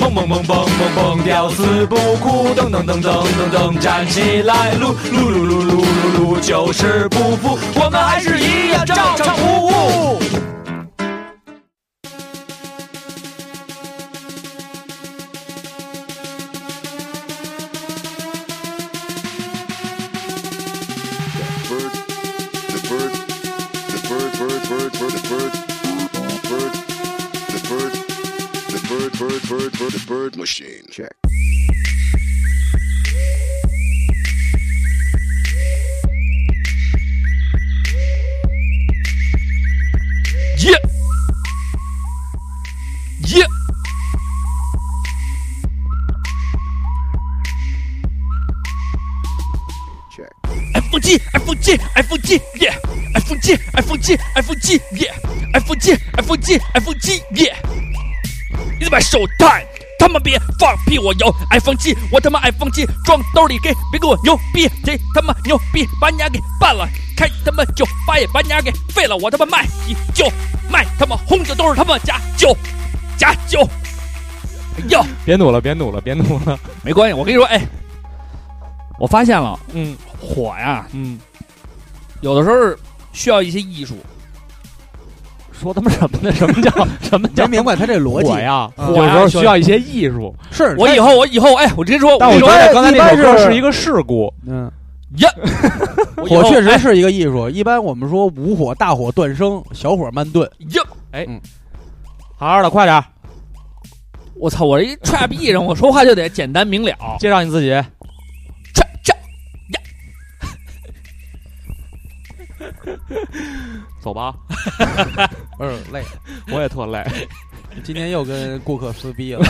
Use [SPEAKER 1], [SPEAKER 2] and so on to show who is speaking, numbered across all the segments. [SPEAKER 1] 蹦蹦蹦蹦蹦蹦，吊死不哭，噔噔噔噔噔噔，站起来，撸撸撸撸撸撸撸，就是不服，我们还是一样照常服务。
[SPEAKER 2] bird, the bird, the bird, bird, bird, bird, the bird, bird, the bird, the bird, bird, bird, bird, the bird machine. Check.
[SPEAKER 1] 耶耶！
[SPEAKER 3] F G F G F G 耶，F G F G F G 耶，F G F G F G 耶，你他妈手探，他妈别放屁，我有 iPhone 七，我他妈 iPhone 七装兜里给，别给我牛逼，谁他妈牛逼，把你俩给办了，开他妈酒吧也把你俩给废了，我他妈卖啤酒，卖他妈红酒都是他妈假酒，假酒，哎呦，
[SPEAKER 1] 别努了，别努了，别努了。
[SPEAKER 3] 没关系，我跟你说，哎，我发现了
[SPEAKER 1] 嗯
[SPEAKER 3] 火呀，
[SPEAKER 1] 嗯，
[SPEAKER 3] 有的时候需要一些艺术。
[SPEAKER 1] 说他妈什么呢？什么叫什么叫
[SPEAKER 4] 没明白他这逻
[SPEAKER 1] 火
[SPEAKER 4] 辑
[SPEAKER 1] 呀？
[SPEAKER 4] 嗯
[SPEAKER 1] 有时候需要一些艺术。
[SPEAKER 4] 是
[SPEAKER 3] 我以后，我以后，哎，我直接说，
[SPEAKER 1] 但我
[SPEAKER 3] 跟你
[SPEAKER 1] 觉
[SPEAKER 3] 说
[SPEAKER 1] 得刚才那首
[SPEAKER 4] 一般
[SPEAKER 1] 歌
[SPEAKER 4] 是
[SPEAKER 1] 是一个事故，
[SPEAKER 4] 嗯，
[SPEAKER 3] 呀，我以
[SPEAKER 4] 火
[SPEAKER 3] 后
[SPEAKER 4] 确实
[SPEAKER 3] 哎
[SPEAKER 4] 是一个艺术。一般我们说无火大火断生，小火慢炖。
[SPEAKER 3] 呀，
[SPEAKER 1] 好好的，快点儿
[SPEAKER 3] 我操，我一踹逼人，我说话就得简单明了，
[SPEAKER 1] 介绍你自己。
[SPEAKER 3] 踹踹
[SPEAKER 1] 走吧，
[SPEAKER 4] 嗯，累，
[SPEAKER 1] 我也特累。
[SPEAKER 4] 今天又跟顾客撕 逼了。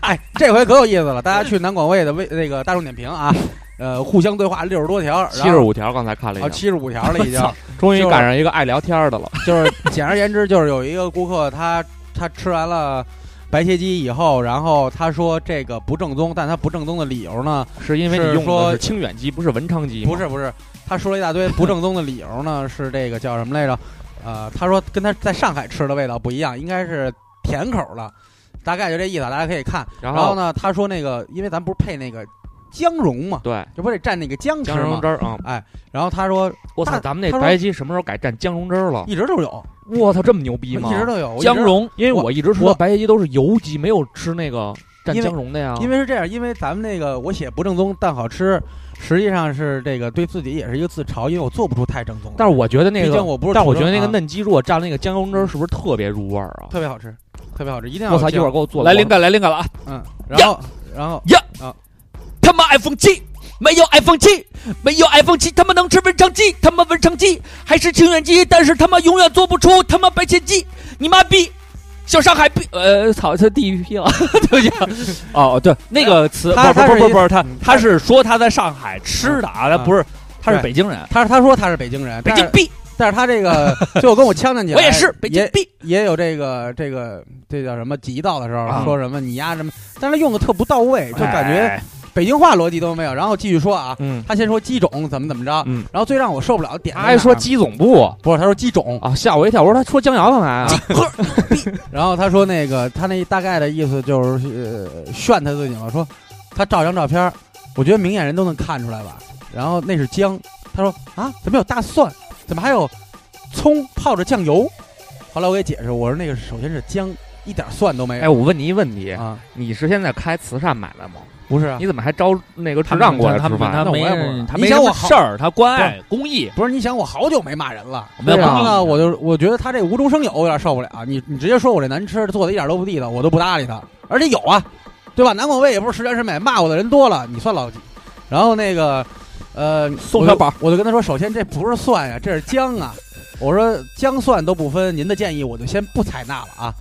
[SPEAKER 4] 哎，这回可有意思了，大家去南广卫的微那个大众点评啊，呃，互相对话六十多条，然后
[SPEAKER 1] 七十五条，刚才看了
[SPEAKER 4] 啊，
[SPEAKER 1] 一下，
[SPEAKER 4] 七十五条了已经。
[SPEAKER 1] 终于
[SPEAKER 4] 就是
[SPEAKER 1] 赶上一个爱聊天儿的了。
[SPEAKER 4] 就是简而言之，就是有一个顾客他他吃完了白切鸡以后，然后他说这个不正宗，但他不正宗的理由呢，
[SPEAKER 1] 是因为你
[SPEAKER 4] 是
[SPEAKER 1] 用的
[SPEAKER 4] 说
[SPEAKER 1] 是清远机，不是文昌机吗？
[SPEAKER 4] 不是不是，他说了一大堆不正宗的理由 呢，是这个叫什么来着？呃，他说跟他在上海吃的味道不一样，应该是甜口的，大概就这意思，大家可以看。
[SPEAKER 1] 然
[SPEAKER 4] 然
[SPEAKER 1] 后
[SPEAKER 4] 后呢，他说那个，因为咱不是配那个姜蓉嘛，
[SPEAKER 1] 对，
[SPEAKER 4] 这不得蘸那个姜吃
[SPEAKER 1] 姜蓉
[SPEAKER 4] 吗
[SPEAKER 1] 汁？儿啊！
[SPEAKER 4] 然后他说
[SPEAKER 1] 我操，
[SPEAKER 4] 他
[SPEAKER 1] 咱们那
[SPEAKER 4] 他说
[SPEAKER 1] 白鸡什么时候改蘸姜蓉汁儿了？
[SPEAKER 4] 一直都有，
[SPEAKER 1] 我操，这么牛逼
[SPEAKER 4] 一
[SPEAKER 1] 吗？
[SPEAKER 4] 直都有我一直
[SPEAKER 3] 姜蓉，
[SPEAKER 1] 因为
[SPEAKER 4] 我
[SPEAKER 1] 我一直
[SPEAKER 4] 我
[SPEAKER 1] 说白鸡都是油鸡，没有吃那个蘸
[SPEAKER 4] 因为
[SPEAKER 1] 姜蓉的呀。
[SPEAKER 4] 因为是这样，因为咱们那个我写不正宗但好吃，实际上是这个对自己也是一个自嘲，因为我做不出太正宗的。
[SPEAKER 1] 但是我觉得那
[SPEAKER 4] 毕
[SPEAKER 1] 个
[SPEAKER 4] 竟，我不是
[SPEAKER 1] 但
[SPEAKER 4] 土
[SPEAKER 1] 我
[SPEAKER 4] 生
[SPEAKER 1] 觉得那个
[SPEAKER 4] 啊
[SPEAKER 1] 嫩鸡如果蘸那个姜蓉汁儿，是不是特别入味儿啊？
[SPEAKER 4] 特别好吃，特别好吃，一定要
[SPEAKER 1] 我操，
[SPEAKER 4] 有
[SPEAKER 1] 一会儿给我做
[SPEAKER 3] 来灵感，来灵感了啊！
[SPEAKER 4] 酱嗯，然后然后
[SPEAKER 3] 他妈 iPhone 七，没有 iPhone 七，没有 iPhone 七，他妈能吃文昌鸡，他妈文昌鸡还是清远鸡，但是他妈永远做不出他妈白切鸡，你妈逼！小上海逼，呃，操，他地狱批了， 对不起。哦，对，那个词，不
[SPEAKER 4] 他
[SPEAKER 3] 不
[SPEAKER 4] 他是
[SPEAKER 3] 不
[SPEAKER 4] 一
[SPEAKER 3] 不不是他
[SPEAKER 4] 嗯，
[SPEAKER 3] 他是说他在上海吃的啊，他不是，他是
[SPEAKER 4] 对
[SPEAKER 3] 北京人，
[SPEAKER 4] 他他说他是北京人，
[SPEAKER 3] 北
[SPEAKER 4] 但
[SPEAKER 3] 京
[SPEAKER 4] 是
[SPEAKER 3] 逼，
[SPEAKER 4] 但是他这个最后跟我呛呛起来，
[SPEAKER 3] 我也是北京
[SPEAKER 4] 也
[SPEAKER 3] 逼。
[SPEAKER 4] 也有这个这个这叫什么急道的时候
[SPEAKER 1] 啊
[SPEAKER 4] 说什么你丫什么，但是他用的特不到位，就感觉
[SPEAKER 1] 哎
[SPEAKER 4] 北京话逻辑都没有。然后继续说啊，
[SPEAKER 1] 嗯，
[SPEAKER 4] 他先说鸡种怎么怎么着，
[SPEAKER 1] 嗯
[SPEAKER 4] 然后最让我受不了的点
[SPEAKER 1] 他
[SPEAKER 4] 在
[SPEAKER 1] 还说
[SPEAKER 4] 哪儿
[SPEAKER 1] 鸡总部
[SPEAKER 4] 不是他说鸡种，
[SPEAKER 1] 啊，吓我一跳。我说他说江瑶干嘛呀？
[SPEAKER 4] 然后他说那个他那大概的意思就是呃炫他自己嘛，说他照张照片儿，我觉得明眼人都能看出来吧。然后那是姜，他说啊，怎么有大蒜？怎么还有葱泡着酱油？后来我给解释，我说那个首先是姜，一点蒜都没
[SPEAKER 1] 哎，
[SPEAKER 4] 有、
[SPEAKER 1] 我问你一问题，
[SPEAKER 4] 啊，
[SPEAKER 1] 你是现在开慈善买卖吗？
[SPEAKER 4] 不是啊，
[SPEAKER 1] 你怎么还招那个智
[SPEAKER 3] 他
[SPEAKER 1] 障
[SPEAKER 3] 让
[SPEAKER 1] 过
[SPEAKER 3] 过
[SPEAKER 1] 来
[SPEAKER 3] 来
[SPEAKER 1] 吃
[SPEAKER 3] 吃饭，
[SPEAKER 1] 饭？
[SPEAKER 4] 他没他没
[SPEAKER 3] 你想
[SPEAKER 4] 什么
[SPEAKER 3] 我
[SPEAKER 4] 事
[SPEAKER 3] 儿，他关
[SPEAKER 4] 爱
[SPEAKER 3] 公益，
[SPEAKER 4] 不是你想我好久没骂人了，
[SPEAKER 3] 没有
[SPEAKER 4] 然后
[SPEAKER 3] 骂
[SPEAKER 4] 呢，
[SPEAKER 3] 你
[SPEAKER 4] 我就我觉得他这无中生有，我有点受不了。你你直接说我这难吃，做的一点都不地道，我都不搭理他。而且有啊，对吧？南广味也不是十全十美，骂我的人多了，你算老几？然后那个，呃，
[SPEAKER 3] 宋
[SPEAKER 4] 我就
[SPEAKER 3] 小宝，
[SPEAKER 4] 我就跟他说，首先这不是蒜呀、这是姜啊。我说姜蒜都不分，您的建议我就先不采纳了啊。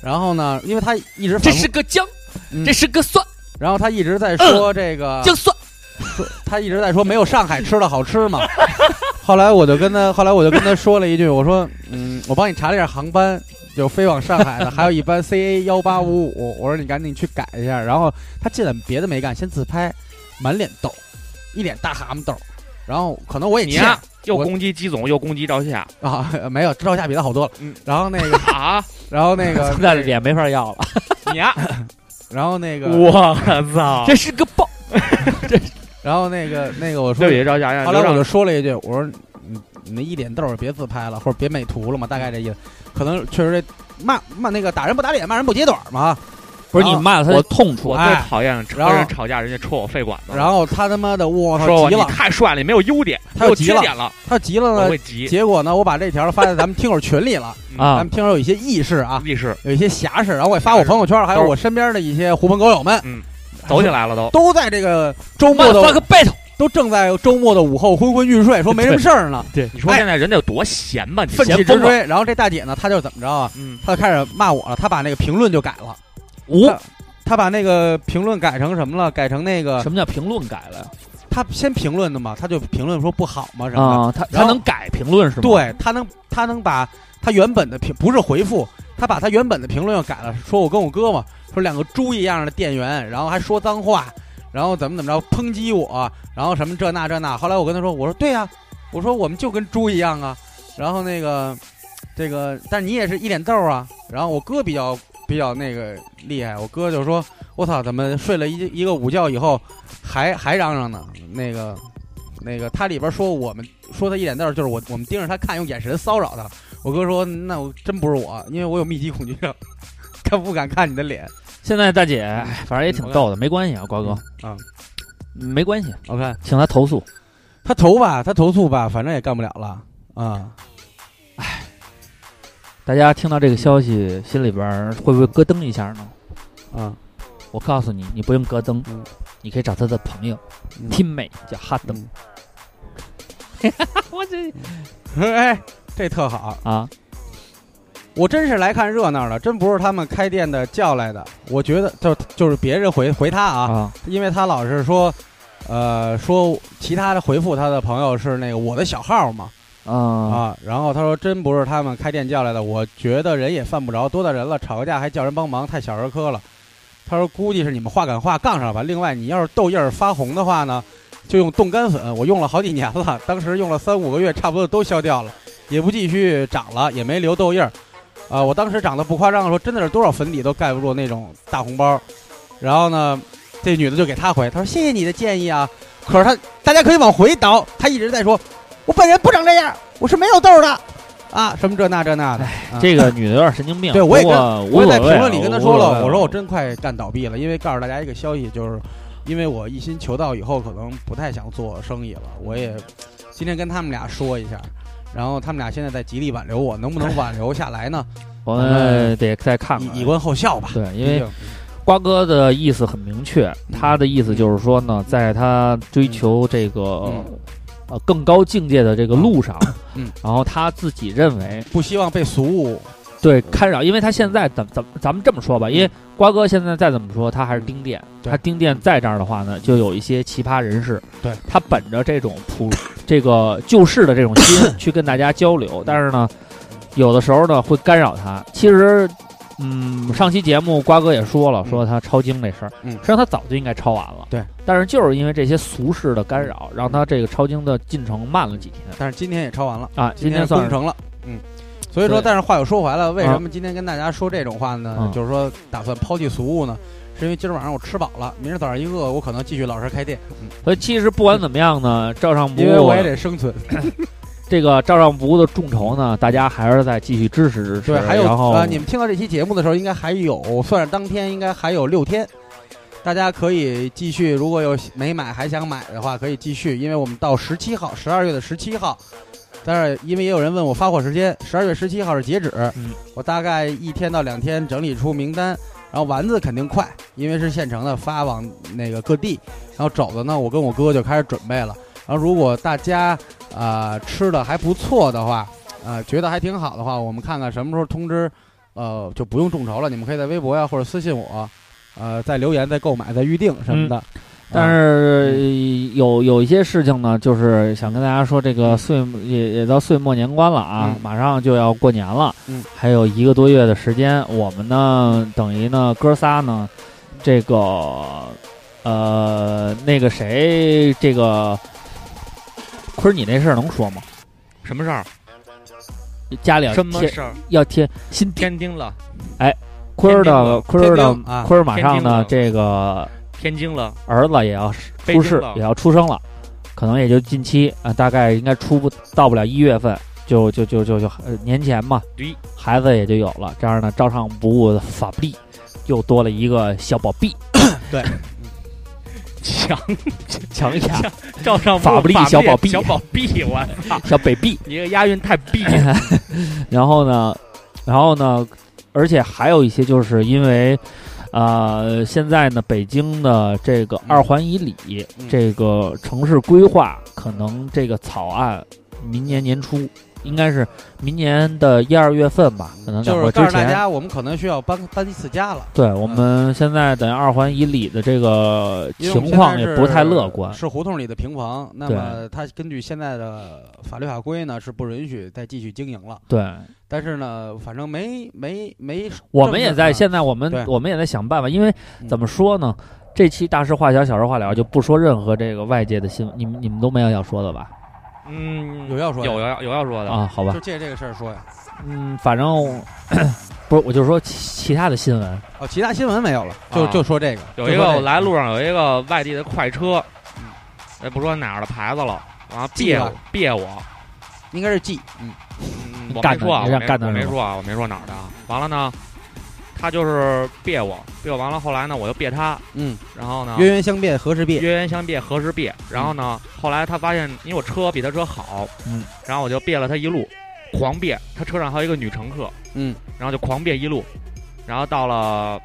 [SPEAKER 4] 然后呢，因为他一直
[SPEAKER 3] 这
[SPEAKER 4] 反复
[SPEAKER 3] 是，个姜，
[SPEAKER 4] 嗯
[SPEAKER 3] 这是个蒜，
[SPEAKER 4] 然后他一直在说这个、
[SPEAKER 3] 姜蒜。
[SPEAKER 4] 说他一直在说没有上海吃的好吃嘛。 后来我就跟他，后来我就跟他说了一句，我说，嗯，我帮你查了一下航班，就飞往上海的，还有一班 CA 幺八五五，我说你赶紧去改一下。然后他进来别的没干，先自拍，满脸痘，一脸大蛤蟆痘。然后可能我也
[SPEAKER 1] 你啊
[SPEAKER 4] 欠
[SPEAKER 1] 呀、又
[SPEAKER 4] 我
[SPEAKER 1] 攻击鸡总，又攻击赵夏
[SPEAKER 4] 啊，没有照下比他好多了
[SPEAKER 1] 嗯。
[SPEAKER 4] 然后那个，
[SPEAKER 1] 啊！
[SPEAKER 3] ，
[SPEAKER 4] 然后那个
[SPEAKER 3] 那脸没法要了。
[SPEAKER 1] 你呀、
[SPEAKER 4] 然后那个，
[SPEAKER 1] 我操！
[SPEAKER 3] 这是个爆，
[SPEAKER 4] 然后那个那个我说
[SPEAKER 1] 对不，起，赵佳佳，
[SPEAKER 4] 后来
[SPEAKER 1] 就
[SPEAKER 4] 我
[SPEAKER 1] 让
[SPEAKER 4] 就说了一句，我说你你那一脸痘儿别自拍了，或者别美图了嘛，大概这意思。可能确实这骂骂那个打人不打脸，骂人不揭短儿嘛。
[SPEAKER 3] 不是你骂他的
[SPEAKER 1] 我
[SPEAKER 3] 啊痛处
[SPEAKER 1] 我
[SPEAKER 4] 哎
[SPEAKER 1] 最讨厌
[SPEAKER 4] 然
[SPEAKER 1] 跟
[SPEAKER 4] 后
[SPEAKER 1] 人吵架，人家戳我肺管子，
[SPEAKER 4] 然后他他妈的我
[SPEAKER 1] 说
[SPEAKER 4] 操
[SPEAKER 1] 我
[SPEAKER 4] 急
[SPEAKER 1] 你
[SPEAKER 4] 了，
[SPEAKER 1] 太帅了，你没有优点，
[SPEAKER 4] 他
[SPEAKER 1] 没
[SPEAKER 4] 又
[SPEAKER 1] 有
[SPEAKER 4] 急
[SPEAKER 1] 缺
[SPEAKER 4] 了
[SPEAKER 1] 点了，呃
[SPEAKER 4] 他急了
[SPEAKER 1] 我
[SPEAKER 4] 呢。
[SPEAKER 1] 会急。
[SPEAKER 4] 结果呢，我把这条发在咱们听友 群里了，咱
[SPEAKER 3] 啊
[SPEAKER 4] 们！听友有一些意识啊，
[SPEAKER 1] 意识
[SPEAKER 4] 有一些侠士，然后我也
[SPEAKER 1] 嗯
[SPEAKER 4] 发我朋友圈，还有我身边的一些狐朋狗友们，
[SPEAKER 1] 走起来了都，
[SPEAKER 4] 都在这个周末
[SPEAKER 3] 骂发
[SPEAKER 4] 的
[SPEAKER 3] 个 battle，
[SPEAKER 4] 都正在周末的午后昏昏欲睡，说没什么事儿呢，
[SPEAKER 1] 你说
[SPEAKER 4] 哎
[SPEAKER 1] 现在人家有多闲吧？你
[SPEAKER 4] 奋
[SPEAKER 1] 闲
[SPEAKER 4] 起
[SPEAKER 1] 疯
[SPEAKER 4] 直
[SPEAKER 1] 了，
[SPEAKER 4] 追。然后这大姐呢，她就怎么着啊？
[SPEAKER 1] 嗯，
[SPEAKER 4] 她就开始骂我了，她把那个评论就改了，
[SPEAKER 3] 五
[SPEAKER 4] 啊她把那个评论改成什么了？改成那个
[SPEAKER 3] 什么叫评论改了呀
[SPEAKER 4] 她先评论的嘛，她就评论说不好嘛什么
[SPEAKER 3] 啊？他
[SPEAKER 4] 然
[SPEAKER 3] 他
[SPEAKER 4] 后
[SPEAKER 3] 能改评论是
[SPEAKER 4] 的。
[SPEAKER 3] 吗？，
[SPEAKER 4] 对，她能她能把她原本的评不是回复，她把她原本的评论又改了，说我跟我哥嘛，说两个猪一样的店员，然后还说脏话，然后怎么怎么着抨击我，然后什么这那这那。后来我跟她说，我说对呀、我说我们就跟猪一样啊，然后那个这个，但是你也是一脸痘儿啊。然后我哥比较比较那个厉害，我哥就说，我操，怎么睡了一一个午觉以后还还嚷嚷呢？那个那个，他里边说我们说他一脸痘儿，就是我我们盯着他看，用眼神骚扰他。我哥说，那我真不是我，因为我有密集恐惧症，他不敢看你的脸。
[SPEAKER 3] 现在大姐哎反正也挺逗的，没关系啊，瓜哥
[SPEAKER 4] 嗯啊，
[SPEAKER 3] 没关系，
[SPEAKER 4] OK，
[SPEAKER 3] 请他投诉。
[SPEAKER 4] 他投吧，他投诉吧，反正也干不了了啊。
[SPEAKER 3] 大家听到这个消息，心里边儿会不会咯噔一下呢？
[SPEAKER 4] 啊，
[SPEAKER 3] 我告诉你，你不用咯噔
[SPEAKER 4] 嗯，
[SPEAKER 3] 你可以找他的朋友
[SPEAKER 4] 嗯
[SPEAKER 3] teammate 叫哈 登
[SPEAKER 4] 嗯哎，这特好，
[SPEAKER 3] 啊，
[SPEAKER 4] 我真是来看热闹的，真不是他们开店的叫来的。我觉得就就是别人回回他啊，
[SPEAKER 3] 啊
[SPEAKER 4] 因为他老是说，呃，说其他的回复他的朋友是那个我的小号嘛
[SPEAKER 3] 啊！
[SPEAKER 4] 啊，然后他说真不是他们开店叫来的，我觉得人也犯不着，多大人了，吵个架还叫人帮忙，太小儿科了。他说估计是你们话赶话杠上了吧。另外，你要是痘印儿发红的话呢，就用冻干粉，我用了好几年了，当时用了三五个月，差不多都消掉了，也不继续长了，也没留痘印儿。啊、我当时长得不夸张的说，真的是多少粉底都盖不住那种大红包。然后呢，这女的就给他回，她说谢谢你的建议啊，可是她大家可以往回倒，她一直在说， 我本人不长这样，我是没有痘的，啊，什么这那这那的。啊
[SPEAKER 3] 这个女的有点神经病，
[SPEAKER 4] 对我也
[SPEAKER 3] 不过哎无
[SPEAKER 4] 我
[SPEAKER 3] 所
[SPEAKER 4] 也在
[SPEAKER 3] 谓啊
[SPEAKER 4] 评论里跟他
[SPEAKER 3] 无所
[SPEAKER 4] 说
[SPEAKER 3] 谓
[SPEAKER 4] 了，我说我真快干倒闭了，因为告诉大家一个消息，就是因为我一心求道以后，可能不太想做生意了。我也今天跟他们俩说一下，然后他们俩现在在极力挽留我，能不能挽留下来呢？
[SPEAKER 3] 我
[SPEAKER 4] 嗯
[SPEAKER 3] 们得再 看看
[SPEAKER 4] 以以。观后效吧。
[SPEAKER 3] 对，因为
[SPEAKER 4] 毕竟
[SPEAKER 3] 瓜哥的意思很明确，
[SPEAKER 4] 嗯
[SPEAKER 3] 他的意思就是说呢，在他追求这个、
[SPEAKER 4] 嗯
[SPEAKER 3] 呃更高境界的这个路上，
[SPEAKER 4] 嗯
[SPEAKER 3] 然后他自己认为
[SPEAKER 4] 不希望被俗物
[SPEAKER 3] 对看扰，因为他现在怎怎咱们这么说吧，因为瓜哥现在再怎么说，他还是丁店，
[SPEAKER 4] 嗯对
[SPEAKER 3] 他丁店在这儿的话呢，就有一些奇葩人士，
[SPEAKER 4] 对
[SPEAKER 3] 他本着这种普这个救世的这种心 去跟大家交流，但是呢，有的时候呢会干扰他，其实。嗯，上期节目瓜哥也说了，
[SPEAKER 4] 嗯
[SPEAKER 3] 说他抄经这事儿，
[SPEAKER 4] 嗯
[SPEAKER 3] 实际上他早就应该抄完了。
[SPEAKER 4] 对，
[SPEAKER 3] 但是就是因为这些俗世的干扰，让他这个抄经的进程慢了几天
[SPEAKER 4] 但是今天也抄完了，
[SPEAKER 3] 啊。今
[SPEAKER 4] 天
[SPEAKER 3] 算
[SPEAKER 4] 攻
[SPEAKER 3] 是
[SPEAKER 4] 城了，嗯。所以说，
[SPEAKER 3] 对
[SPEAKER 4] 但是话又说回来了，为
[SPEAKER 3] 啊
[SPEAKER 4] 什么今天跟大家说这种话呢？
[SPEAKER 3] 嗯
[SPEAKER 4] 就是说，打算抛弃俗物呢，是因为今儿晚上我吃饱了，明儿早上一饿，我可能继续老实开店，
[SPEAKER 3] 所以其实不管怎么样呢，照上不
[SPEAKER 4] 嗯因为
[SPEAKER 3] 误
[SPEAKER 4] 我也得生存。
[SPEAKER 3] 这个照上不误的众筹呢，大家还是在继续支持支持。
[SPEAKER 4] 对，还有
[SPEAKER 3] 然后、
[SPEAKER 4] 呃，你们听到这期节目的时候，应该还有，算是当天应该还有六天，大家可以继续，如果有没买还想买的话，可以继续，因为我们到十七号，十二月的十七号。但是因为也有人问我发货时间，十二月十七号是截止，
[SPEAKER 3] 嗯
[SPEAKER 4] 我大概一天到两天整理出名单，然后丸子肯定快，因为是现成的发往那个各地，然后肘子呢，我跟我哥就开始准备了。然后如果大家啊吃的还不错的话，呃，觉得还挺好的话，我们看看什么时候通知，呃，就不用众筹了。你们可以在微博呀、或者私信我，呃，再留言、再购买、再预定什么的。
[SPEAKER 3] 嗯但
[SPEAKER 4] 啊
[SPEAKER 3] 是、有有一些事情呢，就是想跟大家说，这个岁也也到岁末年关了啊，
[SPEAKER 4] 嗯
[SPEAKER 3] 马上就要过年了，
[SPEAKER 4] 嗯
[SPEAKER 3] 还有一个多月的时间，我们呢等于呢哥仨呢，这个呃那个谁这个坤儿，你那事儿能说吗？
[SPEAKER 1] 什么事儿？
[SPEAKER 3] 家里要
[SPEAKER 1] 什么
[SPEAKER 3] 贴
[SPEAKER 1] 事儿？
[SPEAKER 3] 要贴新地
[SPEAKER 1] 天津了，
[SPEAKER 3] 坤儿的坤儿
[SPEAKER 4] 天津
[SPEAKER 3] 的
[SPEAKER 4] 啊
[SPEAKER 3] 坤儿马上呢，
[SPEAKER 5] 天
[SPEAKER 3] 这
[SPEAKER 5] 津
[SPEAKER 3] 个
[SPEAKER 5] 天津了，
[SPEAKER 3] 儿子也要
[SPEAKER 5] 北
[SPEAKER 3] 出
[SPEAKER 5] 京
[SPEAKER 3] 世，
[SPEAKER 5] 了
[SPEAKER 3] 也要出生了，可能也就近期啊、大概应该出不到不了一月份，就就就就就、呃年前嘛
[SPEAKER 5] 对，
[SPEAKER 3] 孩子也就有了。这样呢，照常不误的法布利又多了一个小宝贝，
[SPEAKER 5] 强
[SPEAKER 3] 强一下
[SPEAKER 5] 照上
[SPEAKER 3] 法布利小宝币
[SPEAKER 5] 小宝币，我操，
[SPEAKER 3] 小 baby。
[SPEAKER 5] 你这个押韵太逼。
[SPEAKER 3] 然后呢，然后呢，而且还有一些就是因为，呃，现在呢，北京的这个二环以里、
[SPEAKER 4] 嗯
[SPEAKER 3] 这个城市规划，可能这个草案明年年初，应该是明年的一二月份吧，可能
[SPEAKER 4] 就
[SPEAKER 3] 两
[SPEAKER 4] 是
[SPEAKER 3] 会
[SPEAKER 4] 告
[SPEAKER 3] 之
[SPEAKER 4] 诉大
[SPEAKER 3] 前。
[SPEAKER 4] 家，我们可能需要搬搬一次家了，
[SPEAKER 3] 对我们现在等于二环以里的这个
[SPEAKER 4] 因为我们
[SPEAKER 3] 情
[SPEAKER 4] 现在
[SPEAKER 3] 况也
[SPEAKER 4] 是
[SPEAKER 3] 不太乐观，
[SPEAKER 4] 是胡同里的平房，那
[SPEAKER 3] 对
[SPEAKER 4] 么它根据现在的法律法规呢，是不允许再继续经营了。
[SPEAKER 3] 对，
[SPEAKER 4] 但是呢，反正没没没，
[SPEAKER 3] 我们也在
[SPEAKER 4] 正式
[SPEAKER 3] 现在，我们
[SPEAKER 4] 嗯对
[SPEAKER 3] 我们也在想办法，因为
[SPEAKER 4] 嗯
[SPEAKER 3] 怎么说呢？这期大事化小，小事化了，就不说任何这个外界的新闻，你们你们都没有要说的吧？
[SPEAKER 5] 嗯，
[SPEAKER 4] 有要说的
[SPEAKER 5] 有有要有要说的，
[SPEAKER 3] 啊，好
[SPEAKER 4] 啊
[SPEAKER 3] 吧
[SPEAKER 4] 就，借这个事儿说呀。
[SPEAKER 3] 嗯，反正 不是，我就说其其他的新闻，
[SPEAKER 4] 哦，其他新闻没有了，就
[SPEAKER 5] 啊
[SPEAKER 4] 就说这个，
[SPEAKER 5] 有一
[SPEAKER 4] 就说这
[SPEAKER 5] 个来路上有一个外地的快车，哎，不说哪儿的牌子了，然后
[SPEAKER 4] 记
[SPEAKER 5] 别
[SPEAKER 4] 吧
[SPEAKER 5] 我别我，
[SPEAKER 4] 应该是 G，嗯，
[SPEAKER 5] 嗯我
[SPEAKER 3] 干
[SPEAKER 5] 没
[SPEAKER 3] 的
[SPEAKER 5] 说啊，
[SPEAKER 3] 你
[SPEAKER 5] 我
[SPEAKER 3] 让
[SPEAKER 5] 没
[SPEAKER 3] 干的
[SPEAKER 5] 我
[SPEAKER 3] 是
[SPEAKER 5] 没
[SPEAKER 3] 吗
[SPEAKER 5] 说啊，我没说哪儿的啊。完了呢，他就是别我，别我完了，后来呢，我就别他，
[SPEAKER 4] 嗯，
[SPEAKER 5] 然后呢，
[SPEAKER 4] 冤冤相辩何时辩？
[SPEAKER 5] 冤冤相别何时别？然后呢，后来他发现，因为我车比他车好，
[SPEAKER 3] 嗯，
[SPEAKER 5] 然后我就别了他一路，狂别。他车上还有一个女乘客，
[SPEAKER 4] 嗯，
[SPEAKER 5] 然后就狂别一路，然后到了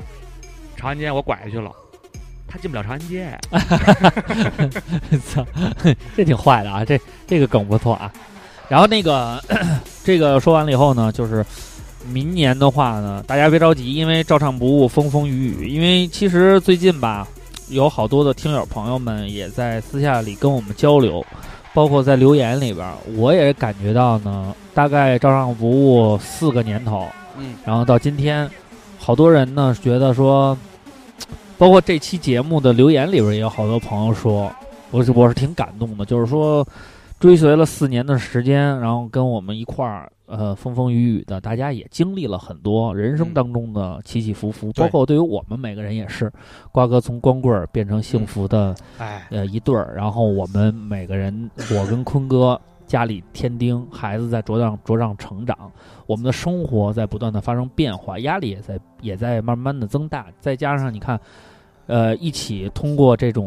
[SPEAKER 5] 长安街，我拐下去了，他进不了长安街，
[SPEAKER 3] 操，这挺坏的啊，这这个梗不错啊。然后那个这个说完了以后呢，就是明年的话呢，大家别着急，因为照唱不误，风风雨雨。因为其实最近吧，有好多的听友朋友们也在私下里跟我们交流，包括在留言里边儿，我也感觉到呢，大概照唱不误四个年头，
[SPEAKER 4] 嗯，
[SPEAKER 3] 然后到今天，好多人呢觉得说，包括这期节目的留言里边儿也有好多朋友说，我是我是挺感动的，就是说追随了四年的时间，然后跟我们一块儿呃风风雨雨的，大家也经历了很多人生
[SPEAKER 4] 嗯
[SPEAKER 3] 当中的起起伏伏，
[SPEAKER 4] 对
[SPEAKER 3] 包括对于我们每个人也是，瓜哥从光棍儿变成幸福的、
[SPEAKER 4] 哎，
[SPEAKER 3] 呃一对儿，然后我们每个人，我跟坤哥家里添丁，孩子在茁壮茁壮成长，我们的生活在不断的发生变化，压力也在也在慢慢的增大，再加上你看，呃，一起通过这种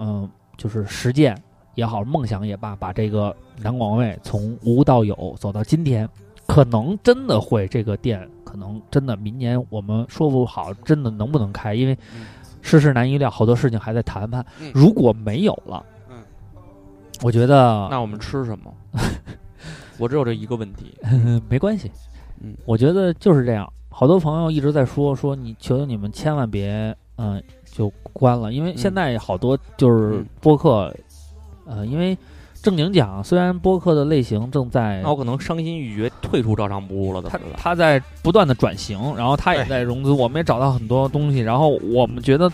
[SPEAKER 3] 嗯、就是实践也好，梦想也罢，把这个南广味从无到有走到今天。可能真的会这个店，可能真的明年我们说不好，真的能不能开，因为
[SPEAKER 4] 嗯
[SPEAKER 3] 世事难预料，好多事情还在谈判。
[SPEAKER 4] 嗯
[SPEAKER 3] 如果没有了，
[SPEAKER 4] 嗯，
[SPEAKER 3] 我觉
[SPEAKER 4] 啊
[SPEAKER 3] 得
[SPEAKER 5] 我们吃什么？我只有这一个问题，
[SPEAKER 3] 嗯没关系，
[SPEAKER 4] 嗯，
[SPEAKER 3] 我觉得就是这样。好多朋友一直在说说你，求求你们千万别嗯、就关了，因为现在好多就是
[SPEAKER 4] 嗯
[SPEAKER 3] 播客，呃，因为正经讲，虽然播客的类型正在
[SPEAKER 5] 那
[SPEAKER 4] 哦
[SPEAKER 5] 哦我可能伤心欲绝，退出照常不误了，怎
[SPEAKER 3] 它
[SPEAKER 5] 么的？
[SPEAKER 3] 它在不断的转型，然后它
[SPEAKER 4] 哎
[SPEAKER 3] 也在融资，我们也找到很多东西，然后我们觉得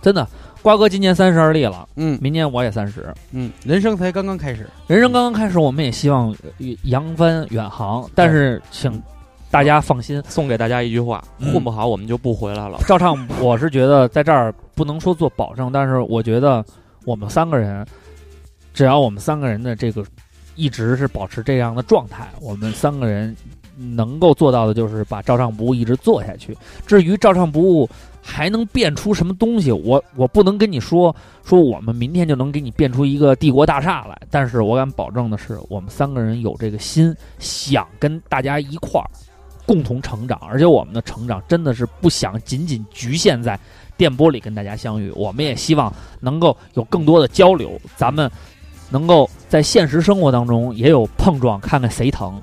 [SPEAKER 3] 真的，瓜哥今年三十而立了，
[SPEAKER 4] 嗯
[SPEAKER 3] 明年我也三十，
[SPEAKER 4] 嗯，人生才刚刚开始，
[SPEAKER 3] 人生刚刚开始，我们也希望呃扬帆远航，但是请大家放心，
[SPEAKER 5] 送给大家一句话：
[SPEAKER 3] 嗯
[SPEAKER 5] 混不好我们就不回来了。
[SPEAKER 3] 照唱我是觉得在这儿不能说做保证，但是我觉得我们三个人，只要我们三个人的这个一直是保持这样的状态，我们三个人能够做到的就是把照唱不误一直做下去。至于照唱不误还能变出什么东西，我我不能跟你说说我们明天就能给你变出一个帝国大厦来，但是我敢保证的是，我们三个人有这个心，想跟大家一块儿。共同成长，而且我们的成长真的是不想仅仅局限在电波里跟大家相遇，我们也希望能够有更多的交流，咱们能够在现实生活当中也有碰撞，看看谁疼。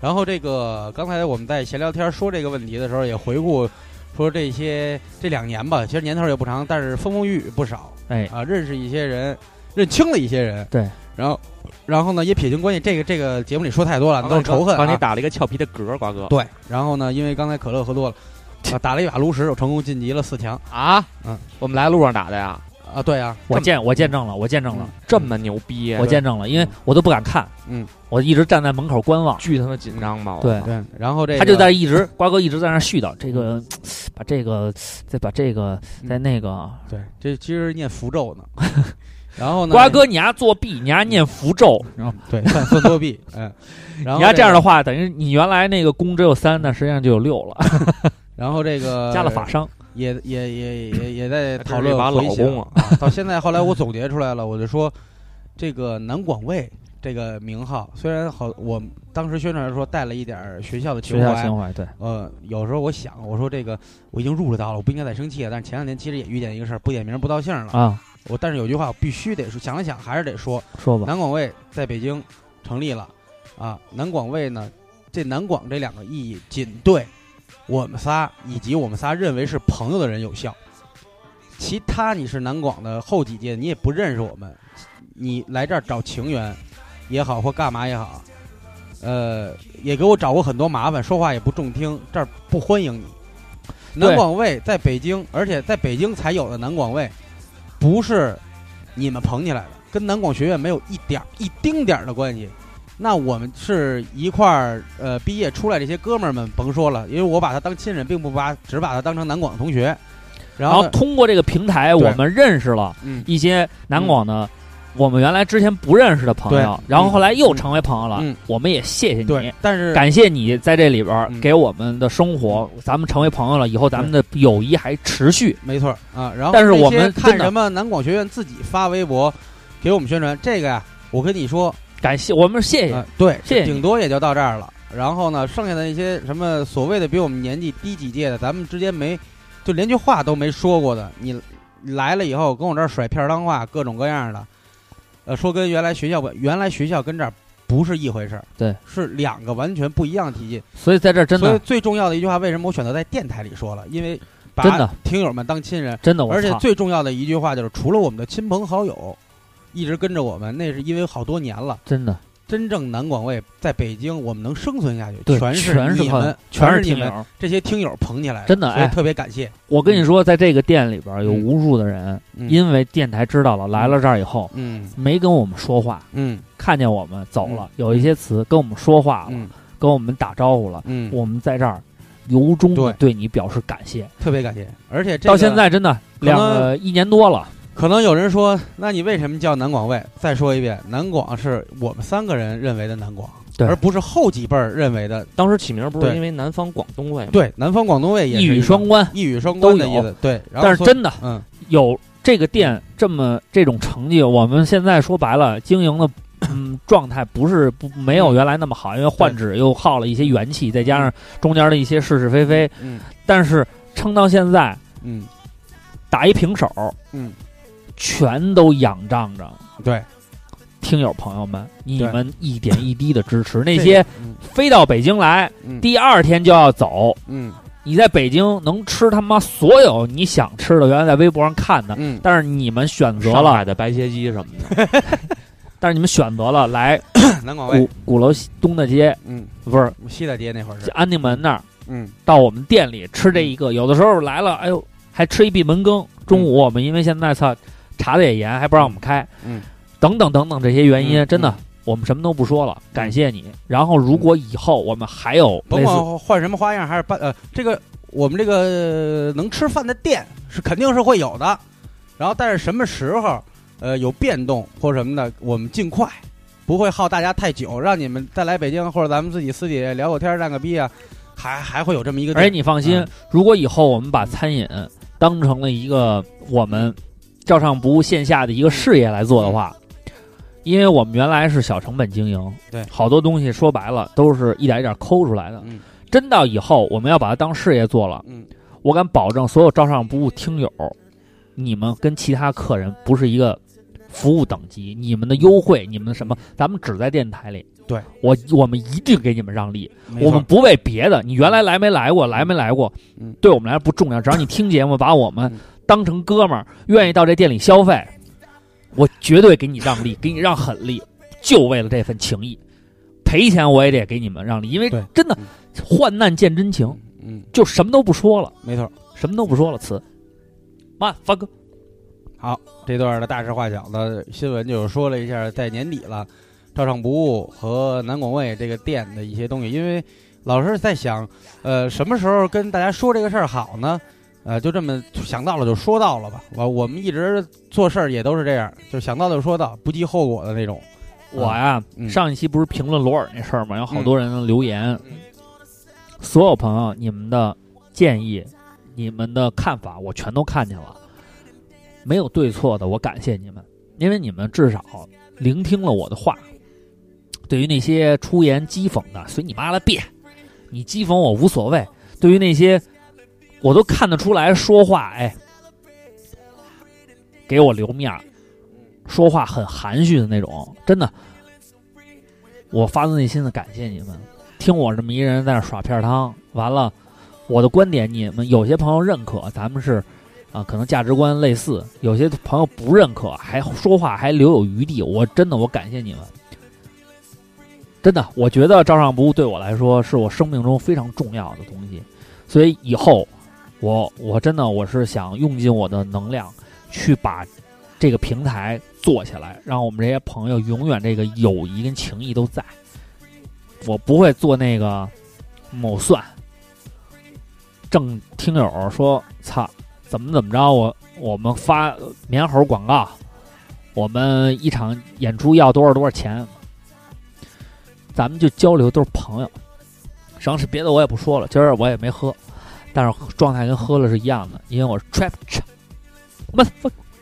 [SPEAKER 4] 然后这个刚才我们在闲聊天说这个问题的时候，也回顾说这些这两年吧，其实年头也不长，但是风风雨雨不少
[SPEAKER 3] 哎，
[SPEAKER 4] 啊，认识一些人，认清了一些人，
[SPEAKER 3] 对，
[SPEAKER 4] 然后然后呢也撇清关系，这个这个节目里说太多了，都是仇恨、啊，
[SPEAKER 5] 刚才打了一个俏皮的嗝，瓜哥
[SPEAKER 4] 对，然后呢，因为刚才可乐 喝多了，啊打了一把炉石，我成功晋级了四强
[SPEAKER 5] 啊
[SPEAKER 4] 嗯，
[SPEAKER 5] 我们来路上打的呀。
[SPEAKER 4] 啊、啊，对啊，
[SPEAKER 3] 我见我见证了，我见证了，
[SPEAKER 5] 这么牛逼，
[SPEAKER 3] 我见证了，因为我都不敢看，
[SPEAKER 4] 嗯，
[SPEAKER 3] 我一直站在门口观望。
[SPEAKER 5] 巨他妈紧张吧？我
[SPEAKER 3] 对
[SPEAKER 5] 操
[SPEAKER 4] 对，然后这个
[SPEAKER 3] 他就在一直瓜哥一直在那儿絮叨这个，把这个再把这个
[SPEAKER 4] 嗯
[SPEAKER 3] 再那个。啊
[SPEAKER 4] 对，这其实是念符咒 呢。然后呢，
[SPEAKER 3] 瓜哥，你丫作弊，你丫念符咒，
[SPEAKER 4] 对算算 作弊，嗯，然后
[SPEAKER 3] 你要这样的
[SPEAKER 4] 个，
[SPEAKER 3] 话，等于你原来那个弓只有三，那实际上就有六了，
[SPEAKER 4] 然后这个
[SPEAKER 3] 加了法伤。
[SPEAKER 4] 也也也也也在
[SPEAKER 5] 这
[SPEAKER 4] 讨
[SPEAKER 5] 是
[SPEAKER 4] 论
[SPEAKER 5] 一把
[SPEAKER 4] 回
[SPEAKER 5] 老
[SPEAKER 4] 想
[SPEAKER 5] 公啊，
[SPEAKER 4] 到现在，后来我总结出来了，我就说，这个南广卫这个名号，虽然好，我当时宣传说带了一点儿学校的情
[SPEAKER 3] 学校
[SPEAKER 4] 怀
[SPEAKER 3] 情，怀，对，
[SPEAKER 4] 呃，有时候我想，我说这个我已经入了道了，我不应该再生气啊了。但是前两年其实也遇见一个事儿，不点名不道姓了。
[SPEAKER 3] 啊，
[SPEAKER 4] 我但是有句话我必须得说，想了想还是得说，
[SPEAKER 3] 说吧，
[SPEAKER 4] 南广卫在北京成立了，啊，南广卫呢，这南广这两个意义仅对我们仨以及我们仨认为是朋友的人有效，其他你是南广的后几届，你也不认识我们，你来这儿找情缘也好或干嘛也好，呃，也给我找过很多麻烦，说话也不中听，这儿不欢迎你。南广卫在北京，而且在北京才有的南广卫，不是你们捧起来的，跟南广学院没有一点儿一丁点儿的关系。那我们是一块儿呃毕业出来这些哥们儿们，甭说了，因为我把他当亲人，并不把只把他当成南广同学。然
[SPEAKER 3] 然后
[SPEAKER 4] 后，
[SPEAKER 3] 通过这个平台，
[SPEAKER 4] 对
[SPEAKER 3] 我们认识了
[SPEAKER 4] 嗯
[SPEAKER 3] 一些南广的，我们原来之前不认识的朋友
[SPEAKER 4] 对，
[SPEAKER 3] 然后
[SPEAKER 4] 嗯
[SPEAKER 3] 后来又成为朋友了
[SPEAKER 4] 嗯。
[SPEAKER 3] 我们也谢谢
[SPEAKER 4] 对
[SPEAKER 3] 你，，
[SPEAKER 4] 但是
[SPEAKER 3] 感谢你在这里边儿
[SPEAKER 4] 嗯
[SPEAKER 3] 给我们的生活，咱们成为朋友了以后，咱们的友谊还持续。
[SPEAKER 4] 没错儿啊。然后，
[SPEAKER 3] 但是我们
[SPEAKER 4] 看
[SPEAKER 3] 真的
[SPEAKER 4] 什么南广学院自己发微博给我们宣传这个呀、我跟你说，
[SPEAKER 3] 感谢我们谢谢
[SPEAKER 4] 啊，对，
[SPEAKER 3] 谢谢你
[SPEAKER 4] 顶多也就到这儿了。然后呢，剩下的那些什么所谓的比我们年纪低几届的，咱们之间没就连句话都没说过的，你来了以后跟我这儿甩片儿当话，各种各样的，呃，说跟原来学校不，原来学校跟这儿不是一回事儿，
[SPEAKER 3] 对，
[SPEAKER 4] 是两个完全不一样的体系。
[SPEAKER 3] 所以在这儿真
[SPEAKER 4] 所以
[SPEAKER 3] 的
[SPEAKER 4] 最重要的一句话，为什么我选择在电台里说了？因为把
[SPEAKER 3] 真的
[SPEAKER 4] 听友们当亲人，
[SPEAKER 3] 真的，我
[SPEAKER 4] 而且
[SPEAKER 3] 哦操
[SPEAKER 4] 最重要的一句话就是，除了我们的亲朋好友一直跟着我们，那是因为好多年了。
[SPEAKER 3] 真的
[SPEAKER 4] 真正南广卫在北京，我们能生存下去，
[SPEAKER 3] 对，
[SPEAKER 4] 全
[SPEAKER 3] 全是
[SPEAKER 4] 你
[SPEAKER 3] 靠
[SPEAKER 4] 们，
[SPEAKER 3] 全
[SPEAKER 4] 是
[SPEAKER 3] 是
[SPEAKER 4] 你
[SPEAKER 3] 听
[SPEAKER 4] 们
[SPEAKER 3] 友。
[SPEAKER 4] 这些听友捧起来的，
[SPEAKER 3] 真的
[SPEAKER 4] 所以
[SPEAKER 3] 哎
[SPEAKER 4] 特别感谢。
[SPEAKER 3] 我跟你说，在这个店里边儿有
[SPEAKER 4] 嗯
[SPEAKER 3] 无数的人，
[SPEAKER 4] 嗯
[SPEAKER 3] 因为电台知道了来了这儿以后，
[SPEAKER 4] 嗯
[SPEAKER 3] 没跟我们说话，
[SPEAKER 4] 嗯
[SPEAKER 3] 看见我们走了，有一些词跟我们说话了，
[SPEAKER 4] 嗯
[SPEAKER 3] 跟我们打招呼了，
[SPEAKER 4] 嗯，
[SPEAKER 3] 我们在这儿由衷
[SPEAKER 4] 对
[SPEAKER 3] 的对你表示感谢。
[SPEAKER 4] 特别感谢。而且这个
[SPEAKER 3] 到现，在真的
[SPEAKER 4] 可能
[SPEAKER 3] 两个一年多了，
[SPEAKER 4] 可能有人说，那你为什么叫南广卫？再说一遍，南广是我们三个人认为的南广，
[SPEAKER 3] 对
[SPEAKER 4] 而不是后几辈儿认为的。
[SPEAKER 5] 当时起名不是
[SPEAKER 4] 对
[SPEAKER 5] 因为南方广东卫吗？
[SPEAKER 4] 对，南方广东卫也是
[SPEAKER 3] 一语
[SPEAKER 4] 个
[SPEAKER 3] 双关。
[SPEAKER 4] 一语双关的
[SPEAKER 3] 都
[SPEAKER 4] 意
[SPEAKER 3] 有
[SPEAKER 4] 思。对，然后
[SPEAKER 3] 但是
[SPEAKER 4] 所
[SPEAKER 3] 真的
[SPEAKER 4] 嗯
[SPEAKER 3] 有这个店这么这种成绩，我们现在说白了，经营的。嗯，状态不是不没有原来那么
[SPEAKER 4] 嗯
[SPEAKER 3] 好，因为换址又耗了一些元气，再加上中间的一些是是非非，
[SPEAKER 4] 嗯
[SPEAKER 3] 但是撑到现在
[SPEAKER 4] 嗯
[SPEAKER 3] 打一平手，
[SPEAKER 4] 嗯，
[SPEAKER 3] 全都仰仗着
[SPEAKER 4] 对
[SPEAKER 3] 听友朋友们你
[SPEAKER 4] 对
[SPEAKER 3] 们一点一滴的支 持，那
[SPEAKER 4] 这
[SPEAKER 3] 些
[SPEAKER 4] 个嗯
[SPEAKER 3] 飞到北京来
[SPEAKER 4] 嗯
[SPEAKER 3] 第二天就要走，
[SPEAKER 4] 嗯
[SPEAKER 3] 你在北京能吃他妈所有你想吃的，原来在微博上看的，
[SPEAKER 4] 嗯
[SPEAKER 3] 但是你们选择
[SPEAKER 5] 上
[SPEAKER 3] 了
[SPEAKER 5] 海，的白切鸡什么的，
[SPEAKER 3] 但是你们选择了来
[SPEAKER 4] 南广卫
[SPEAKER 3] 鼓鼓楼西东大街，
[SPEAKER 4] 嗯
[SPEAKER 3] 不是
[SPEAKER 4] 西大街那会儿是
[SPEAKER 3] 安定门那儿，
[SPEAKER 4] 嗯
[SPEAKER 3] 到我们店里吃这一个，有的时候来了，哎呦，还吃一闭门羹。中午我们因为现在操查的也严，还不让我们开，
[SPEAKER 4] 嗯，
[SPEAKER 3] 等等等等这些原因，
[SPEAKER 4] 嗯
[SPEAKER 3] 真的。我们什么都不说了，感谢你。然后，如果以后我们还有
[SPEAKER 4] 甭
[SPEAKER 3] 类似，
[SPEAKER 4] 管换什么花样，还是办呃，这个我们这个呃能吃饭的店是肯定是会有的，然后但是什么时候呃有变动或什么的，我们尽快，不会耗大家太久，让你们再来北京或者咱们自己私底下聊个天儿占个逼啊，还还会有这么一个地
[SPEAKER 3] 而
[SPEAKER 4] 儿。
[SPEAKER 3] 哎且你放心，
[SPEAKER 4] 嗯
[SPEAKER 3] 如果以后我们把餐饮当成了一个我们照上不误线下的一个事业来做的话，因为我们原来是小成本经营，
[SPEAKER 4] 嗯对
[SPEAKER 3] 好多东西说白了都是一点一点抠出来的。
[SPEAKER 4] 嗯
[SPEAKER 3] 真到以后我们要把它当事业做了，
[SPEAKER 4] 嗯
[SPEAKER 3] 我敢保证所有照上不误听友，你们跟其他客人不是一个服务等级，你们的优惠，你们的什么，咱们只在电台里。
[SPEAKER 4] 对
[SPEAKER 3] 我，我们一定给你们让利。
[SPEAKER 4] 没
[SPEAKER 3] 我
[SPEAKER 4] 错
[SPEAKER 3] 们不为别的，你原来来没来过，来没来过
[SPEAKER 4] 嗯，
[SPEAKER 3] 对我们来说不重要，只要你听节目，把我们
[SPEAKER 4] 嗯
[SPEAKER 3] 当成哥们儿，愿意到这店里消费，我绝对给你让利，给你让狠利，就为了这份情谊。赔钱我也得给你们让利，因为
[SPEAKER 4] 对
[SPEAKER 3] 真的
[SPEAKER 4] 嗯
[SPEAKER 3] 患难见真情，
[SPEAKER 4] 嗯
[SPEAKER 3] 就什么都不说了，
[SPEAKER 4] 没错，
[SPEAKER 3] 什么都不说了，词。妈，发哥，
[SPEAKER 4] 好，这段的大事化小的新闻就是说了一下，在年底了，照常不误和南广味这个店的一些东西，因为老是在想，呃，什么时候跟大家说这个事儿好呢？呃，就这么想到了就说到了吧。我我们一直做事儿也都是这样，就想到就说到，不计后果的那种。
[SPEAKER 3] 我呀，
[SPEAKER 4] 嗯
[SPEAKER 3] 上一期不是评论罗尔那事儿吗？有好多人留言，所有朋友你们的建议、你们的看法，我全都看见了，没有对错的，我感谢你们，因为你们至少聆听了我的话。对于那些出言讥讽的，随你妈了别，你讥讽我无所谓。对于那些，我都看得出来说话，哎，给我留面儿，说话很含蓄的那种，真的，我发自内心的感谢你们，听我这么一人在那耍片儿汤，完了，我的观点你们有些朋友认可，咱们是啊，可能价值观类似；有些朋友不认可，还说话还留有余地，我真的我感谢你们。真的，我觉得照上不误对我来说是我生命中非常重要的东西，所以以后我我真的我是想用尽我的能量去把这个平台做起来，让我们这些朋友永远这个友谊跟情谊都在。我不会做那个某算正听友说，操，怎么怎么着，我我们发棉猴广告，我们一场演出要多少多少钱，咱们就交流，都是朋友。省事别的我也不说了，今儿我也没喝，但是状态跟喝了是一样的，因为我是 trap，我操，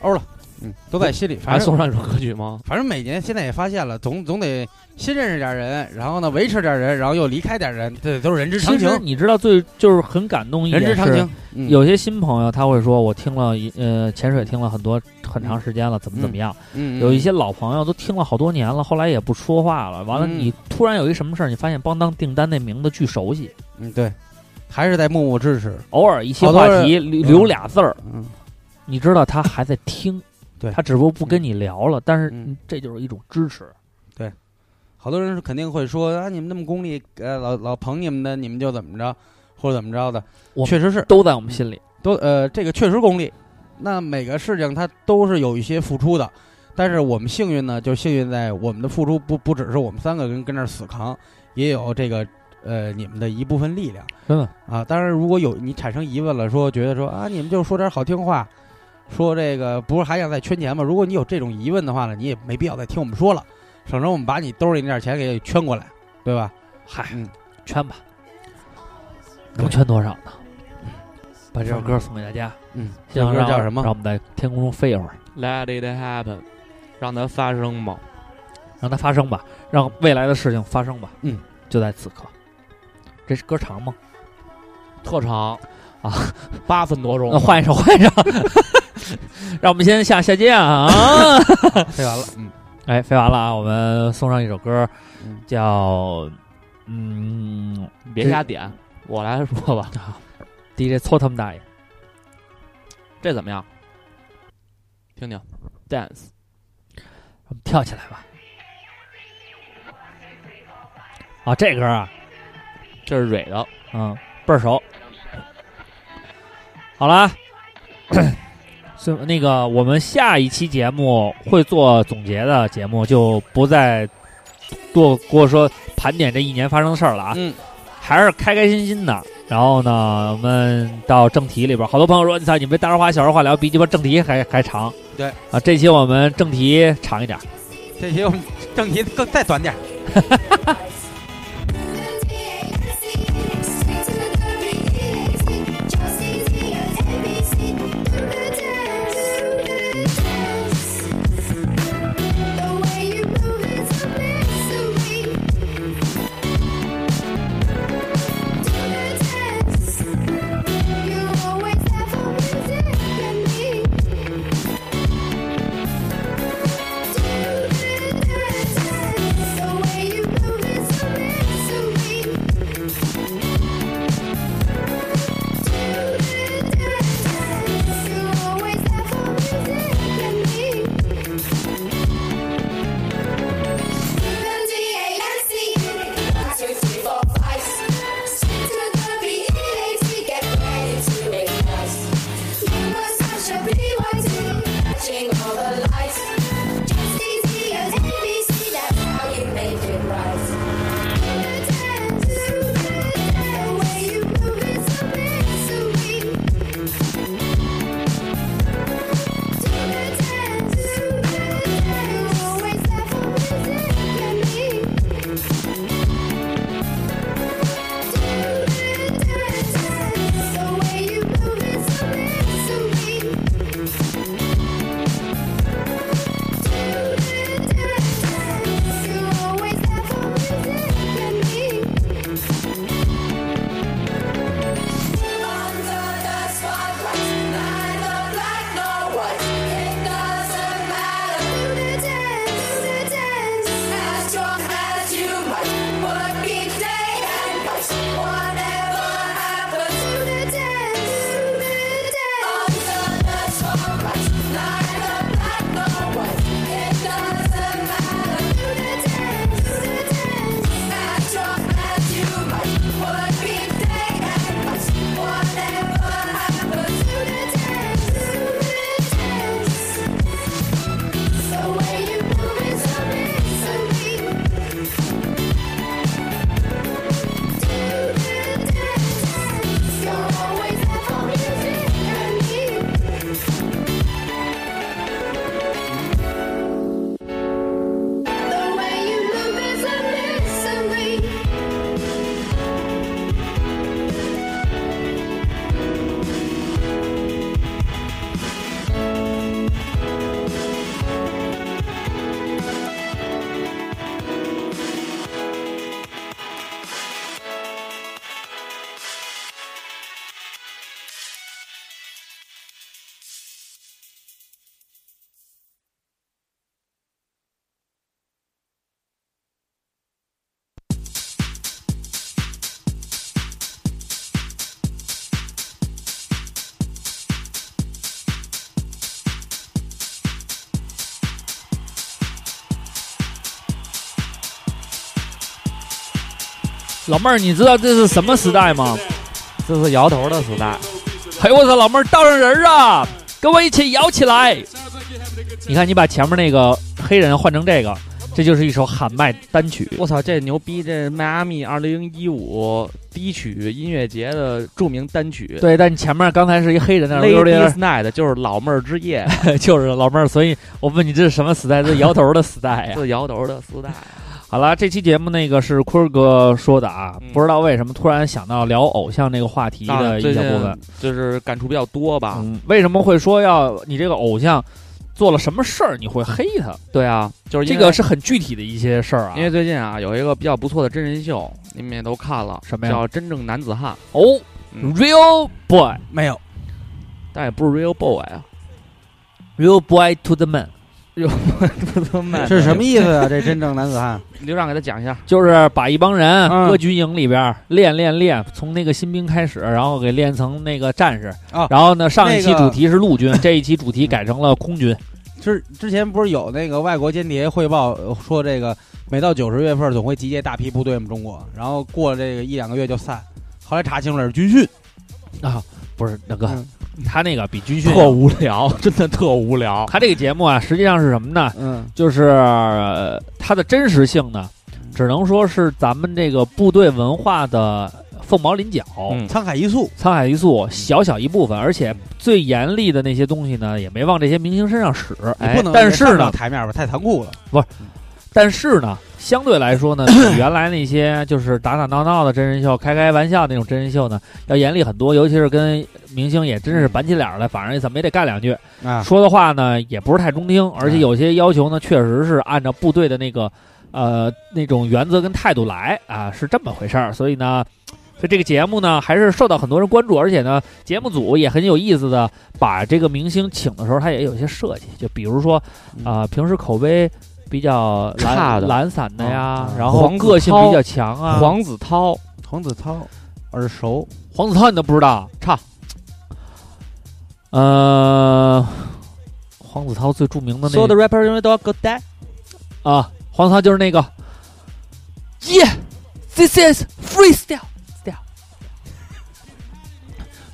[SPEAKER 4] 欧了，嗯，都在心里，
[SPEAKER 5] 还
[SPEAKER 3] 啊
[SPEAKER 4] 反正
[SPEAKER 5] 送上一首歌曲吗？
[SPEAKER 4] 反正每年现在也发现了，总总得新认识点人，然后呢维持点人，然后又离开点人，这都是人之常
[SPEAKER 3] 其实
[SPEAKER 4] 情，
[SPEAKER 3] 你知道最就是很感动一
[SPEAKER 4] 人
[SPEAKER 3] 点
[SPEAKER 4] 之常
[SPEAKER 3] 是
[SPEAKER 4] 情。嗯
[SPEAKER 3] 有些新朋友他会说，我听了一呃潜水听了很多很长时间了，怎么怎么样？
[SPEAKER 4] 嗯嗯
[SPEAKER 3] 有一些老朋友都听了好多年了，后来也不说话了。完了，
[SPEAKER 4] 嗯
[SPEAKER 3] 你突然有一什么事儿，你发现邦当订单那名字巨熟悉，
[SPEAKER 4] 嗯对，还是在默默支持，
[SPEAKER 3] 偶尔一些
[SPEAKER 4] 好多
[SPEAKER 3] 话
[SPEAKER 4] 人
[SPEAKER 3] 题留留俩字儿，
[SPEAKER 4] 嗯。
[SPEAKER 3] 你知道他还在听，
[SPEAKER 4] 对
[SPEAKER 3] 他只不过不跟你聊了，但是
[SPEAKER 4] 嗯
[SPEAKER 3] 这就是一种支持。
[SPEAKER 4] 好多人是肯定会说啊，你们那么功利，呃，老老捧你们的，你们就怎么着，或者怎么着的。
[SPEAKER 3] 我
[SPEAKER 4] 确实是
[SPEAKER 3] 都在我们心里，
[SPEAKER 4] 都呃，这个确实功利。那每个事情它都是有一些付出的，但是我们幸运呢，就幸运在我们的付出不不只是我们三个跟跟那儿死扛，也有这个呃你们的一部分力量
[SPEAKER 3] 真的。
[SPEAKER 4] 啊。当然，如果有你产生疑问了，说觉得说啊，你们就说点好听话，说这个不是还想再圈钱吗？如果你有这种疑问的话呢，你也没必要再听我们说了，省着我们把你兜里那点钱给圈过来，对吧？
[SPEAKER 3] 嗨，
[SPEAKER 4] 嗯
[SPEAKER 3] 圈吧，
[SPEAKER 4] 对
[SPEAKER 3] 能圈多少呢？把这首歌送给大家，
[SPEAKER 4] 嗯，
[SPEAKER 3] 希望
[SPEAKER 4] 这歌
[SPEAKER 3] 让
[SPEAKER 4] 叫什么
[SPEAKER 3] 让我们在天空中飞一会儿，
[SPEAKER 5] Let it happen，让它发生吧。
[SPEAKER 3] 让它发生吧，让未来的事情发生吧。
[SPEAKER 4] 嗯，
[SPEAKER 3] 就在此刻。这是歌长吗？
[SPEAKER 5] 特长
[SPEAKER 3] 啊，
[SPEAKER 5] 八分多钟
[SPEAKER 3] 那。换一首，换一首。 让我们先下下架啊！
[SPEAKER 4] 飞完了，嗯，
[SPEAKER 3] 哎，飞完了啊！我们送上一首歌
[SPEAKER 4] 嗯，
[SPEAKER 3] 叫嗯
[SPEAKER 5] 别瞎点，我来说吧。
[SPEAKER 3] ，DJ 搓他们大爷。
[SPEAKER 5] 这怎么样？听听，dance。
[SPEAKER 3] 我们跳起来吧。啊，这歌啊，
[SPEAKER 5] 这是蕊的，
[SPEAKER 3] 嗯，倍儿熟。好啦， 所以那个我们下一期节目会做总结的节目，就不再多过说盘点这一年发生的事儿了啊。
[SPEAKER 4] 嗯，
[SPEAKER 3] 还是开开心心的。然后呢，我们到正题里边儿，好多朋友说：“你操，你们大实话小实话聊，比鸡巴正题还还长。
[SPEAKER 4] 对”
[SPEAKER 3] 啊，这期我们正题长一点儿。
[SPEAKER 4] 这期我们正题更再短点儿。
[SPEAKER 6] The way you move is
[SPEAKER 3] 老妹儿，你知道这是什么时代吗？
[SPEAKER 5] 这是摇头的时代，
[SPEAKER 3] 嘿，哎我操，老妹儿倒上人儿啊，跟我一起摇起来！你看，你把前面那个黑人换成这个，这就是一首喊麦单曲。
[SPEAKER 5] 我操，这牛逼！这迈阿密二零一五第一曲音乐节的著名单曲
[SPEAKER 3] 对，但你前面刚才是一黑人在那溜达溜
[SPEAKER 5] ，Ladies Night 就是老妹儿之夜，
[SPEAKER 3] 达，就是老妹儿。所以我问你，这是什么时代？这是摇头的时代呀、
[SPEAKER 5] 这是摇头的时代。
[SPEAKER 3] 好了，这期节目那个是坤儿哥说的啊，
[SPEAKER 5] 嗯
[SPEAKER 3] 不知道为什么突然想到聊偶像这个话题
[SPEAKER 5] 当然
[SPEAKER 3] 的
[SPEAKER 5] 啊最
[SPEAKER 3] 一小
[SPEAKER 5] 近
[SPEAKER 3] 部分。
[SPEAKER 5] 就是感触比较多吧。
[SPEAKER 3] 嗯，为什么会说要你这个偶像做了什么事儿你会黑他？
[SPEAKER 5] 对啊，就是因
[SPEAKER 3] 这
[SPEAKER 5] 为
[SPEAKER 3] 个是很具体的一些事儿啊。
[SPEAKER 5] 因为最近啊有一个比较不错的真人秀，你们也都看了，
[SPEAKER 3] 什么呀
[SPEAKER 5] 叫《真正男子汉》，
[SPEAKER 3] 哦、
[SPEAKER 5] 嗯
[SPEAKER 3] r e a l boy。
[SPEAKER 4] 没有，
[SPEAKER 5] 但也不是 Real Boy 啊，
[SPEAKER 3] Real boy to the man，
[SPEAKER 4] 这是什么意思啊？这真正男子 汉，
[SPEAKER 5] 刘让给他讲一下，
[SPEAKER 3] 就是把一帮人
[SPEAKER 4] 嗯
[SPEAKER 3] 搁军营里边儿练练练，从那个新兵开始，然后给练成那个战士。
[SPEAKER 4] 哦
[SPEAKER 3] 然后呢，上一期
[SPEAKER 4] 那个
[SPEAKER 3] 主题是陆军，这一期主题改成了空军。
[SPEAKER 4] 之之前不是有那个外国间谍汇报呃说，这个每到九十月份总会集结大批部队我们中国，然后过了这个一两个月就散。后来查清楚了是军训，
[SPEAKER 3] 不是那个，
[SPEAKER 4] 嗯
[SPEAKER 3] 他那个比军训
[SPEAKER 5] 特
[SPEAKER 3] 无聊，真的特无聊。他这个节目啊，实际上是什么呢？
[SPEAKER 4] 嗯，
[SPEAKER 3] 就是、呃它的真实性呢，只能说是咱们这个部队文化的凤毛麟角。
[SPEAKER 5] 嗯
[SPEAKER 4] 沧海一粟，
[SPEAKER 3] 沧海一
[SPEAKER 4] 嗯
[SPEAKER 3] 粟，小小一部分，而且最严厉的那些东西呢，也没往这些明星身上使。
[SPEAKER 4] 你
[SPEAKER 3] 哎
[SPEAKER 4] 不能
[SPEAKER 3] 但是
[SPEAKER 4] 上不了
[SPEAKER 3] 呢，
[SPEAKER 4] 台面吧，太残酷了。
[SPEAKER 3] 但是呢，相对来说呢，比 原来那些就是打打闹闹的真人秀、开开玩笑那种真人秀呢，要严厉很多。尤其是跟明星也真
[SPEAKER 4] 嗯
[SPEAKER 3] 是板起脸儿来，反正怎么也得干两句。
[SPEAKER 4] 啊，
[SPEAKER 3] 说的话呢也不是太中
[SPEAKER 5] 嗯
[SPEAKER 3] 听，而且有些要求呢，确实是按照部队的那个呃那种原则跟态度来啊，是这么回事儿。所以呢，所以这个节目呢还是受到很多人关注，而且呢，节目组也很有意思的把这个明星请的时候，他也有一些设计，就比如说啊、平时口碑。比较懒
[SPEAKER 5] 嗯差的嗯
[SPEAKER 3] 懒散的呀
[SPEAKER 4] 啊，
[SPEAKER 3] 然后
[SPEAKER 5] 黄子
[SPEAKER 3] 个性
[SPEAKER 5] 韬
[SPEAKER 3] 比较强啊。
[SPEAKER 5] 黄子韬，
[SPEAKER 4] 黄子韬耳熟，
[SPEAKER 3] 黄子韬你都不知道，
[SPEAKER 5] 差。
[SPEAKER 3] 呃，黄子韬最著名的那
[SPEAKER 5] 所有的 rapper 因为都要 go die，
[SPEAKER 3] 啊，黄涛就是那个，Yeah，this is freestyle，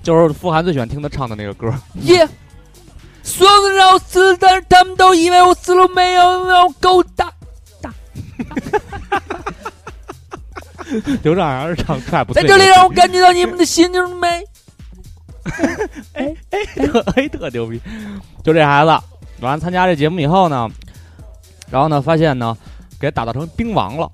[SPEAKER 5] 就是傅涵最喜欢听他唱的那个歌。
[SPEAKER 3] Yeah，所有的老师，但是他们都以为我思路没有没有够大。
[SPEAKER 5] 刘让还是唱 trap，
[SPEAKER 3] 在这里让我感觉到你们的心就是美。
[SPEAKER 5] 特 哎特牛逼，就这孩子，完了参加这节目以后呢，然后呢发现呢，给打造成兵王了，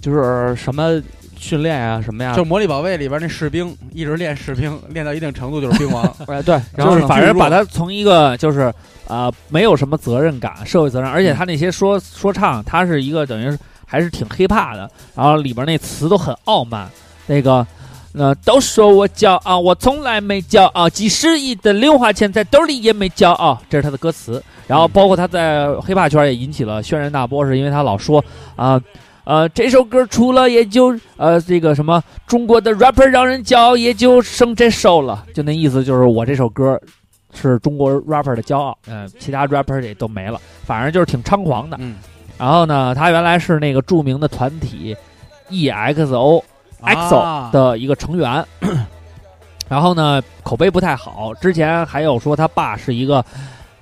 [SPEAKER 5] 就是什么训练啊什么呀
[SPEAKER 4] 就，《魔力宝贝》里边那士兵，一直练士兵，练到一定程度就是兵 王。啊
[SPEAKER 5] 哎对，
[SPEAKER 3] 就
[SPEAKER 5] 然后
[SPEAKER 3] 是
[SPEAKER 5] 呢
[SPEAKER 3] 反嗯正把他从一个就是啊、呃没有什么责任感、社会责任，而且他那些说说唱，他是一个等于是还是挺 hiphop 的，然后里边那词都很傲慢，那个。那都说我骄傲，我从来没骄傲，几十亿的零花钱在兜里也没骄傲，这是他的歌词。然后包括他在黑怕圈也引起了轩然大波，是因为他老说啊，呃，这首歌除了也就呃这个什么中国的 rapper 让人骄傲，也就剩这首了，就那意思就是我这首歌是中国 rapper 的骄傲，嗯、其他 rapper 也都没了，反正就是挺猖狂的。
[SPEAKER 4] 嗯，
[SPEAKER 3] 然后呢，他原来是那个著名的团体，E EXO
[SPEAKER 4] 啊
[SPEAKER 3] EXO 的一个成员。 然后呢，口碑不太好。之前还有说他爸是一个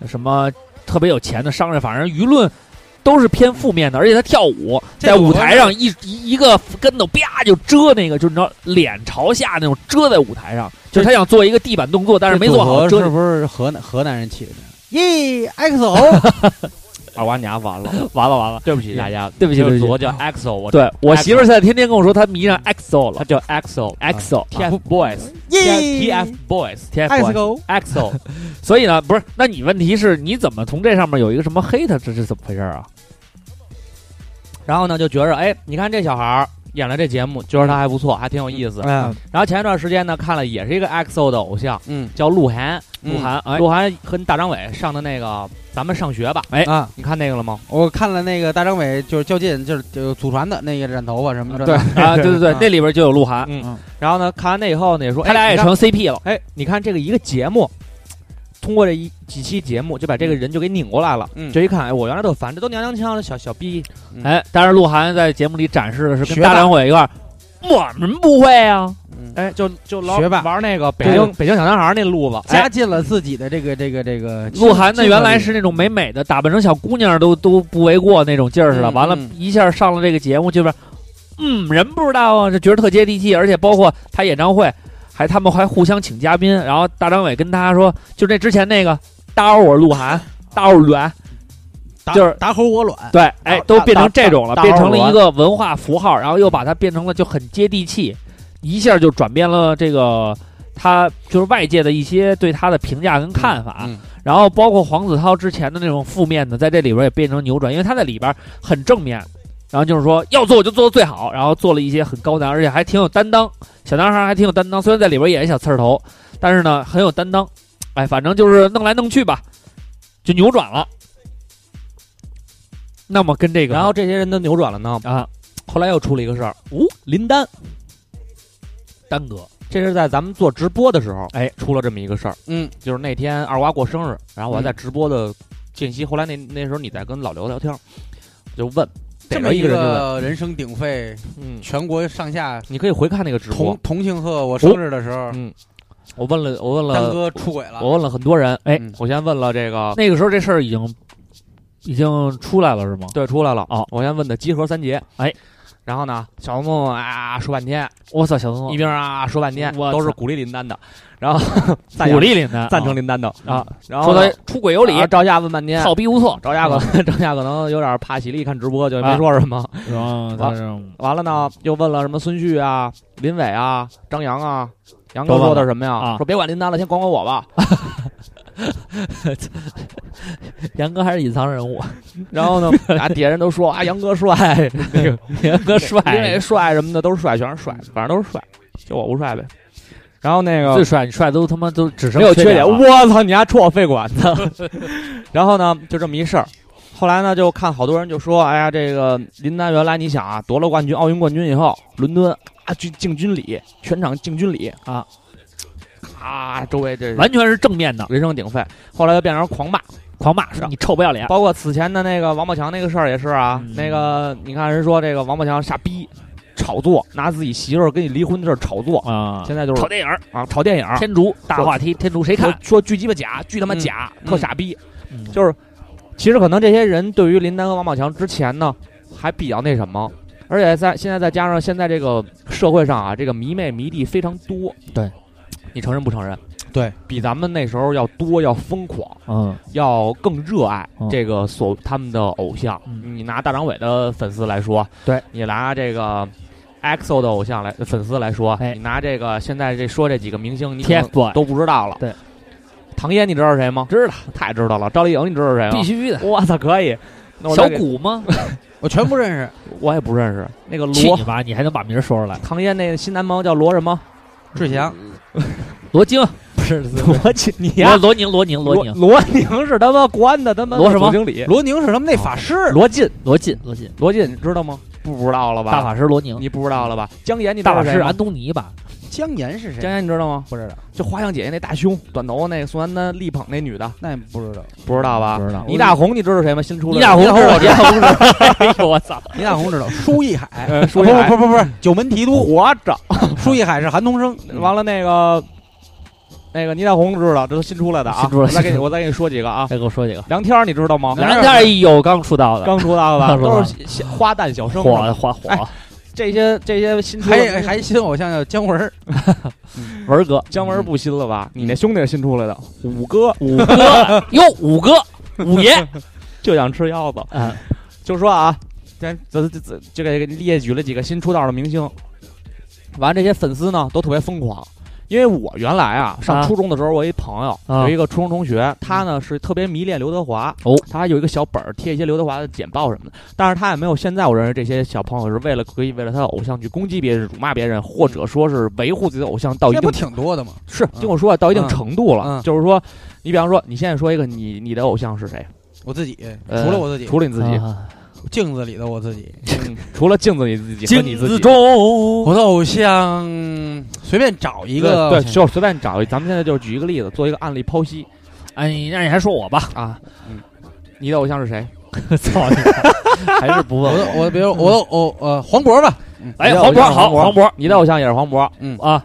[SPEAKER 3] 什么特别有钱的商人，反正舆论都是偏负面的。而且他跳舞
[SPEAKER 4] 这
[SPEAKER 3] 在
[SPEAKER 4] 个
[SPEAKER 3] 舞
[SPEAKER 4] 我
[SPEAKER 3] 台上一一一个跟头啪就遮那个，就是你知道脸朝下那种遮在舞台上，就是他想做一个地板动作，但是没做好
[SPEAKER 4] 这
[SPEAKER 3] 遮
[SPEAKER 4] 组合是不是河南河南人起的？耶，XO，
[SPEAKER 5] 二娃娘完了，
[SPEAKER 3] 完了完了。嗯
[SPEAKER 5] 对不起大家，
[SPEAKER 3] 对不起
[SPEAKER 5] 这
[SPEAKER 3] 对
[SPEAKER 5] 个
[SPEAKER 3] 不起
[SPEAKER 5] 组合叫 EXO，我
[SPEAKER 3] 对我
[SPEAKER 5] EXO
[SPEAKER 3] 媳妇儿现在天天跟我说她迷上 EXO
[SPEAKER 5] 他
[SPEAKER 3] 了
[SPEAKER 5] 叫 EXO。
[SPEAKER 3] ，EXO 嗯
[SPEAKER 5] TF Boys,
[SPEAKER 4] 耶
[SPEAKER 5] TF Boys,
[SPEAKER 3] TF
[SPEAKER 4] ，XO，
[SPEAKER 5] EXO，
[SPEAKER 3] 所以呢，不是，那你问题是你怎么从这上面有一个什么黑他，这是怎么回事啊？
[SPEAKER 5] 然后呢就觉着，哎，你看这小孩儿演了这节目，觉得他还不错，还挺有意思。
[SPEAKER 4] 嗯
[SPEAKER 5] 然后前一段时间呢，看了也是一个 EXO 的偶像，
[SPEAKER 4] 嗯，
[SPEAKER 5] 叫鹿晗，
[SPEAKER 4] 嗯
[SPEAKER 3] 鹿晗，哎
[SPEAKER 5] 鹿晗和大张伟上的那个《咱们上学吧》，
[SPEAKER 3] 哎
[SPEAKER 4] 啊，
[SPEAKER 5] 你看那个了吗？
[SPEAKER 4] 我看了那个大张伟，就是较劲，就是就是祖传的那个染头发什么 的。
[SPEAKER 3] 啊，对对对
[SPEAKER 4] 嗯，
[SPEAKER 3] 那里边就有鹿晗，嗯
[SPEAKER 5] 嗯然后呢，看完那以后呢，也说
[SPEAKER 3] 他俩也
[SPEAKER 5] 哎你看
[SPEAKER 3] 成 CP 了。
[SPEAKER 5] 哎，你看这个一个节目，通过这一几期节目，就把这个人就给拧过来了。
[SPEAKER 4] 嗯
[SPEAKER 5] 就一看，哎，我原来特烦，这都娘娘腔的小小逼，
[SPEAKER 3] 哎，但是鹿晗在节目里展示的是
[SPEAKER 4] 学
[SPEAKER 3] 跟
[SPEAKER 4] 霸
[SPEAKER 3] 大张伟一块儿，我们不会啊，
[SPEAKER 5] 哎，就就老
[SPEAKER 4] 学霸
[SPEAKER 5] 玩那个北
[SPEAKER 4] 对
[SPEAKER 5] 京北京小男孩那路子，哎
[SPEAKER 4] 加进了自己的这个这个这个。
[SPEAKER 3] 鹿晗呢，原来是那种美美的，打扮成小姑娘都都不为过那种劲儿似的。
[SPEAKER 4] 嗯
[SPEAKER 3] 完了
[SPEAKER 4] 嗯，
[SPEAKER 3] 一下上了这个节目，就是，嗯，人不知道啊，这觉得特接地气。而且包括他演唱会，还他们还互相请嘉宾。然后大张伟跟他说，就那之前那个，大伙儿我是鹿晗，大伙儿栾，
[SPEAKER 4] 打
[SPEAKER 3] 就是
[SPEAKER 4] 打吼我卵，
[SPEAKER 3] 对，哎，都变成这种了，
[SPEAKER 5] 大
[SPEAKER 3] 变成
[SPEAKER 5] 大
[SPEAKER 3] 了
[SPEAKER 5] 伙儿栾
[SPEAKER 3] 一个文化符号，然后又把它变成了就很接地气，一下就转变了这个他就是外界的一些对他的评价跟看法。
[SPEAKER 4] 嗯
[SPEAKER 3] 然后包括黄子韬之前的那种负面的，在这里边也变成扭转，因为他在里边很正面，然后就是说要做我就做的最好，然后做了一些很高难，而且还挺有担当，小男孩还挺有担当，虽然在里边演一小刺儿头，但是呢很有担当，哎，反正就是弄来弄去吧，就扭转了。那么跟这个，
[SPEAKER 5] 然后这些人都扭转了呢。
[SPEAKER 3] 啊，
[SPEAKER 5] 后来又出了一个事儿，哦，林丹，
[SPEAKER 3] 丹哥，
[SPEAKER 5] 这是在咱们做直播的时候，
[SPEAKER 3] 哎，
[SPEAKER 5] 出了这么一个事儿，
[SPEAKER 4] 嗯，
[SPEAKER 5] 就是那天二瓜过生日，然后我还在直播的间隙，后来那那时候你在跟老刘聊天，就问，
[SPEAKER 4] 这
[SPEAKER 5] 逮着
[SPEAKER 4] 么
[SPEAKER 5] 一人就问，
[SPEAKER 4] 个人声鼎沸，
[SPEAKER 5] 嗯，
[SPEAKER 4] 全国上下
[SPEAKER 5] 你可以回看那个直播
[SPEAKER 4] 同，同庆贺我生日的时候，
[SPEAKER 5] 嗯，我问了，我问
[SPEAKER 4] 丹
[SPEAKER 5] 了，
[SPEAKER 4] 哥出轨了，
[SPEAKER 5] 呃我问了很多人，哎
[SPEAKER 4] 嗯，
[SPEAKER 5] 我先问了这个，
[SPEAKER 3] 那个时候这事儿已经已经出来了是吗？
[SPEAKER 5] 对，出来了，
[SPEAKER 3] 哦
[SPEAKER 5] 我先问的集合三杰，
[SPEAKER 3] 哎，
[SPEAKER 5] 然后呢，小红梦啊说半天，
[SPEAKER 3] 我操，小松
[SPEAKER 5] 一冰啊说半天，
[SPEAKER 3] 哦我操
[SPEAKER 5] 都是鼓励林丹的，然后 赞扬
[SPEAKER 3] 鼓励林丹，
[SPEAKER 5] 赞成林丹的
[SPEAKER 3] 啊，
[SPEAKER 5] 然
[SPEAKER 3] 啊，
[SPEAKER 5] 后
[SPEAKER 3] 说
[SPEAKER 5] 呢
[SPEAKER 3] 他出轨有理
[SPEAKER 5] 然，后赵夏问半天，
[SPEAKER 3] 好逼不错，
[SPEAKER 5] 赵夏可能 赵夏可能有点怕喜力看直播就没
[SPEAKER 3] 嗯啊
[SPEAKER 5] 说什么。
[SPEAKER 3] 然后他是
[SPEAKER 5] 完了呢，又问了什么孙旭啊、林伟啊、张扬啊，杨哥
[SPEAKER 3] 都问
[SPEAKER 5] 说
[SPEAKER 3] 了
[SPEAKER 5] 的什么呀？
[SPEAKER 3] 啊
[SPEAKER 5] 说别管林丹了，先管管 我吧。
[SPEAKER 3] 杨哥还是隐藏人 物，
[SPEAKER 5] 然后呢，啊，底下人都说啊，杨哥 帅，那个
[SPEAKER 3] 杨哥帅，
[SPEAKER 5] 林伟帅什么的都是帅，全是帅，反正都是帅，就我不帅呗。然后那个
[SPEAKER 3] 最帅，你帅都他妈都只剩
[SPEAKER 5] 没有缺
[SPEAKER 3] 点啊
[SPEAKER 5] 点。
[SPEAKER 3] 了
[SPEAKER 5] 我操，你还戳我肺管子？ 然后呢，就这么一事儿。后来呢，就看好多人就说：“哎呀，这个林丹原来你想啊，夺了冠军，奥运冠军以后，伦敦啊，敬敬军礼，全场敬军礼啊，啊，周围这
[SPEAKER 3] 完全是正面的
[SPEAKER 5] 人声鼎沸。后来就变成狂骂，
[SPEAKER 3] 狂骂，说你臭不要脸，
[SPEAKER 5] 包括此前的那个王宝强那个事儿也是啊。
[SPEAKER 3] 嗯
[SPEAKER 5] 那个你看人说这个王宝强傻逼，炒作，拿自己媳妇儿跟你离婚的事儿炒作，
[SPEAKER 3] 啊！
[SPEAKER 5] 现在就是
[SPEAKER 3] 炒电影儿，
[SPEAKER 5] 啊，炒电影儿，
[SPEAKER 3] 天竺大话题，天竺谁
[SPEAKER 5] 说
[SPEAKER 3] 看？
[SPEAKER 5] 说巨鸡巴假，巨他妈
[SPEAKER 4] 嗯
[SPEAKER 5] 假，
[SPEAKER 4] 嗯
[SPEAKER 5] 特傻逼。
[SPEAKER 3] 嗯
[SPEAKER 5] 就是其实可能这些人对于林丹和王宝强之前呢，还比较那什么，而且在现在再加上现在这个社会上啊，这个迷妹迷弟非常多。
[SPEAKER 3] 对，
[SPEAKER 5] 你承认不承认？
[SPEAKER 4] 对
[SPEAKER 5] 比咱们那时候要多，要疯狂，
[SPEAKER 3] 嗯，
[SPEAKER 5] 要更热爱
[SPEAKER 3] 嗯
[SPEAKER 5] 这个所他们的偶像。
[SPEAKER 3] 嗯
[SPEAKER 5] 你拿大张伟的粉丝来说，
[SPEAKER 3] 对
[SPEAKER 5] 你拿这个 EXO 的偶像来粉丝来说，
[SPEAKER 3] 哎
[SPEAKER 5] 你拿这个现在这说这几个明星，你可能
[SPEAKER 3] TFBOY
[SPEAKER 5] 都不知道了。
[SPEAKER 3] 对，
[SPEAKER 5] 唐嫣你知道是谁吗？
[SPEAKER 3] 知道，
[SPEAKER 5] 太知道了。赵丽颖你知道是谁吗？
[SPEAKER 3] 必须的，
[SPEAKER 5] 我操，可以。那我
[SPEAKER 3] 小
[SPEAKER 5] 再给，
[SPEAKER 3] 谷 吗？
[SPEAKER 4] 我全不认识。
[SPEAKER 5] 我也不认识。那个
[SPEAKER 3] 去
[SPEAKER 5] 罗
[SPEAKER 3] 你妈！你还能把名儿说出来？
[SPEAKER 5] 唐嫣那新男朋友叫罗什么？
[SPEAKER 4] 志祥，
[SPEAKER 3] 罗京不是
[SPEAKER 5] 罗去你
[SPEAKER 3] 罗罗宁，罗宁，罗
[SPEAKER 5] 罗
[SPEAKER 3] 宁，
[SPEAKER 5] 罗宁是他妈国安的他妈
[SPEAKER 3] 罗什么
[SPEAKER 5] 总经理？啊
[SPEAKER 4] 罗宁是他们那法师，
[SPEAKER 5] 罗晋，
[SPEAKER 3] 罗晋，罗晋，
[SPEAKER 5] 罗晋，你知道吗？不知道了吧？
[SPEAKER 3] 大法师罗宁，
[SPEAKER 5] 你不知道了吧？姜妍你知
[SPEAKER 3] 大
[SPEAKER 5] 道
[SPEAKER 3] 法
[SPEAKER 5] 是
[SPEAKER 3] 师
[SPEAKER 5] 谁吗
[SPEAKER 3] 安？东尼吧？
[SPEAKER 4] 姜岩是
[SPEAKER 5] 姜
[SPEAKER 4] 谁？
[SPEAKER 5] 啊妍你知道吗？
[SPEAKER 4] 不知道，
[SPEAKER 5] 就花样姐姐那大胸、短头发那宋丹丹力捧那女的，
[SPEAKER 4] 那不知道。
[SPEAKER 5] 不知道吧
[SPEAKER 3] 不？知道。
[SPEAKER 5] 倪大红你知道谁吗？新出的
[SPEAKER 3] 倪大红知道，倪大红知道。哎呦我操！
[SPEAKER 4] 倪大红知道，舒一海，
[SPEAKER 5] 呃舒一海
[SPEAKER 4] 不不不不是九门提 督，
[SPEAKER 5] 活着。
[SPEAKER 4] 舒一海是韩童生。
[SPEAKER 5] 嗯完了那个那个倪大红知道，这都新出来的啊。
[SPEAKER 3] 新出来
[SPEAKER 5] 我再给你 我再给你说几个啊。
[SPEAKER 3] 再给我说几个。
[SPEAKER 5] 梁天儿你知道吗？
[SPEAKER 3] 梁天儿有刚出道的，
[SPEAKER 5] 刚出 道吧，
[SPEAKER 3] 刚出道
[SPEAKER 5] 都是小花旦小生
[SPEAKER 3] 火
[SPEAKER 5] 嘛。
[SPEAKER 3] 火
[SPEAKER 5] 哎
[SPEAKER 3] 火，
[SPEAKER 5] 这些这些新出
[SPEAKER 4] 还
[SPEAKER 5] 的
[SPEAKER 4] 还新偶像叫姜文儿，
[SPEAKER 3] 文哥，
[SPEAKER 5] 姜文不新了吧？你那兄弟是新出来的，五哥
[SPEAKER 3] 五哥哟，五哥，五爷，
[SPEAKER 5] 就想吃腰子。
[SPEAKER 3] 嗯，
[SPEAKER 5] 就说啊，咱咱咱咱就给列举了几个新出道的明星，完这些粉丝呢都特别疯狂。因为我原来啊上
[SPEAKER 3] 啊
[SPEAKER 5] 初中的时候，我一朋友、
[SPEAKER 3] 啊
[SPEAKER 5] 有一个初中同学，他呢是特别迷恋刘德华，
[SPEAKER 3] 哦，
[SPEAKER 5] 他还有一个小本儿贴一些刘德华的简报什么的，但是他也没有现在我认识这些小朋友是为了可以为了他的偶像去攻击别人、辱骂别人，或者说是维护自己的偶像哦到一
[SPEAKER 4] 这
[SPEAKER 5] 定
[SPEAKER 4] 不挺多的吗？
[SPEAKER 5] 是，听我说啊，到一定程度了，
[SPEAKER 4] 嗯
[SPEAKER 5] 就是说，你比方说，你现在说一个你你的偶像是谁？
[SPEAKER 4] 我自己，
[SPEAKER 5] 呃
[SPEAKER 4] 除了我自己，
[SPEAKER 5] 除了 你自己，
[SPEAKER 3] 啊
[SPEAKER 4] 镜子里的我自己，
[SPEAKER 5] 嗯 除了镜子里自己和你自己，
[SPEAKER 3] 中
[SPEAKER 4] 我的偶像随便找一
[SPEAKER 5] 一
[SPEAKER 4] 个，
[SPEAKER 5] 对，就随便找一。咱们现在就举一个例子，做一个案例剖析。
[SPEAKER 3] 哎，你那你还说我吧？
[SPEAKER 5] 啊
[SPEAKER 4] 嗯。
[SPEAKER 5] 你的偶像是谁？
[SPEAKER 3] 操你！还是不
[SPEAKER 4] 我
[SPEAKER 3] 问
[SPEAKER 4] 的
[SPEAKER 3] 我。
[SPEAKER 4] 我比如我的我呃黄渤吧，
[SPEAKER 3] 哎，
[SPEAKER 5] 你的
[SPEAKER 3] 黄
[SPEAKER 5] 偶
[SPEAKER 3] 渤
[SPEAKER 5] 像
[SPEAKER 3] 好，黄渤
[SPEAKER 5] 你的偶像也是黄渤。
[SPEAKER 3] 啊，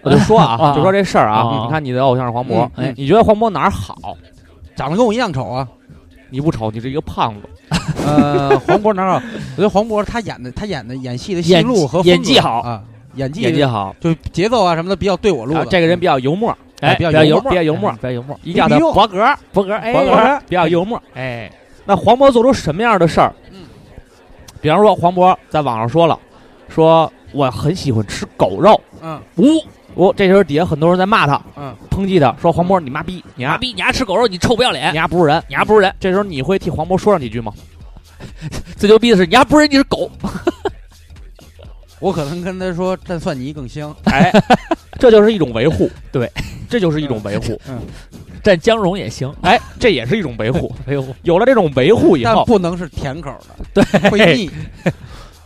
[SPEAKER 5] 我就说
[SPEAKER 3] 啊
[SPEAKER 5] 啊，就说这事儿
[SPEAKER 3] 啊啊
[SPEAKER 5] 啊，你看你的偶像是黄渤
[SPEAKER 4] 嗯，
[SPEAKER 3] 哎
[SPEAKER 5] 你觉得黄渤哪儿好？
[SPEAKER 4] 长得跟我一样丑啊。
[SPEAKER 5] 你不丑，你是一个胖子。
[SPEAKER 4] 呃，黄渤哪儿好？ 我觉得黄渤他演的他演的演戏的戏
[SPEAKER 3] 演
[SPEAKER 4] 路和
[SPEAKER 3] 演
[SPEAKER 4] 风格
[SPEAKER 3] 技好
[SPEAKER 4] 啊，演技
[SPEAKER 5] 演技好，
[SPEAKER 4] 就节奏啊什么的比较对我路
[SPEAKER 5] 然
[SPEAKER 4] 子。
[SPEAKER 5] 后这个人比较油墨，
[SPEAKER 3] 哎，
[SPEAKER 4] 比较
[SPEAKER 3] 较
[SPEAKER 4] 幽
[SPEAKER 3] 幽
[SPEAKER 4] 默
[SPEAKER 5] 比较幽默
[SPEAKER 3] 哎比较幽默。
[SPEAKER 5] 一叫他
[SPEAKER 4] 没用
[SPEAKER 5] 伯格，
[SPEAKER 3] 博格，哎，
[SPEAKER 5] 伯格比较幽默。
[SPEAKER 3] 哎，
[SPEAKER 5] 那黄渤做出什么样的事儿？比方说黄渤在网上说了，说我很喜欢吃狗肉。
[SPEAKER 4] 嗯，
[SPEAKER 5] 呜、我这时候底下很多人在骂他，
[SPEAKER 4] 嗯，
[SPEAKER 5] 抨击他，说黄渤你妈逼，你
[SPEAKER 3] 傻
[SPEAKER 5] 丫
[SPEAKER 3] 逼，你丫吃狗肉，你臭不要脸
[SPEAKER 5] 你，丫不是人。
[SPEAKER 3] 你丫不是人。
[SPEAKER 5] 这时候你会替黄渤说上几 句吗？
[SPEAKER 3] 最牛逼的是，你丫不是人，你是狗。
[SPEAKER 4] 我可能跟他说蘸蒜泥更香。
[SPEAKER 5] 哎，这就是一种维护，
[SPEAKER 3] 对，
[SPEAKER 5] 这就是一种维护，
[SPEAKER 3] 蘸姜蓉也行，
[SPEAKER 5] 哎，这也是一种维护。
[SPEAKER 3] 哎呦，
[SPEAKER 5] 有了这种维护以
[SPEAKER 4] 但
[SPEAKER 5] 后，
[SPEAKER 4] 不能是甜口 的，对，会腻。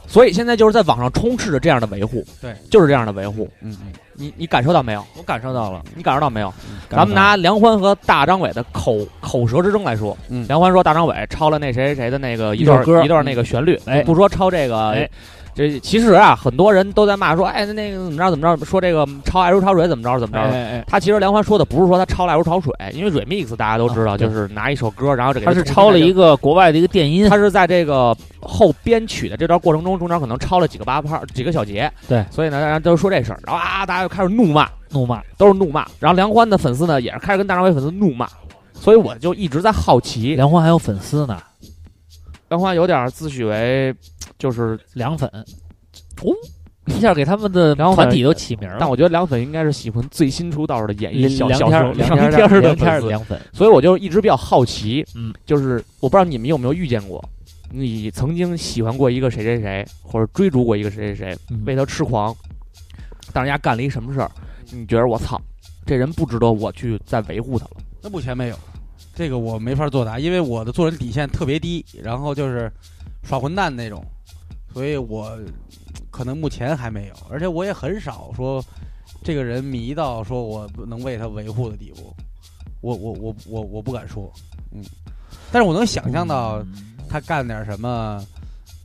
[SPEAKER 5] 所以现在就是在网上充斥着这样的维护，
[SPEAKER 4] 对，
[SPEAKER 5] 就是这样的维护。
[SPEAKER 4] 嗯嗯，
[SPEAKER 5] 你你感受到没有？
[SPEAKER 3] 我感受到了，
[SPEAKER 5] 你感受到没有？
[SPEAKER 4] 感
[SPEAKER 5] 咱们
[SPEAKER 4] 受到
[SPEAKER 5] 拿梁欢和大张伟的口口舌之争来说，
[SPEAKER 4] 嗯
[SPEAKER 5] 梁欢说大张伟抄了那谁谁谁的那个
[SPEAKER 3] 一
[SPEAKER 5] 一
[SPEAKER 3] 段
[SPEAKER 5] 段
[SPEAKER 3] 歌
[SPEAKER 5] 一段那个旋律，
[SPEAKER 3] 哎
[SPEAKER 5] 不说抄这个，
[SPEAKER 3] 哎
[SPEAKER 5] 这其实啊，很多人都在骂说，哎，那个怎么着怎么着，说这个抄爱如潮水怎么着怎么着。
[SPEAKER 3] 哎，
[SPEAKER 5] 他其实梁欢说的不是说他抄了爱如潮水，因为 remix 大家都知道，
[SPEAKER 3] 啊对
[SPEAKER 5] 就是拿一首歌，然后这个
[SPEAKER 3] 他是抄了一
[SPEAKER 5] 个，
[SPEAKER 3] 个国外的一个电音，
[SPEAKER 5] 他是在这个后编曲的这段过程中，中间可能抄了几个八拍儿几个小节，
[SPEAKER 3] 对
[SPEAKER 5] 所以呢，大家都说这事儿，然后啊，大家就开始怒骂，
[SPEAKER 3] 怒骂，
[SPEAKER 5] 都是怒骂。然后梁欢的粉丝呢，也是开始跟大张伟粉丝怒骂，所以我就一直在好奇，
[SPEAKER 3] 梁欢还有粉丝呢，
[SPEAKER 5] 梁欢有点自诩为就是，
[SPEAKER 3] 梁粉，哦，一下给他们的
[SPEAKER 5] 梁粉
[SPEAKER 3] 团体都起名
[SPEAKER 5] 但
[SPEAKER 3] 了。
[SPEAKER 5] 我觉得梁粉应该是喜欢最新出道的演艺小
[SPEAKER 3] 梁
[SPEAKER 5] 小
[SPEAKER 3] 天儿
[SPEAKER 5] 生
[SPEAKER 3] 梁
[SPEAKER 5] 天
[SPEAKER 3] 天
[SPEAKER 5] 儿
[SPEAKER 3] 儿
[SPEAKER 5] 的
[SPEAKER 3] 梁天
[SPEAKER 5] 粉
[SPEAKER 3] 儿
[SPEAKER 5] 丝，
[SPEAKER 3] 梁粉，
[SPEAKER 5] 所以我就一直比较好奇，
[SPEAKER 3] 嗯，
[SPEAKER 5] 就是我不知道你们有没有遇见过。你曾经喜欢过一个谁谁谁，或者追逐过一个谁谁谁，
[SPEAKER 3] 嗯
[SPEAKER 5] 为他痴狂，但是人家干了一什么事儿，你觉得我操，这人不值得我去再维护他了。
[SPEAKER 4] 那目前没有，这个我没法作答，因为我的做人底线特别低，然后就是耍混蛋那种，所以我可能目前还没有，而且我也很少说这个人迷到说我能为他维护的地步，我我我我我不敢说，嗯，但是我能想象到他干点什么，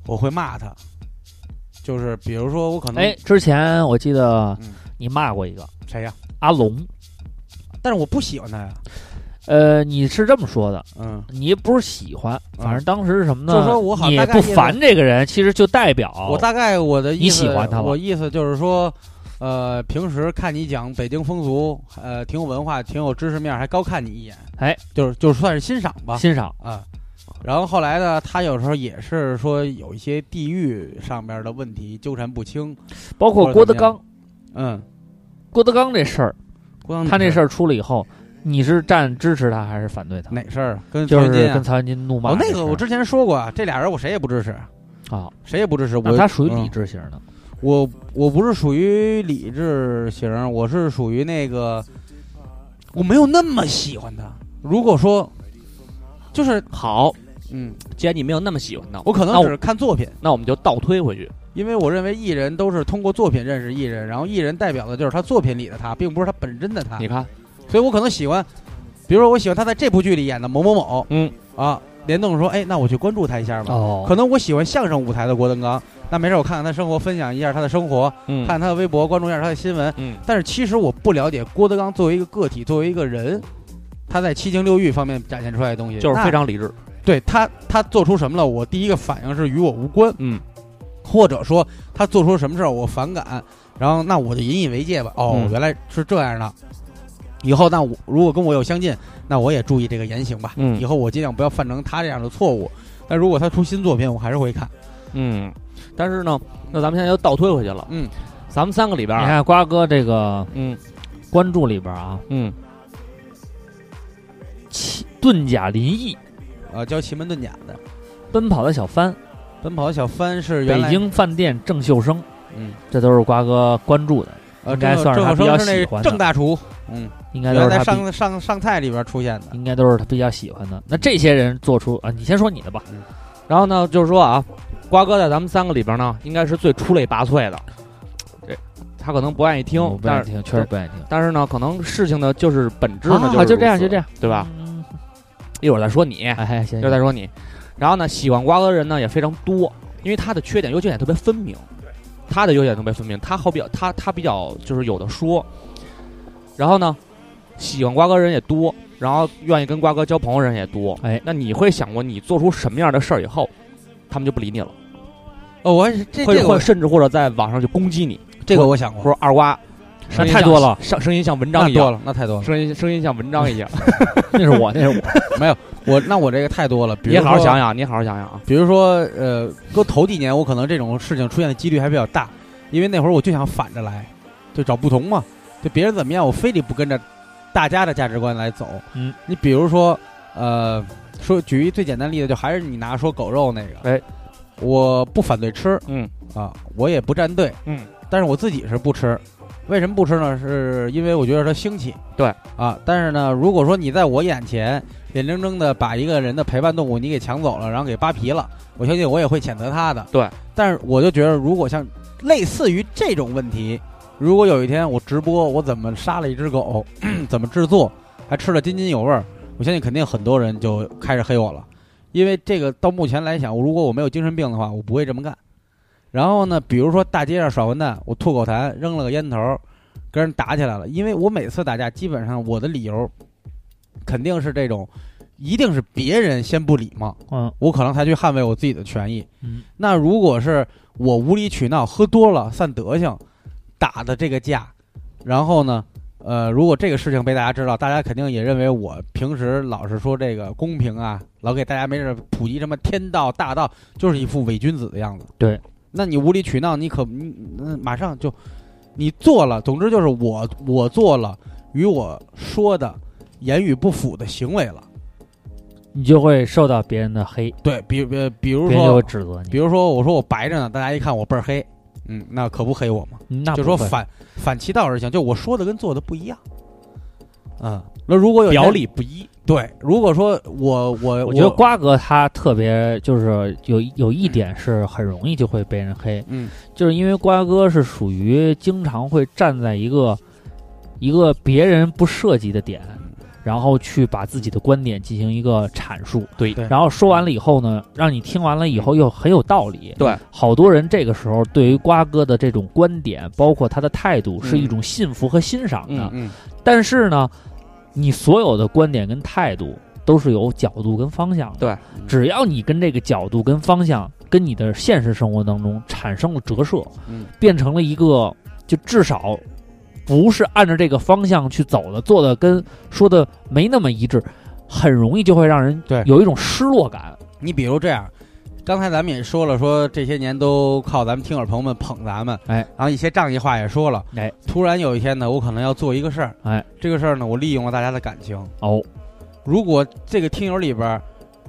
[SPEAKER 4] 我会骂他，就是比如说我可能、
[SPEAKER 3] 哎，之前我记得
[SPEAKER 4] 嗯
[SPEAKER 3] 你骂过一个
[SPEAKER 4] 谁呀、
[SPEAKER 3] 阿龙，
[SPEAKER 4] 但是我不喜欢他呀，
[SPEAKER 3] 呃，你是这么说的，
[SPEAKER 4] 嗯，
[SPEAKER 3] 你不是喜欢，反正当时是什么呢？
[SPEAKER 4] 就说我好
[SPEAKER 3] 你
[SPEAKER 4] 大
[SPEAKER 3] 也
[SPEAKER 4] 概
[SPEAKER 3] 不
[SPEAKER 4] 意思
[SPEAKER 3] 烦这个人，其实就代表
[SPEAKER 4] 我大概我的意思，
[SPEAKER 3] 哦你喜欢他吗
[SPEAKER 4] 我意思就是说，呃，平时看你讲北京风俗，呃，挺有文化，挺有知识面，还高看你一眼，
[SPEAKER 3] 哎，
[SPEAKER 4] 就是就算是欣赏吧，
[SPEAKER 3] 欣赏，
[SPEAKER 4] 啊。然后后来呢，他有时候也是说有一些地域上边的问题纠缠不清，
[SPEAKER 3] 包括郭德纲，
[SPEAKER 4] 嗯，
[SPEAKER 3] 郭德纲这事儿，
[SPEAKER 4] 郭刚
[SPEAKER 3] 他那事
[SPEAKER 4] 儿
[SPEAKER 3] 儿出了以后，你是站支持他还是反对他？
[SPEAKER 4] 哪事儿啊？跟
[SPEAKER 3] 就
[SPEAKER 4] 曹云金
[SPEAKER 3] 是
[SPEAKER 4] 啊
[SPEAKER 3] 跟曹云金怒骂
[SPEAKER 4] 哦，
[SPEAKER 3] 这
[SPEAKER 4] 那
[SPEAKER 3] 事
[SPEAKER 4] 个
[SPEAKER 3] 儿
[SPEAKER 4] 我之前说过啊，这俩人我谁也不支持，
[SPEAKER 3] 啊，
[SPEAKER 4] 谁也不支持。我
[SPEAKER 3] 那他属于理
[SPEAKER 4] 嗯
[SPEAKER 3] 智型的，
[SPEAKER 4] 我我不是属于理智型，我是属于那个，我没有那么喜欢他。如果说，就是
[SPEAKER 5] 好，
[SPEAKER 4] 嗯，
[SPEAKER 5] 既然你没有那么喜欢他，
[SPEAKER 4] 我可
[SPEAKER 5] 那
[SPEAKER 4] 能
[SPEAKER 3] 哦
[SPEAKER 5] 我
[SPEAKER 4] 只是看作品，
[SPEAKER 5] 哦那我们就倒推回去。
[SPEAKER 4] 因为我认为艺人都是通过作品认识艺人，然后艺人代表的就是他作品里的他，并不是他本身的他
[SPEAKER 5] 你。看，
[SPEAKER 4] 所以我可能喜欢，比如说我喜欢他在这部剧里演的某某某，
[SPEAKER 5] 嗯
[SPEAKER 4] 啊，联动说，哎，那我去关注他一下吧。
[SPEAKER 3] 哦
[SPEAKER 4] 可能我喜欢相声舞台的郭德纲，那没事，我看看他生活，分享一下他的生活，
[SPEAKER 5] 嗯
[SPEAKER 4] 看看他的微博，关注一下他的新闻。
[SPEAKER 5] 嗯，
[SPEAKER 4] 但是其实我不了解郭德纲作为一个个体，作为一个人，他在七情六欲方面展现出来的东西，
[SPEAKER 5] 就是
[SPEAKER 4] 那
[SPEAKER 5] 非常理智。
[SPEAKER 4] 对他他做出什么了，我第一个反应是与我无关，
[SPEAKER 5] 嗯，
[SPEAKER 4] 或者说他做出什么事儿我反感，然后那我就引以为戒吧。哦，
[SPEAKER 5] 嗯
[SPEAKER 4] 原来是这样的。以后那我如果跟我有相近，那我也注意这个言行吧。
[SPEAKER 5] 嗯
[SPEAKER 4] 以后我尽量不要犯成他这样的错误。但如果他出新作品，我还是会看。
[SPEAKER 5] 嗯，但是呢，那咱们现在就倒推回去了。
[SPEAKER 4] 嗯，
[SPEAKER 5] 咱们三个里边
[SPEAKER 4] 啊
[SPEAKER 3] 你
[SPEAKER 5] 儿，啊
[SPEAKER 3] 看瓜哥这个
[SPEAKER 5] 嗯
[SPEAKER 3] 关注里边啊，
[SPEAKER 5] 嗯，
[SPEAKER 3] 奇遁甲林毅，
[SPEAKER 4] 呃，教奇门遁甲的
[SPEAKER 3] 奔跑的小帆，
[SPEAKER 4] 奔跑的小帆是原
[SPEAKER 3] 北
[SPEAKER 4] 来，
[SPEAKER 3] 京饭店郑秀生，
[SPEAKER 4] 嗯，
[SPEAKER 3] 这都是瓜哥关注的，
[SPEAKER 4] 呃，
[SPEAKER 3] 应该
[SPEAKER 4] 郑
[SPEAKER 3] 算是
[SPEAKER 4] 郑
[SPEAKER 3] 他
[SPEAKER 4] 有
[SPEAKER 3] 比较
[SPEAKER 4] 生
[SPEAKER 3] 喜
[SPEAKER 4] 是那
[SPEAKER 3] 欢
[SPEAKER 4] 个
[SPEAKER 3] 的
[SPEAKER 4] 郑大厨，嗯，
[SPEAKER 3] 应该
[SPEAKER 4] 原
[SPEAKER 3] 都
[SPEAKER 4] 来
[SPEAKER 3] 是
[SPEAKER 4] 在
[SPEAKER 3] 他比嗯
[SPEAKER 4] 上上上菜里边出现的。
[SPEAKER 3] 应该都是他比较喜欢的。那这些人做出啊，你先说你的吧。
[SPEAKER 5] 然后呢，就是说啊，瓜哥在咱们三个里边呢，应该是最出类拔萃的。这他可能不愿意听
[SPEAKER 3] 我，不
[SPEAKER 5] 但
[SPEAKER 3] 爱
[SPEAKER 5] 是
[SPEAKER 3] 听，确实不爱听。
[SPEAKER 5] 但是呢，可能事情的就是本质呢，
[SPEAKER 3] 啊
[SPEAKER 5] 就是
[SPEAKER 3] 就这样
[SPEAKER 5] 如此
[SPEAKER 3] 就这样，
[SPEAKER 5] 对吧？
[SPEAKER 3] 嗯？
[SPEAKER 5] 一会儿再说你，
[SPEAKER 3] 哎，行
[SPEAKER 5] 一会儿，再说你。然后呢，喜欢瓜哥的人呢也非常多，因为他的缺点优缺点特别分明，他的优点特别分明，他好比较他他比较就是有的说。然后呢，喜欢瓜哥人也多，然后愿意跟瓜哥交朋友人也多。
[SPEAKER 3] 哎
[SPEAKER 5] 那你会想过你做出什么样的事儿以后，他们就不理你了，
[SPEAKER 4] 哦，我还是这
[SPEAKER 5] 会
[SPEAKER 4] 这个
[SPEAKER 5] 会
[SPEAKER 4] 我
[SPEAKER 5] 甚至或者在网上就攻击你，
[SPEAKER 4] 这个我想过，
[SPEAKER 5] 或者二瓜，啊声音
[SPEAKER 3] 太
[SPEAKER 5] 像
[SPEAKER 3] 多了，
[SPEAKER 5] 上声音像文章
[SPEAKER 4] 那
[SPEAKER 5] 一
[SPEAKER 4] 多
[SPEAKER 5] 样，
[SPEAKER 4] 了，那太多了。
[SPEAKER 5] 声音声音像文 章一样。
[SPEAKER 3] 那是我，那 是我。
[SPEAKER 4] 我那我这个太多了，比
[SPEAKER 5] 你
[SPEAKER 4] 如
[SPEAKER 5] 好好
[SPEAKER 4] 说
[SPEAKER 5] 想想，你好好想想啊。
[SPEAKER 4] 比如说，呃，搁头几年，我可能这种事情出现的几率还比较大，因为那会儿我就想反着来，就找不同嘛，就别人怎么样，我非得不跟着大家的价值观来走。
[SPEAKER 3] 嗯，
[SPEAKER 4] 你比如说，呃，说举一最简单的例子，就还是你拿说狗肉那个，
[SPEAKER 5] 哎，
[SPEAKER 4] 我不反对吃
[SPEAKER 5] 嗯
[SPEAKER 4] 啊，我也不站队，
[SPEAKER 5] 嗯，
[SPEAKER 4] 但是我自己是不吃。为什么不吃呢？是因为我觉得它腥气。
[SPEAKER 5] 对
[SPEAKER 4] 啊，但是呢，如果说你在我眼前眼睁睁的把一个人的陪伴动物你给抢走了，然后给扒皮了，我相信我也会谴责他的。
[SPEAKER 5] 对，
[SPEAKER 4] 但是我就觉得，如果像类似于这种问题，如果有一天我直播我怎么杀了一只狗， 怎么制作，还吃的津津有味儿，我相信肯定很多人就开始黑我了，因为这个到目前来讲，如果我没有精神病的话，我不会这么干。然后呢，比如说大街上耍混蛋，我吐口痰，扔了个烟头，跟人打起来了。因为我每次打架，基本上我的理由肯定是这种，一定是别人先不礼貌，
[SPEAKER 3] 嗯，
[SPEAKER 4] 我可能才去捍卫我自己的权益。
[SPEAKER 3] 嗯，
[SPEAKER 4] 那如果是我无理取闹，喝多了散德性，打的这个架，然后呢，呃，如果这个事情被大家知道，大家肯定也认为我平时老是说这个公平啊，老给大家没事儿普及什么天道大道，就是一副伪君子的样子。
[SPEAKER 3] 对，
[SPEAKER 4] 那你无理取闹，你可你嗯马上就你做了，总之就是我我做了与我说的言语不符的行为了。
[SPEAKER 3] 你就会受到别人的黑，
[SPEAKER 4] 对，比比比如
[SPEAKER 3] 别人就会
[SPEAKER 4] 说，
[SPEAKER 3] 指责你。
[SPEAKER 4] 比如说我说我白着呢，大家一看我倍儿黑，嗯，那可不黑我吗？
[SPEAKER 3] 那
[SPEAKER 4] 就说
[SPEAKER 3] 不会
[SPEAKER 4] 反反其道而行，就我说的跟做的不一样。嗯，那如果有
[SPEAKER 5] 表
[SPEAKER 4] 里不一，对，如果说我我
[SPEAKER 3] 我觉得瓜哥他特别就是有有一点是很容易就会被人黑，
[SPEAKER 4] 嗯，
[SPEAKER 3] 就是因为瓜哥是属于经常会站在一个一个别人不涉及的点，然后去把自己的观点进行一个阐述，
[SPEAKER 5] 对
[SPEAKER 4] 对
[SPEAKER 3] 然后说完了以后呢，让你听完了以后又很有道理，
[SPEAKER 5] 对，
[SPEAKER 3] 好多人这个时候对于瓜哥的这种观点，包括他的态度，是一种信服和欣赏
[SPEAKER 5] 啊
[SPEAKER 3] 的，
[SPEAKER 4] 嗯
[SPEAKER 3] 但是呢，你所有的观点跟态度都是有角度跟方向的。
[SPEAKER 5] 对，
[SPEAKER 3] 只要你跟这个角度跟方向跟你的现实生活当中产生了折射，
[SPEAKER 4] 嗯
[SPEAKER 3] 变成了一个就至少不是按照这个方向去走的，做的跟说的没那么一致，很容易就会让人
[SPEAKER 4] 对
[SPEAKER 3] 有一种失落感。
[SPEAKER 4] 你比如这样，刚才咱们也说了，说这些年都靠咱们听友朋友们捧咱们，
[SPEAKER 3] 哎，
[SPEAKER 4] 然后一些仗义话也说了，
[SPEAKER 3] 哎，
[SPEAKER 4] 突然有一天呢，我可能要做一个事儿，
[SPEAKER 3] 哎，
[SPEAKER 4] 这个事儿呢，我利用了大家的感情，
[SPEAKER 3] 哦，
[SPEAKER 4] 如果这个听友里边儿，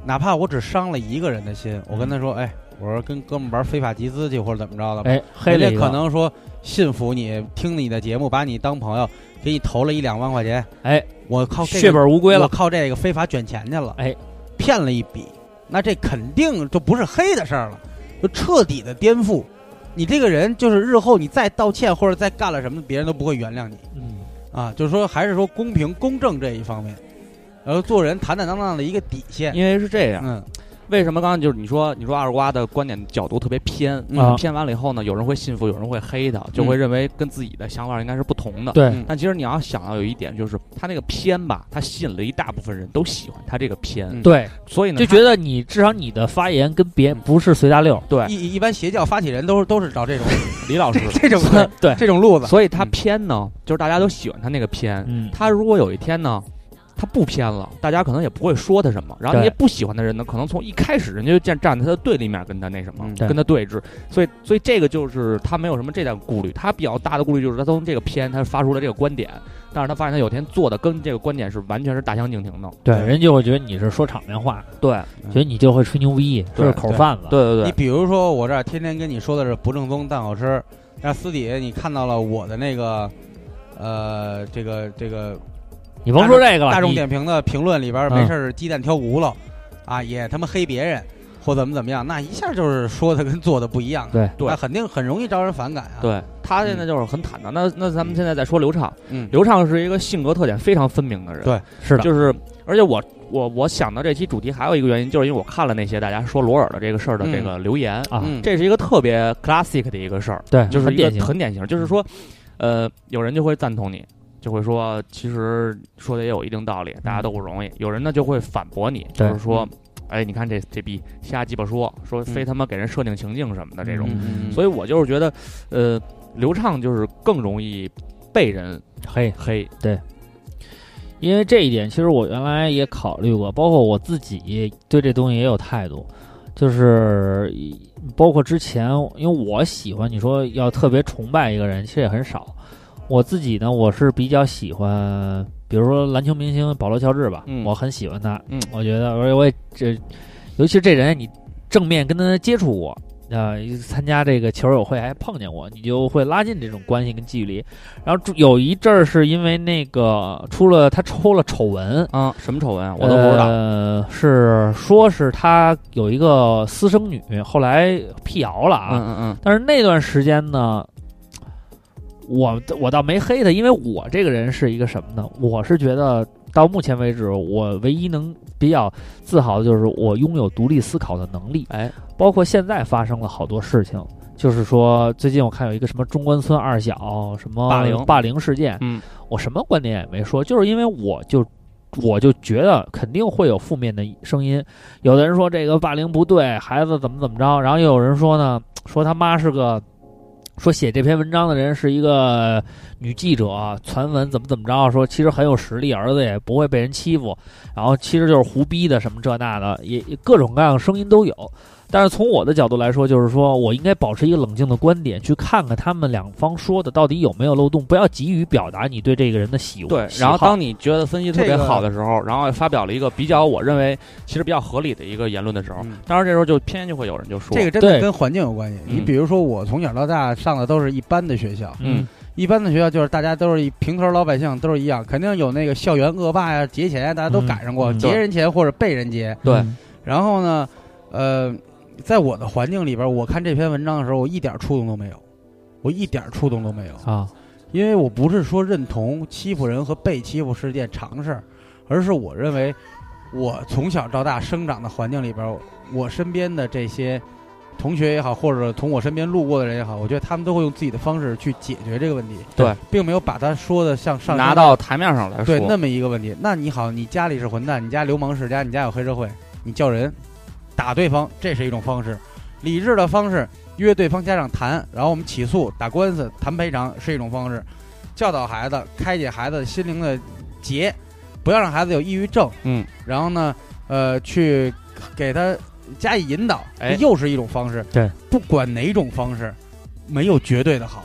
[SPEAKER 4] 哪怕我只伤了一个人的
[SPEAKER 3] 嗯
[SPEAKER 4] 心，我跟他说，哎，我说跟哥们儿玩非法集资去，或者怎么着的吧，
[SPEAKER 3] 哎，黑了
[SPEAKER 4] 啊人
[SPEAKER 3] 一
[SPEAKER 4] 家
[SPEAKER 3] 个
[SPEAKER 4] 可能说信服你，听你的节目，把你当朋友，给你投了一两万块钱，
[SPEAKER 3] 哎，
[SPEAKER 4] 我靠这个、
[SPEAKER 3] 血本无归
[SPEAKER 4] 我
[SPEAKER 3] 了。
[SPEAKER 4] 靠这个非法卷钱去了，
[SPEAKER 3] 哎，
[SPEAKER 4] 骗了一笔，那这肯定就不是黑的事儿了，就彻底的颠覆。你这个人就是日后你再道歉或者再干了什么，别人都不会原谅你
[SPEAKER 3] 嗯，
[SPEAKER 4] 啊。就是说，还是说公平公正这一方面，然后做人坦坦荡荡的一个底线。
[SPEAKER 5] 因为是这样，
[SPEAKER 4] 嗯
[SPEAKER 5] 为什么刚刚就是你说你说二瓜的观点角度特别偏，
[SPEAKER 4] 嗯
[SPEAKER 3] 啊
[SPEAKER 5] 偏完了以后呢，有人会信服，有人会黑他，就会认为跟自己的想法应该是不同
[SPEAKER 3] 嗯
[SPEAKER 5] 的。
[SPEAKER 3] 对
[SPEAKER 4] 嗯
[SPEAKER 5] 但其实你要想到有一点，就是他那个偏吧，他吸引了一大部分人都喜欢他这个偏，
[SPEAKER 4] 嗯
[SPEAKER 3] 对，
[SPEAKER 5] 所以呢，
[SPEAKER 3] 就
[SPEAKER 5] 他
[SPEAKER 3] 觉得你至少你的发言跟别人
[SPEAKER 5] 嗯
[SPEAKER 3] 不是随大溜。
[SPEAKER 5] 对
[SPEAKER 4] 一一般邪教发起人都是都是找这种，
[SPEAKER 5] 李老师
[SPEAKER 4] 这种的
[SPEAKER 3] 对，
[SPEAKER 4] 这种路子。
[SPEAKER 5] 所以他
[SPEAKER 4] 嗯
[SPEAKER 5] 偏呢，就是大家都喜欢他那个偏。
[SPEAKER 3] 嗯，
[SPEAKER 5] 他如果有一天呢，他不偏了，大家可能也不会说他什么。然后那些
[SPEAKER 3] 对
[SPEAKER 5] 不喜欢的人呢，可能从一开始人家就站站在他的对立面，跟他那什么，
[SPEAKER 4] 嗯
[SPEAKER 3] 对
[SPEAKER 5] 跟他对峙。所以，所以这个就是他没有什么这点顾虑，他比较大的顾虑就是他从这个偏他发出了这个观点，但是他发现他有一天做的跟这个观点是完全是大相径庭的。啊
[SPEAKER 3] 对，人就会觉得你是说场面话，
[SPEAKER 5] 对，
[SPEAKER 3] 觉得你就会吹牛逼，
[SPEAKER 5] 嗯对
[SPEAKER 3] 是口贩子。，
[SPEAKER 5] 对对
[SPEAKER 4] 你
[SPEAKER 5] 对，
[SPEAKER 4] 比如说，我这儿天天跟你说的是不正宗但好吃，但私底下你看到了我的那个，呃，这个这个
[SPEAKER 3] 你甭说这个了，
[SPEAKER 4] 大众
[SPEAKER 3] 你
[SPEAKER 4] 点评的评论里边，
[SPEAKER 3] 嗯
[SPEAKER 4] 没事儿鸡蛋挑骨头，啊，也他妈黑别人，或怎么怎么样，那一下就是说的跟做的不一样，
[SPEAKER 3] 对
[SPEAKER 5] 对
[SPEAKER 4] 那肯定很容易招人反感啊。，
[SPEAKER 5] 对他现在就是很坦荡。那那咱们现在再说刘畅，
[SPEAKER 4] 嗯，
[SPEAKER 5] 刘畅是一个性格特点非常分明的人，
[SPEAKER 4] 对
[SPEAKER 3] 是的，
[SPEAKER 5] 就是而且我我我想到这期主题还有一个原因，就是因为我看了那些大家说罗尔的这个事儿的这个留言，
[SPEAKER 3] 啊，
[SPEAKER 4] 嗯，
[SPEAKER 5] 这是一个特别 classic 的一个事儿，
[SPEAKER 3] 对，
[SPEAKER 5] 就是
[SPEAKER 3] 很
[SPEAKER 5] 一
[SPEAKER 3] 典
[SPEAKER 5] 个
[SPEAKER 3] 型，
[SPEAKER 5] 很典型，嗯就是说，呃，有人就会赞同你。就会说，其实说的也有一定道理，大家都不容易。有人呢就会反驳你，就
[SPEAKER 3] 对
[SPEAKER 5] 是说，哎，你看这这逼瞎鸡巴说，说非
[SPEAKER 4] 嗯
[SPEAKER 5] 他妈给人设定情境什么的这种。
[SPEAKER 4] 嗯嗯，
[SPEAKER 5] 所以我就是觉得，呃，刘畅就是更容易被人
[SPEAKER 3] 嘿，
[SPEAKER 5] 黑。
[SPEAKER 3] 因为这一点，其实我原来也考虑过，包括我自己对这东西也有态度，就是包括之前，因为我喜欢你说要特别崇拜一个人，其实也很少。我自己呢，我是比较喜欢，比如说篮球明星保罗·乔治吧，
[SPEAKER 5] 嗯
[SPEAKER 3] 我很喜欢他，
[SPEAKER 5] 嗯
[SPEAKER 3] 我觉得，而且我也这，尤其是这人，你正面跟他接触过。呃，参加这个球友会还碰见我，你就会拉近这种关系跟距离。然后有一阵儿是因为那个出了他抽了丑闻，
[SPEAKER 5] 啊，什么丑闻啊？我都不知道。
[SPEAKER 3] 呃，是说是他有一个私生女，后来辟谣了啊。
[SPEAKER 5] 嗯嗯嗯，
[SPEAKER 3] 但是那段时间呢，我我倒没黑他，因为我这个人是一个什么呢？我是觉得到目前为止，我唯一能比较自豪的就是我拥有独立思考的能力。
[SPEAKER 5] 哎，
[SPEAKER 3] 包括现在发生了好多事情，就是说最近我看有一个什么中关村二小什么
[SPEAKER 5] 霸凌
[SPEAKER 3] 霸凌事件，
[SPEAKER 5] 嗯，
[SPEAKER 3] 我什么观点也没说，就是因为我就。我就觉得肯定会有负面的声音，有的人说这个霸凌不对，孩子怎么怎么着，然后又有人说呢，说他妈是个，说写这篇文章的人是一个女记者，啊传闻怎么怎么着，啊说其实很有实力，儿子也不会被人欺负，然后其实就是胡逼的什么这那的，也也各种各样的声音都有。但是从我的角度来说，就是说我应该保持一个冷静的观点，去看看他们两方说的到底有没有漏洞，不要急于表达你对这个人的喜恶
[SPEAKER 5] 对。
[SPEAKER 3] 喜
[SPEAKER 5] 然后
[SPEAKER 3] 好
[SPEAKER 5] 当你觉得分析特别
[SPEAKER 4] 这个
[SPEAKER 5] 好的时候，然后发表了一个比较我认为其实比较合理的一个言论的时候，
[SPEAKER 4] 嗯
[SPEAKER 5] 当然这时候就偏就会有人就说
[SPEAKER 4] 这个真的
[SPEAKER 3] 对
[SPEAKER 4] 跟环境有关系。你
[SPEAKER 5] 嗯
[SPEAKER 4] 比如说，我从小到大上的都是一般的学校，
[SPEAKER 5] 嗯
[SPEAKER 4] 一般的学校就是大家都是一平头老百姓，都是一样，肯定有那个校园恶霸呀、劫钱呀，大家都赶上过，
[SPEAKER 3] 嗯
[SPEAKER 4] 劫人钱或者被人劫。
[SPEAKER 5] 对
[SPEAKER 3] 嗯
[SPEAKER 4] 然后呢，呃，在我的环境里边，我看这篇文章的时候，我一点触动都没有，我一点触动都没有，
[SPEAKER 3] 啊，
[SPEAKER 4] 因为我不是说认同欺负人和被欺负是件常事儿，而是我认为我从小到大生长的环境里边，我身边的这些。同学也好，或者从我身边路过的人也好，我觉得他们都会用自己的方式去解决这个问题，
[SPEAKER 5] 对，
[SPEAKER 4] 并没有把他说的像上升
[SPEAKER 5] 拿到台面上来说，嗯
[SPEAKER 4] 对那么一个问题。那你好，你家里是混蛋，你家流氓世家，你家有黑社会，你叫人打对方，这是一种方式；理智的方式，约对方家长谈，然后我们起诉、打官司、谈赔偿是一种方式；教导孩子，开解孩子心灵的结，不要让孩子有抑郁症。
[SPEAKER 5] 嗯，
[SPEAKER 4] 然后呢，呃，去给他加以引导，
[SPEAKER 5] 哎
[SPEAKER 4] 这又是一种方式。
[SPEAKER 3] 对，
[SPEAKER 4] 不管哪种方式，没有绝对的好。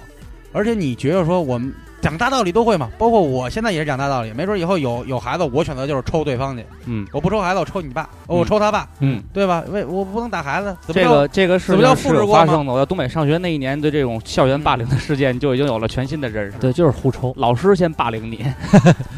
[SPEAKER 4] 而且你觉得说我们讲大道理都会嘛？包括我现在也是讲大道理，没准以后有有孩子，我选择就是抽对方去。
[SPEAKER 5] 嗯，
[SPEAKER 4] 我不抽孩子，我抽你爸，哦我
[SPEAKER 5] 嗯
[SPEAKER 4] 抽他爸，
[SPEAKER 5] 嗯，
[SPEAKER 4] 对吧？为我不能打孩子，怎么
[SPEAKER 5] 这
[SPEAKER 4] 着？
[SPEAKER 5] 个这个事
[SPEAKER 4] 怎么叫
[SPEAKER 5] 情
[SPEAKER 4] 复
[SPEAKER 5] 是
[SPEAKER 4] 制
[SPEAKER 5] 有
[SPEAKER 4] 过
[SPEAKER 5] 发
[SPEAKER 4] 吗
[SPEAKER 5] 生的。我在东北上学那一年，对这种校园霸凌的事件就已经有了全新的认识。
[SPEAKER 3] 嗯对，就是互抽。
[SPEAKER 5] 老师先霸凌你，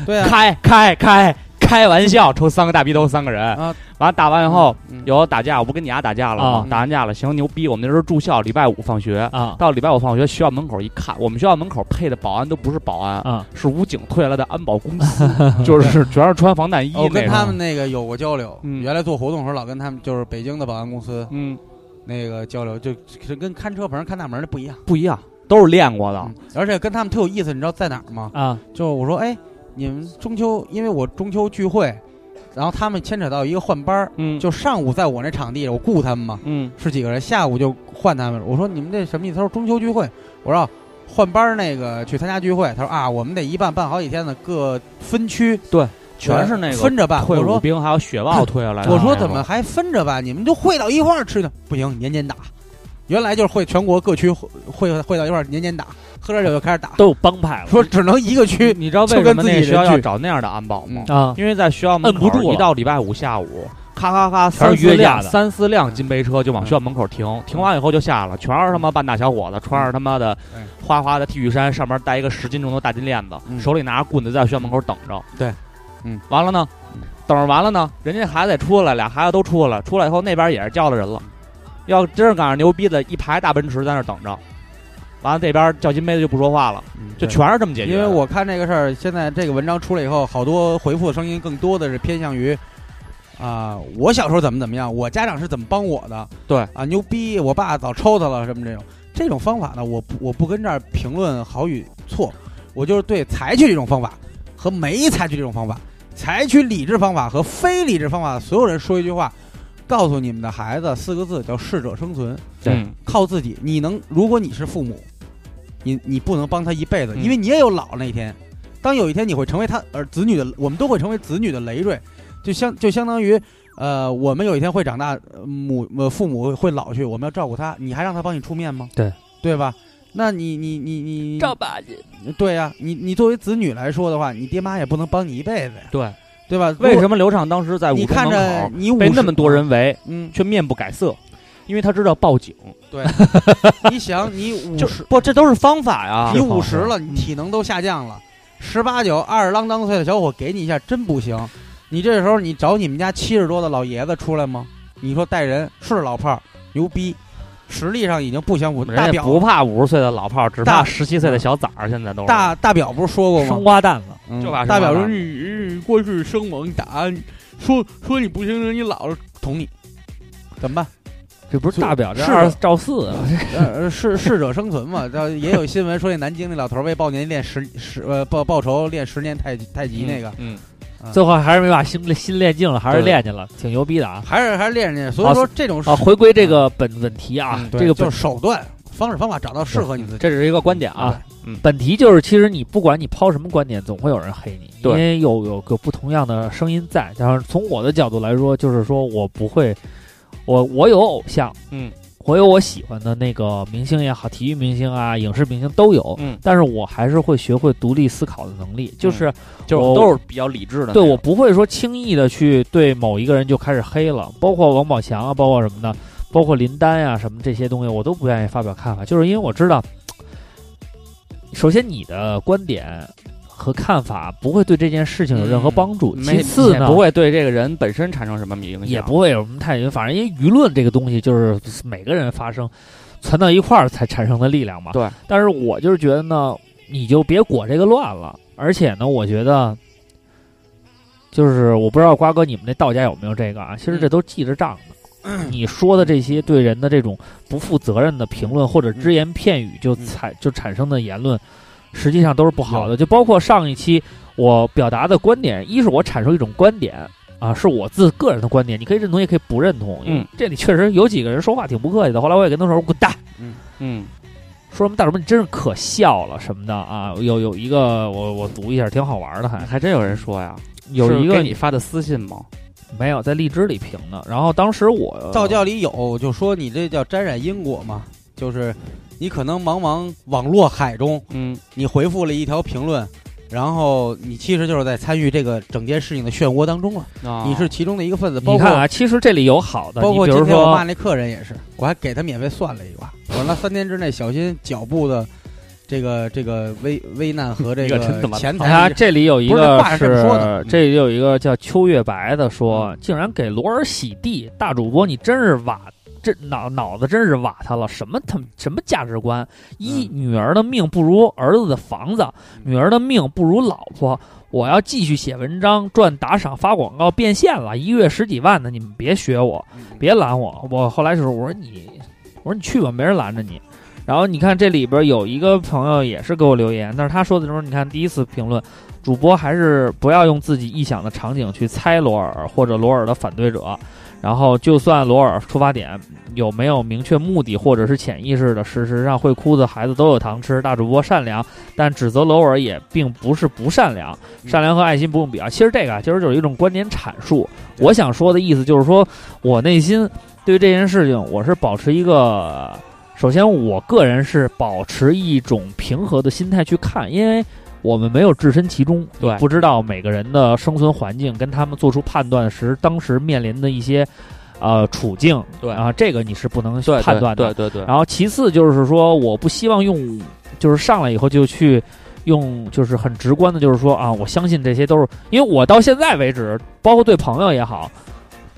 [SPEAKER 4] 对啊，
[SPEAKER 5] 开开开开玩笑，抽三个大逼兜，三个人
[SPEAKER 4] 啊，
[SPEAKER 5] 完了打完以后
[SPEAKER 4] 嗯嗯
[SPEAKER 5] 有打架，我不跟你丫打架了吗
[SPEAKER 3] 啊？
[SPEAKER 5] 打完架了，行牛逼！我们那时候住校，礼拜五放学，
[SPEAKER 3] 啊
[SPEAKER 5] 到礼拜五放学，学校门口一看，我们学校门口配的保安都不是保安，
[SPEAKER 3] 啊
[SPEAKER 5] 是武警退下来的安保公司，就是 全是穿防弹衣
[SPEAKER 4] 我
[SPEAKER 5] 那
[SPEAKER 4] 哦跟他们
[SPEAKER 5] 种。
[SPEAKER 4] 那个有过交流，
[SPEAKER 5] 嗯
[SPEAKER 4] 原来做活动的时候老跟他们就是北京的保安公司
[SPEAKER 5] 嗯，
[SPEAKER 4] 那个交流，就就跟看车棚、看大门的不一样。嗯
[SPEAKER 5] 不一样，都是练过的。
[SPEAKER 4] 而且跟他们特有意思，你知道在哪儿吗？
[SPEAKER 3] 啊
[SPEAKER 4] 就是我说，哎，你们中秋，因为我中秋聚会，然后他们牵扯到一个换班儿，
[SPEAKER 5] 嗯，
[SPEAKER 4] 就上午在我那场地，我雇他们嘛，
[SPEAKER 5] 嗯
[SPEAKER 4] 是几个人，下午就换他们。我说你们这什么意思？他说中秋聚会。我说、啊换班儿那个去参加聚会。他说啊，我们得一办办好几天呢，各分区
[SPEAKER 5] 全是那个
[SPEAKER 4] 分着办。
[SPEAKER 5] 退
[SPEAKER 4] 我
[SPEAKER 5] 伍
[SPEAKER 4] 说
[SPEAKER 5] 兵还有雪豹退下来的。
[SPEAKER 4] 我说怎么还分着办？你们就汇到一块儿吃呢？不行，年年打。原来就是会全国各区汇汇汇到一块儿，年年打，喝点酒就开始打，
[SPEAKER 3] 都有帮派了
[SPEAKER 4] 说只能一个
[SPEAKER 5] 你
[SPEAKER 4] 区。
[SPEAKER 5] 你知道为什
[SPEAKER 4] 就
[SPEAKER 5] 么
[SPEAKER 4] 跟
[SPEAKER 5] 那
[SPEAKER 4] 自己嗯
[SPEAKER 5] 个学校
[SPEAKER 4] 人
[SPEAKER 5] 要
[SPEAKER 4] 聚
[SPEAKER 5] 找那样的安保吗？
[SPEAKER 3] 啊，
[SPEAKER 5] 因为在学校门口
[SPEAKER 3] 摁不住了
[SPEAKER 5] 一到礼拜五下午，咔咔咔，
[SPEAKER 3] 全
[SPEAKER 5] 三
[SPEAKER 3] 是
[SPEAKER 5] 四
[SPEAKER 3] 约
[SPEAKER 5] 辆
[SPEAKER 3] 架的
[SPEAKER 5] 三四辆金杯车就往学校门口停，停完以后就下了，全是他妈半大小伙子，穿着他妈的
[SPEAKER 4] 嗯
[SPEAKER 5] 花花的 T 恤衫，上面带一个十斤重的大金链子，
[SPEAKER 4] 嗯
[SPEAKER 5] 手里拿着棍子在学校门口等着。
[SPEAKER 4] 对，嗯，
[SPEAKER 5] 完了呢，等着完了呢，人家孩子也出来了，俩孩子都出来了，出来以后那边也是叫了人了，要真是赶上牛逼的，一排大奔驰在那儿等着，完了这边叫金杯的就不说话了，就全是这么解决
[SPEAKER 4] 因
[SPEAKER 5] 的。
[SPEAKER 4] 为我看这个事儿，现在这个文章出来以后，好多回复的声音更多的是偏向于，啊、我小时候怎么怎么样，我家长是怎么帮我的，
[SPEAKER 5] 对
[SPEAKER 4] 啊，牛逼，我爸早抽他了什么这种这种方法呢，我不我不跟这儿评论好与错，我就是对采取这种方法和没采取这种方法，采取理智方法和非理智方法，所有人说一句话，告诉你们的孩子四个字叫适者生存。
[SPEAKER 5] 对
[SPEAKER 4] 靠自己。你能，如果你是父母，你你不能帮他一辈子，
[SPEAKER 5] 嗯
[SPEAKER 4] 因为你也有老那一天。当有一天你会成为他儿子女的，我们都会成为子女的累赘，就相就相当于，呃，我们有一天会长大，呃母呃父母会老去，我们要照顾他，你还让他帮你出面吗？
[SPEAKER 3] 对
[SPEAKER 4] 对吧？那你你你你
[SPEAKER 7] 照吧唧，
[SPEAKER 4] 对呀、你你作为子女来说的话，你爹妈也不能帮你一辈子呀，
[SPEAKER 5] 对，
[SPEAKER 4] 对吧？
[SPEAKER 5] 为
[SPEAKER 4] 么
[SPEAKER 5] 什么刘畅当时在五
[SPEAKER 4] 你
[SPEAKER 5] 中
[SPEAKER 4] 看
[SPEAKER 5] 门
[SPEAKER 4] 着
[SPEAKER 5] 口
[SPEAKER 4] 你
[SPEAKER 5] 被
[SPEAKER 4] 50
[SPEAKER 5] 那么
[SPEAKER 3] 啊
[SPEAKER 5] 多，人围，
[SPEAKER 4] 嗯，
[SPEAKER 5] 却面不改色？因为他知道报警，
[SPEAKER 4] 你想 你五
[SPEAKER 5] 就
[SPEAKER 4] 十
[SPEAKER 5] 不，这都是方法呀
[SPEAKER 3] 是
[SPEAKER 4] 你。
[SPEAKER 3] 方
[SPEAKER 4] 五十
[SPEAKER 3] 法
[SPEAKER 4] 了，你体能都下降了，十八九、二十啷当岁的小伙给你一下真不行。你这时候你找你们家七十多的老爷子出来吗？你说带人是老炮儿牛逼，实力上已经不相符。大
[SPEAKER 5] 人家
[SPEAKER 4] 表
[SPEAKER 5] 不怕五十岁的老炮儿，只
[SPEAKER 4] 大
[SPEAKER 5] 怕十七岁的小崽儿。现在都是
[SPEAKER 4] 大大表不是说过
[SPEAKER 3] 生
[SPEAKER 4] 吗？
[SPEAKER 3] 瓜蛋了，
[SPEAKER 4] 嗯
[SPEAKER 5] 就把
[SPEAKER 4] 大
[SPEAKER 5] 生
[SPEAKER 4] 表
[SPEAKER 5] 娃
[SPEAKER 4] 说
[SPEAKER 5] 娃
[SPEAKER 4] 你你过去生猛打，啊说说你不行，你老了捅你，怎么办？
[SPEAKER 3] 这不是大表这
[SPEAKER 4] 是的
[SPEAKER 3] 二照四啊，
[SPEAKER 4] 呃，适适者生存嘛，这也有新闻说那南京那老头儿为报年练十十呃报报仇练十年太极太极那个，，
[SPEAKER 5] 嗯，
[SPEAKER 3] 最后还是没把心心练净了，还是
[SPEAKER 5] 对
[SPEAKER 3] 练去了，挺牛逼的啊
[SPEAKER 4] 还是还是练人家。所以说这种
[SPEAKER 3] 啊！回归这个本本题啊
[SPEAKER 4] 嗯，对
[SPEAKER 3] 这个
[SPEAKER 4] 就
[SPEAKER 3] 本
[SPEAKER 4] 是手段、方式、方法，找到适合你自己。
[SPEAKER 5] 这只是一个观点啊
[SPEAKER 3] 啊。本题就是，其实你不管你抛什么观点，总会有人黑你，因
[SPEAKER 5] 对
[SPEAKER 3] 为有有有不同样的声音在。然后从我的角度来说，就是说我不会，我我有偶像，
[SPEAKER 5] 嗯，
[SPEAKER 3] 我有我喜欢的那个明星也好，体育明星啊，影视明星都有，
[SPEAKER 5] 嗯
[SPEAKER 3] 但是我还是会学会独立思考的能力，就是、
[SPEAKER 5] 就是
[SPEAKER 3] 我
[SPEAKER 5] 都是比较理智的那种。
[SPEAKER 3] 对我不会说轻易的去对某一个人就开始黑了，包括王宝强啊，包括什么的，包括林丹呀、什么这些东西，我都不愿意发表看法，就是因为我知道，首先你的观点和看法不会对这件事情有任何帮助，
[SPEAKER 5] 嗯没
[SPEAKER 3] 其次
[SPEAKER 5] 也
[SPEAKER 3] 呢，
[SPEAKER 5] 不会对这个人本身产生什么影响，
[SPEAKER 3] 也不会有什么太，反正因为舆论这个东西就是每个人发声，攒到一块儿才产生的力量嘛。
[SPEAKER 5] 对，
[SPEAKER 3] 但是我就是觉得呢，你就别裹这个乱了。而且呢，我觉得，就是我不知道瓜哥你们那道家有没有这个啊？其实这都记着账的。你说的这些对人的这种不负责任的评论或者只言片语
[SPEAKER 5] 嗯
[SPEAKER 3] 就产就产生的言论，实际上都是不好的。就包括上一期我表达的观点，一是我阐述一种观点啊，是我自个人的观点，你可以认同也可以不认同。
[SPEAKER 5] 嗯，
[SPEAKER 3] 这里确实有几个人说话挺不客气的，后来我也跟他说滚蛋。
[SPEAKER 5] 嗯
[SPEAKER 3] 说什么大主播你真是可笑了什么的啊！有有一个我我读一下，挺好玩的还，
[SPEAKER 5] 还真有人说呀，
[SPEAKER 3] 有
[SPEAKER 5] 是
[SPEAKER 3] 一个
[SPEAKER 5] 给你发的私信吗？
[SPEAKER 3] 没有在荔枝里评的。然后当时我
[SPEAKER 4] 道教里有，就说你这叫沾染因果嘛，就是你可能茫茫网络海中，
[SPEAKER 5] 嗯，
[SPEAKER 4] 你回复了一条评论，然后你其实就是在参与这个整件事情的漩涡当中了，
[SPEAKER 5] 啊
[SPEAKER 4] 你是其中的一个分子。包
[SPEAKER 3] 你看
[SPEAKER 4] 括
[SPEAKER 3] 啊，其实这里有好的，
[SPEAKER 4] 包括
[SPEAKER 3] 你比
[SPEAKER 4] 今
[SPEAKER 3] 如
[SPEAKER 4] 天我
[SPEAKER 3] 说
[SPEAKER 4] 骂那客人也是，我还给他免费算了一卦，我让他三天之内小心脚步的这个这个危危难和这
[SPEAKER 5] 一个真
[SPEAKER 4] 个
[SPEAKER 5] 他妈
[SPEAKER 4] 钱
[SPEAKER 3] 你看啊
[SPEAKER 4] 财。
[SPEAKER 3] 这里有一
[SPEAKER 4] 不是那
[SPEAKER 3] 个
[SPEAKER 4] 话是这么说的嗯
[SPEAKER 3] 是这里有一个叫秋月白的说，竟然给罗尔洗地，大主播你真是瓦。这脑脑子真是瓦他了，什么他什么价值观？
[SPEAKER 4] 嗯
[SPEAKER 3] 一女儿的命不如儿子的房子，女儿的命不如老婆。我要继续写文章赚打赏发广告变现了，一月十几万呢！你们别学我，别拦我。我后来就是我说你，我说你去吧，没人拦着你。然后你看这里边有一个朋友也是给我留言，但是他说的时候，你看第一次评论，主播还是不要用自己臆想的场景去猜罗尔或者罗尔的反对者。然后，就算罗尔出发点有没有明确目的，或者是潜意识的，事实上会哭的孩子都有糖吃。大主播善良，但指责罗尔也并不是不善良，
[SPEAKER 5] 嗯
[SPEAKER 3] 善良和爱心不用比啊。其实这个啊，其实就是一种观点阐述。我想说的意思就是说，我内心对于这件事情，我是保持一个，首先我个人是保持一种平和的心态去看，因为我们没有置身其中，
[SPEAKER 5] 对
[SPEAKER 3] 你不知道每个人的生存环境跟他们做出判断时，当时面临的一些呃处境，
[SPEAKER 5] 对
[SPEAKER 3] 啊，这个你是不能
[SPEAKER 5] 对
[SPEAKER 3] 判断的，
[SPEAKER 5] 对对对，
[SPEAKER 3] 然后其次就是说，我不希望用，就是上来以后就去用就是很直观的，就是说啊，我相信这些都是，因为我到现在为止，包括对朋友也好，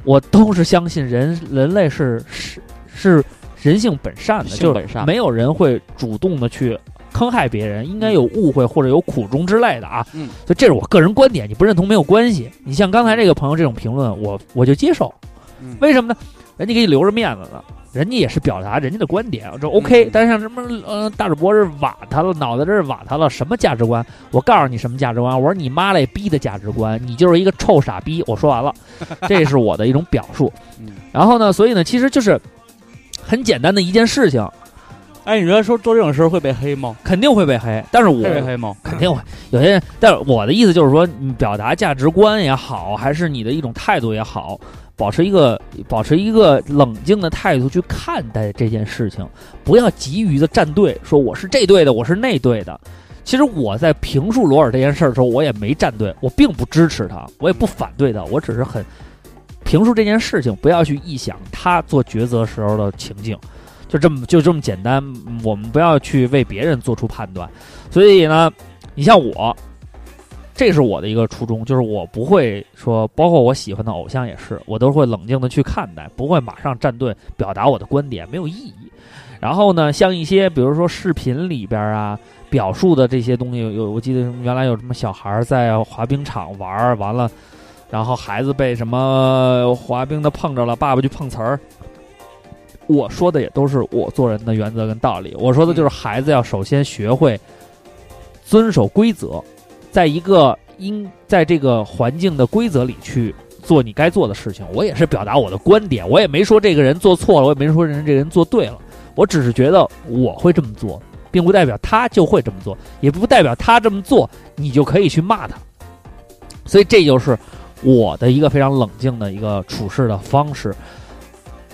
[SPEAKER 3] 我都是相信人人类是是是人性本善的，
[SPEAKER 5] 性
[SPEAKER 3] 就是
[SPEAKER 5] 本善
[SPEAKER 3] 没有人会主动的去坑害别人，应该有误会或者有苦衷之类的啊。
[SPEAKER 4] 嗯，
[SPEAKER 3] 所以这是我个人观点，你不认同没有关系。你像刚才这个朋友这种评论，我我就接受，
[SPEAKER 4] 嗯
[SPEAKER 3] 为什么呢？人家给你留着面子呢。人家也是表达人家的观点，这 OK、
[SPEAKER 4] 嗯
[SPEAKER 3] 但是像什么，呃，大主播这是瓦他了，脑袋这是瓦他了，什么价值观？我告诉你什么价值观？我说你妈嘞逼的价值观，你就是一个臭傻逼。我说完了，这是我的一种表述
[SPEAKER 4] 嗯。
[SPEAKER 3] 然后呢，所以呢，其实就是很简单的一件事情，
[SPEAKER 6] 哎，你觉得说做这种事儿会被黑吗？
[SPEAKER 3] 肯定会被黑，但是我
[SPEAKER 6] 会被黑吗？
[SPEAKER 3] 肯定会有些人。但是我的意思就是说，你表达价值观也好，还是你的一种态度也好，保持一个保持一个冷静的态度去看待这件事情，不要急于的站队，说我是这队的，我是那队的。其实我在评述罗尔这件事儿的时候，我也没站队，我并不支持他，我也不反对他，我只是很评述这件事情，不要去臆想他做抉择时候的情境，就这么就这么简单。嗯我们不要去为别人做出判断。所以呢，你像我，这是我的一个初衷，就是我不会说，包括我喜欢的偶像也是，我都会冷静的去看待，不会马上站队表达我的观点，没有意义。然后呢，像一些比如说视频里边啊表述的这些东西，有有我记得什么原来有什么小孩儿在滑冰场玩儿，完了，然后孩子被什么滑冰的碰着了，爸爸去碰瓷儿。我说的也都是我做人的原则跟道理。我说的就是孩子要首先学会遵守规则，在一个应在这个环境的规则里去做你该做的事情。我也是表达我的观点，我也没说这个人做错了，我也没说人这个人做对了，我只是觉得我会这么做，并不代表他就会这么做，也不代表他这么做你就可以去骂他。所以这就是我的一个非常冷静的一个处事的方式。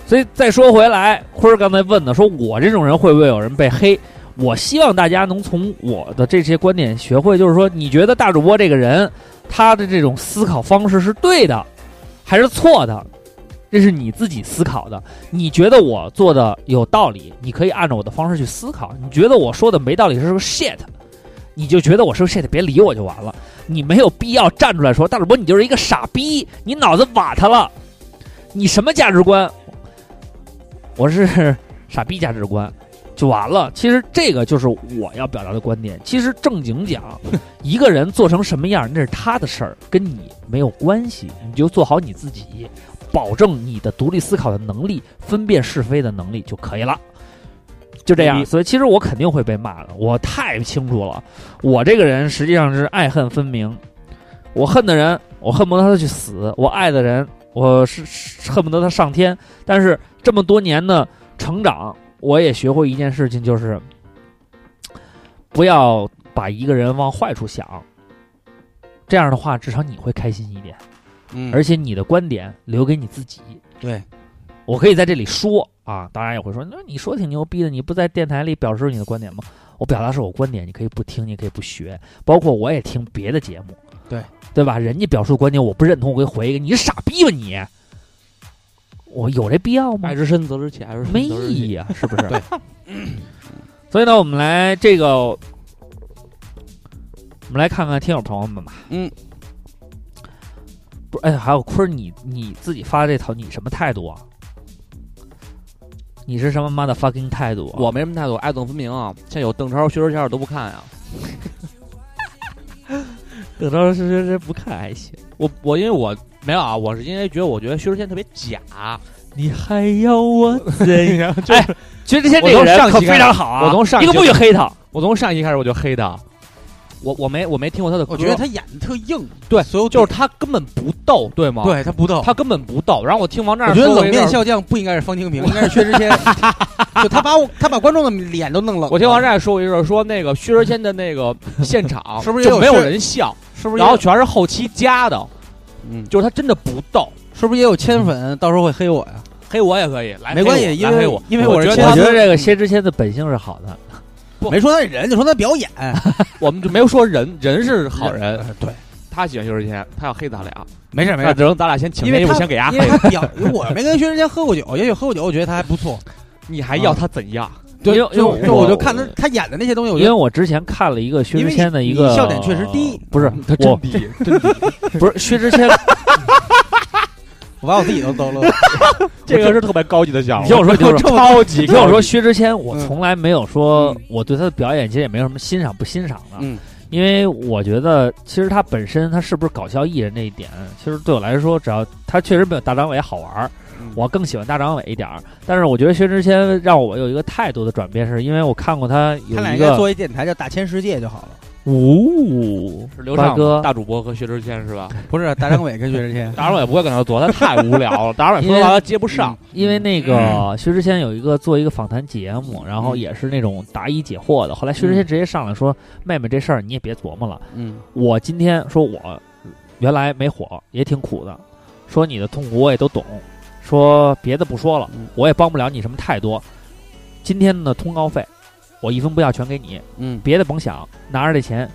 [SPEAKER 3] 所以再说回来，坤儿刚才问的，说我这种人会不会有人被黑？我希望大家能从我的这些观点学会，就是说，你觉得大主播这个人，他的这种思考方式是对的，还是错的？这是你自己思考的。你觉得我做的有道理，你可以按照我的方式去思考；你觉得我说的没道理是个 shit，你就觉得我是个 shit，别理我就完了。你没有必要站出来说大主播你就是一个傻逼，你脑子瓦特了，你什么价值观？我是 傻逼价值观。就完了。其实这个就是我要表达的观点。其实正经讲，一个人做成什么样，那是他的事儿，跟你没有关系。你就做好你自己，保证你的独立思考的能力、分辨是非的能力就可以了。就这
[SPEAKER 6] 牛
[SPEAKER 3] 样，
[SPEAKER 6] 逼
[SPEAKER 3] 所以其实我肯定会被骂的，我太清楚了。我这个人实际上是爱恨分明，我恨的人，我恨不得他去死；我爱的人，我是是恨不得他上天。但是这么多年呢，成长，我也学会一件事情，就是不要把一个人往坏处想。这样的话，至少你会开心一点，
[SPEAKER 4] 嗯
[SPEAKER 3] 而且你的观点留给你自己。
[SPEAKER 4] 对，
[SPEAKER 3] 我可以在这里说啊，当然也会说，那你说挺牛逼的，你不在电台里表示你的观点吗？我表达是我观点，你可以不听，你可以不学，包括我也听别的节目，
[SPEAKER 4] 对
[SPEAKER 3] 对吧？人家表述观点我不认同，我会回一个，你是傻逼吧你？我有这必要吗
[SPEAKER 6] 爱？之深，责之切；爱之深，
[SPEAKER 3] 没
[SPEAKER 6] 责之
[SPEAKER 3] 意
[SPEAKER 6] 切
[SPEAKER 3] 义啊，是不是？对。 所以呢，我们来这个，我们来看看听友朋友们吧。
[SPEAKER 4] 嗯。
[SPEAKER 3] 不是，哎，还有坤儿，你你自己发这条，你什么态度啊？你是什么妈的 fucking 态度啊？
[SPEAKER 5] 我没什么态度，爱憎分明啊。像有邓超、薛之谦我都不看 啊。
[SPEAKER 3] 等到是是是不看还行。
[SPEAKER 5] 我我因为我没有啊，我是因为觉得我觉得薛之谦特别假，
[SPEAKER 3] 你还要我怎样？哎，薛之谦这个
[SPEAKER 5] 我从上
[SPEAKER 3] 人可
[SPEAKER 5] 期开
[SPEAKER 3] 非
[SPEAKER 5] 始
[SPEAKER 3] 常好啊！
[SPEAKER 5] 我从上
[SPEAKER 3] 你可
[SPEAKER 5] 期
[SPEAKER 3] 不许
[SPEAKER 5] 就
[SPEAKER 3] 黑他。
[SPEAKER 5] 我从上一开始我就黑他。我我没我没听过他的歌，
[SPEAKER 4] 我觉得他演的特硬，
[SPEAKER 5] 对
[SPEAKER 4] 所有
[SPEAKER 5] 就是他根本不逗，对吗？，
[SPEAKER 4] 对他不逗。
[SPEAKER 5] 他根本不逗。然后我听王炸，
[SPEAKER 4] 我觉得冷面笑匠不应该是方清平，应该是薛之 谦。就他把我，他把观众的脸都弄冷了。
[SPEAKER 5] 我听王战说过一阵，说那个薛之谦的那个现场
[SPEAKER 4] 是不是也
[SPEAKER 5] 就
[SPEAKER 4] 有
[SPEAKER 5] 没有
[SPEAKER 4] 薛
[SPEAKER 5] 人笑，
[SPEAKER 4] 是不是也？
[SPEAKER 5] 然后全是后期加的，
[SPEAKER 4] 嗯，
[SPEAKER 5] 就是他真的不逗。
[SPEAKER 4] 是不是也有千粉？到时候会黑我呀？
[SPEAKER 5] 黑我也可以，来
[SPEAKER 4] 没关系，
[SPEAKER 5] 黑
[SPEAKER 4] 因
[SPEAKER 5] 我来黑
[SPEAKER 4] 为
[SPEAKER 5] 我，
[SPEAKER 4] 因为
[SPEAKER 5] 我
[SPEAKER 4] 是
[SPEAKER 5] 觉
[SPEAKER 3] 我
[SPEAKER 5] 得
[SPEAKER 4] 千
[SPEAKER 3] 觉得
[SPEAKER 4] 粉
[SPEAKER 3] 这个薛之谦的本性是好的，
[SPEAKER 4] 没说他人，就说他 表演。
[SPEAKER 5] 我们就没有说人人是好人，
[SPEAKER 4] 呃对，
[SPEAKER 5] 他喜欢薛之谦，他要黑咱俩，
[SPEAKER 4] 没事没
[SPEAKER 5] 那
[SPEAKER 4] 事，
[SPEAKER 5] 只能咱俩先请
[SPEAKER 4] 因为
[SPEAKER 5] 那
[SPEAKER 4] 他
[SPEAKER 5] 我先给他啊
[SPEAKER 4] 因为
[SPEAKER 5] 黑，
[SPEAKER 4] 他表，我没跟薛之谦喝过酒，也许喝过酒，我觉得他还不错。
[SPEAKER 5] 你还要他怎样？
[SPEAKER 4] 对，
[SPEAKER 3] 因为因
[SPEAKER 4] 就
[SPEAKER 3] 为
[SPEAKER 4] 就
[SPEAKER 3] 我
[SPEAKER 4] 我就看他他演的那些东西，我
[SPEAKER 3] 因为
[SPEAKER 4] 觉得
[SPEAKER 3] 我之前看了一个薛
[SPEAKER 4] 因
[SPEAKER 3] 之
[SPEAKER 4] 为
[SPEAKER 3] 谦的
[SPEAKER 4] 你
[SPEAKER 3] 一个，
[SPEAKER 4] 笑点确实低，
[SPEAKER 3] 不是
[SPEAKER 1] 他
[SPEAKER 3] 我
[SPEAKER 1] 真低，真低。
[SPEAKER 3] 不是薛之 谦，
[SPEAKER 4] 我把我自己都逗乐了。
[SPEAKER 1] 这个是特别高级的想
[SPEAKER 3] 你
[SPEAKER 1] 法。
[SPEAKER 3] 听我说，你听我 说，
[SPEAKER 1] 超级，
[SPEAKER 3] 你听我说，薛之谦，我
[SPEAKER 4] 嗯
[SPEAKER 3] 从来没有说我对他的表演其实也没有什么欣赏不欣赏的，
[SPEAKER 5] 嗯
[SPEAKER 3] 因为我觉得其实他本身他是不是搞笑艺人这一点，其实对我来说，只要他确实没有大张伟好玩儿，
[SPEAKER 4] 嗯
[SPEAKER 3] 我更喜欢大张伟一点儿。但是我觉得薛之谦让我有一个态度的转变，是因为我看过他有
[SPEAKER 4] 他俩
[SPEAKER 3] 一
[SPEAKER 4] 应该
[SPEAKER 3] 个
[SPEAKER 4] 做一电台叫“大千世界”就好了。
[SPEAKER 3] 五
[SPEAKER 5] 是刘
[SPEAKER 3] 大
[SPEAKER 5] 畅
[SPEAKER 3] 哥
[SPEAKER 5] 大主播和薛之谦是吧？
[SPEAKER 4] 不是大张伟跟薛之谦，
[SPEAKER 5] 大张伟不会跟他做，他太无聊了。大张伟说
[SPEAKER 3] 因为嗯
[SPEAKER 5] 话他接不上。嗯
[SPEAKER 3] 因为那个薛之谦有一个做一个访谈节目，然
[SPEAKER 5] 嗯
[SPEAKER 3] 后也是那种答疑解惑的。后来薛之谦直接上来说：“妹妹，这事儿你也别琢磨了，
[SPEAKER 5] 嗯，
[SPEAKER 3] 我今天说我原来没火，也挺苦的，说你的痛苦我也都懂，说别的不说了
[SPEAKER 5] 嗯，
[SPEAKER 3] 我也帮不了你什么太多。今天的通告费，我一分不要全给你，
[SPEAKER 5] 嗯，
[SPEAKER 3] 别的甭想，拿着这钱，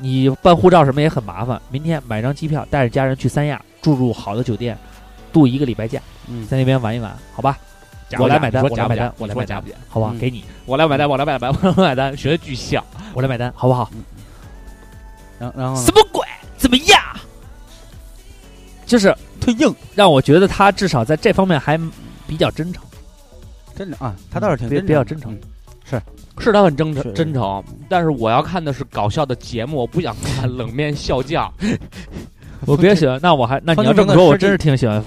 [SPEAKER 3] 你办护照什么也很麻烦。明天买张机票，带着家人去三亚住住好的酒店，度一个礼拜假，
[SPEAKER 5] 嗯
[SPEAKER 3] 在那边玩一玩，好吧？
[SPEAKER 5] 假不
[SPEAKER 3] 我来
[SPEAKER 5] 假
[SPEAKER 3] 买单，我
[SPEAKER 5] 你说
[SPEAKER 3] 来
[SPEAKER 5] 假不
[SPEAKER 3] 买
[SPEAKER 5] 假
[SPEAKER 3] 单，我来
[SPEAKER 5] 你说
[SPEAKER 3] 买
[SPEAKER 5] 假
[SPEAKER 3] 单
[SPEAKER 5] 不假，
[SPEAKER 3] 好吧？
[SPEAKER 5] 嗯
[SPEAKER 3] 给你，
[SPEAKER 5] 我来买单，我来买单，我来买单，学的巨像。嗯
[SPEAKER 3] 我来买单，好不好？
[SPEAKER 4] 然后然后呢
[SPEAKER 3] 什么鬼？怎么样？就是
[SPEAKER 4] 忒硬，
[SPEAKER 3] 让我觉得他至少在这方面还比较真诚，
[SPEAKER 4] 真的啊，他倒是挺
[SPEAKER 3] 比
[SPEAKER 4] 真
[SPEAKER 3] 比较
[SPEAKER 4] 诚
[SPEAKER 3] 真诚。
[SPEAKER 5] 是他很真
[SPEAKER 4] 是
[SPEAKER 5] 诚真诚，但是我要看的是搞笑的节目，我不想看冷面笑匠。
[SPEAKER 3] 我比较喜欢，那我还那你要这么说，我真是挺喜欢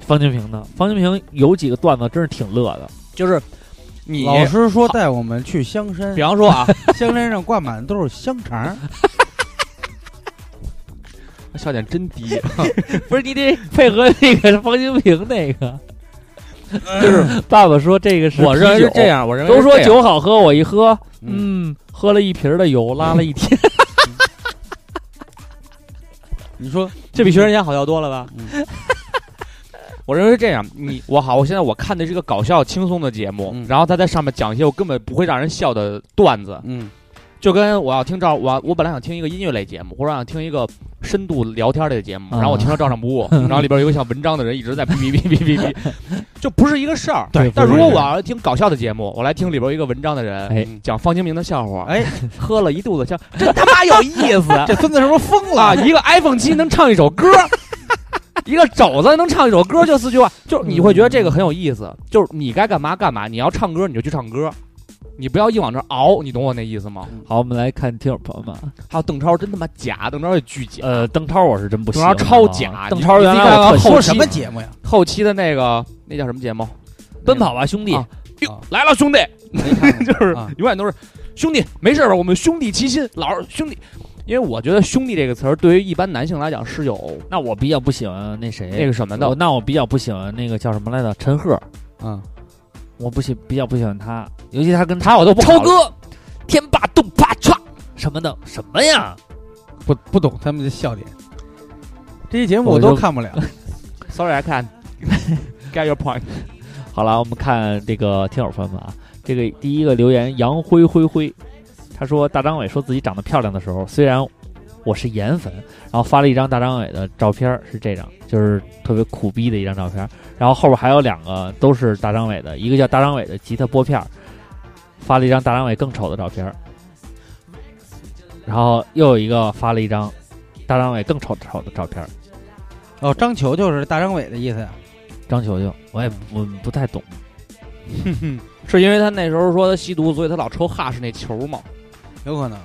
[SPEAKER 3] 方清平的。方清平有几个段子真是挺乐的，就是
[SPEAKER 5] 你
[SPEAKER 4] 老师说带我们去香山
[SPEAKER 5] 比，方说啊，
[SPEAKER 4] 香山上挂满的都是香肠，
[SPEAKER 5] 笑点真低，
[SPEAKER 3] 不是你得 配合那个方清平那个，就是爸爸说这个是
[SPEAKER 5] 我认为
[SPEAKER 3] 嗯啤酒
[SPEAKER 5] 是这，样，我认为
[SPEAKER 3] 都
[SPEAKER 5] 是
[SPEAKER 3] 说
[SPEAKER 5] 这样，
[SPEAKER 3] 酒好喝，我一喝，嗯，喝了一瓶的油，拉了一天，
[SPEAKER 5] 你说这比学生家好笑多了吧？我认为是这样，你我好，我现在我看的是一个搞笑轻松的节目，
[SPEAKER 4] 嗯
[SPEAKER 5] 然后他在上面讲一些我根本不会让人笑的段子，
[SPEAKER 4] 嗯，
[SPEAKER 5] 就跟我要听赵我我本来想听一个音乐类节目，或者想听一个深度聊天类的节目，
[SPEAKER 3] 啊
[SPEAKER 5] 然后我听到照尚 不误，然后里边有一个像文章的人一直在哔哔哔哔哔哔，就不是一个事儿。
[SPEAKER 3] 对
[SPEAKER 5] 但
[SPEAKER 3] 不
[SPEAKER 5] 如
[SPEAKER 3] 是
[SPEAKER 5] 果我要听搞笑的节目，我来听里边有一个文章的人、
[SPEAKER 3] 哎
[SPEAKER 5] 讲方清明的笑话，
[SPEAKER 4] 哎，
[SPEAKER 5] 喝了一肚子香，真他妈有意思
[SPEAKER 4] 这孙子是不是疯
[SPEAKER 5] 啊！
[SPEAKER 4] 了？
[SPEAKER 5] 一个 iPhone 七能唱一 首歌，一个肘子能唱一首歌，就四句话，就是你会觉得这个很有意
[SPEAKER 4] 嗯
[SPEAKER 5] 思，就是你该干嘛干嘛，你要唱歌你就去唱歌，你不要硬往这熬，你懂我那意思吗？
[SPEAKER 3] 好，我们来看听友朋友们啊，
[SPEAKER 5] 还有邓超真他妈假，邓超也巨假。
[SPEAKER 3] 呃，邓超我是真不喜
[SPEAKER 5] 邓
[SPEAKER 3] 欢
[SPEAKER 5] 超
[SPEAKER 3] 啊，
[SPEAKER 5] 超假，
[SPEAKER 3] 邓超原
[SPEAKER 5] 你看
[SPEAKER 3] 来我
[SPEAKER 5] 看
[SPEAKER 3] 特喜
[SPEAKER 5] 后
[SPEAKER 4] 说
[SPEAKER 3] 欢
[SPEAKER 4] 什么节 目呀？
[SPEAKER 5] 后期的那个那叫什么节目？
[SPEAKER 3] 奔跑吧兄弟
[SPEAKER 5] 啊，来了兄弟，
[SPEAKER 4] 没看过
[SPEAKER 5] 就是
[SPEAKER 4] 啊
[SPEAKER 5] 永远都是兄弟，没事吧？我们兄弟齐心，老是兄弟。因为我觉得“兄弟”这个词儿对于一般男性来讲是有
[SPEAKER 3] 那我比较不喜欢那谁，
[SPEAKER 5] 那个什么
[SPEAKER 3] 哎我
[SPEAKER 5] 的，
[SPEAKER 3] 那我比较不喜欢那个叫什么来着，陈赫，
[SPEAKER 4] 啊，
[SPEAKER 3] 我不喜比较不喜欢他，尤其他跟
[SPEAKER 5] 他我都不
[SPEAKER 3] 超
[SPEAKER 5] 好
[SPEAKER 3] 哥、天霸、动霸、歘什么的什么呀，
[SPEAKER 4] 不不懂他们的笑点。这些节目
[SPEAKER 3] 我
[SPEAKER 4] 我
[SPEAKER 3] 就
[SPEAKER 4] 都看不了，
[SPEAKER 5] Sorry, I can get your point。
[SPEAKER 3] 好了，我们看这个听友朋友们啊，这个第一个留言杨辉辉辉，他说大张伟说自己长得漂亮的时候，虽然我是颜粉，然后发了一张大张伟的照片儿，是这张，就是特别苦逼的一张照片儿。然后后边还有两个都是大张伟的，一个叫大张伟的吉他拨片儿，发了一张大张伟更丑的照片儿，然后又有一个发了一张大张伟更丑的丑的照片儿。
[SPEAKER 4] 哦，张球就是大张伟的意思呀。
[SPEAKER 3] 张球球，我也我不太懂，
[SPEAKER 5] 是因为他那时候说他吸毒，所以他老抽哈士那球嘛。
[SPEAKER 4] 有可能。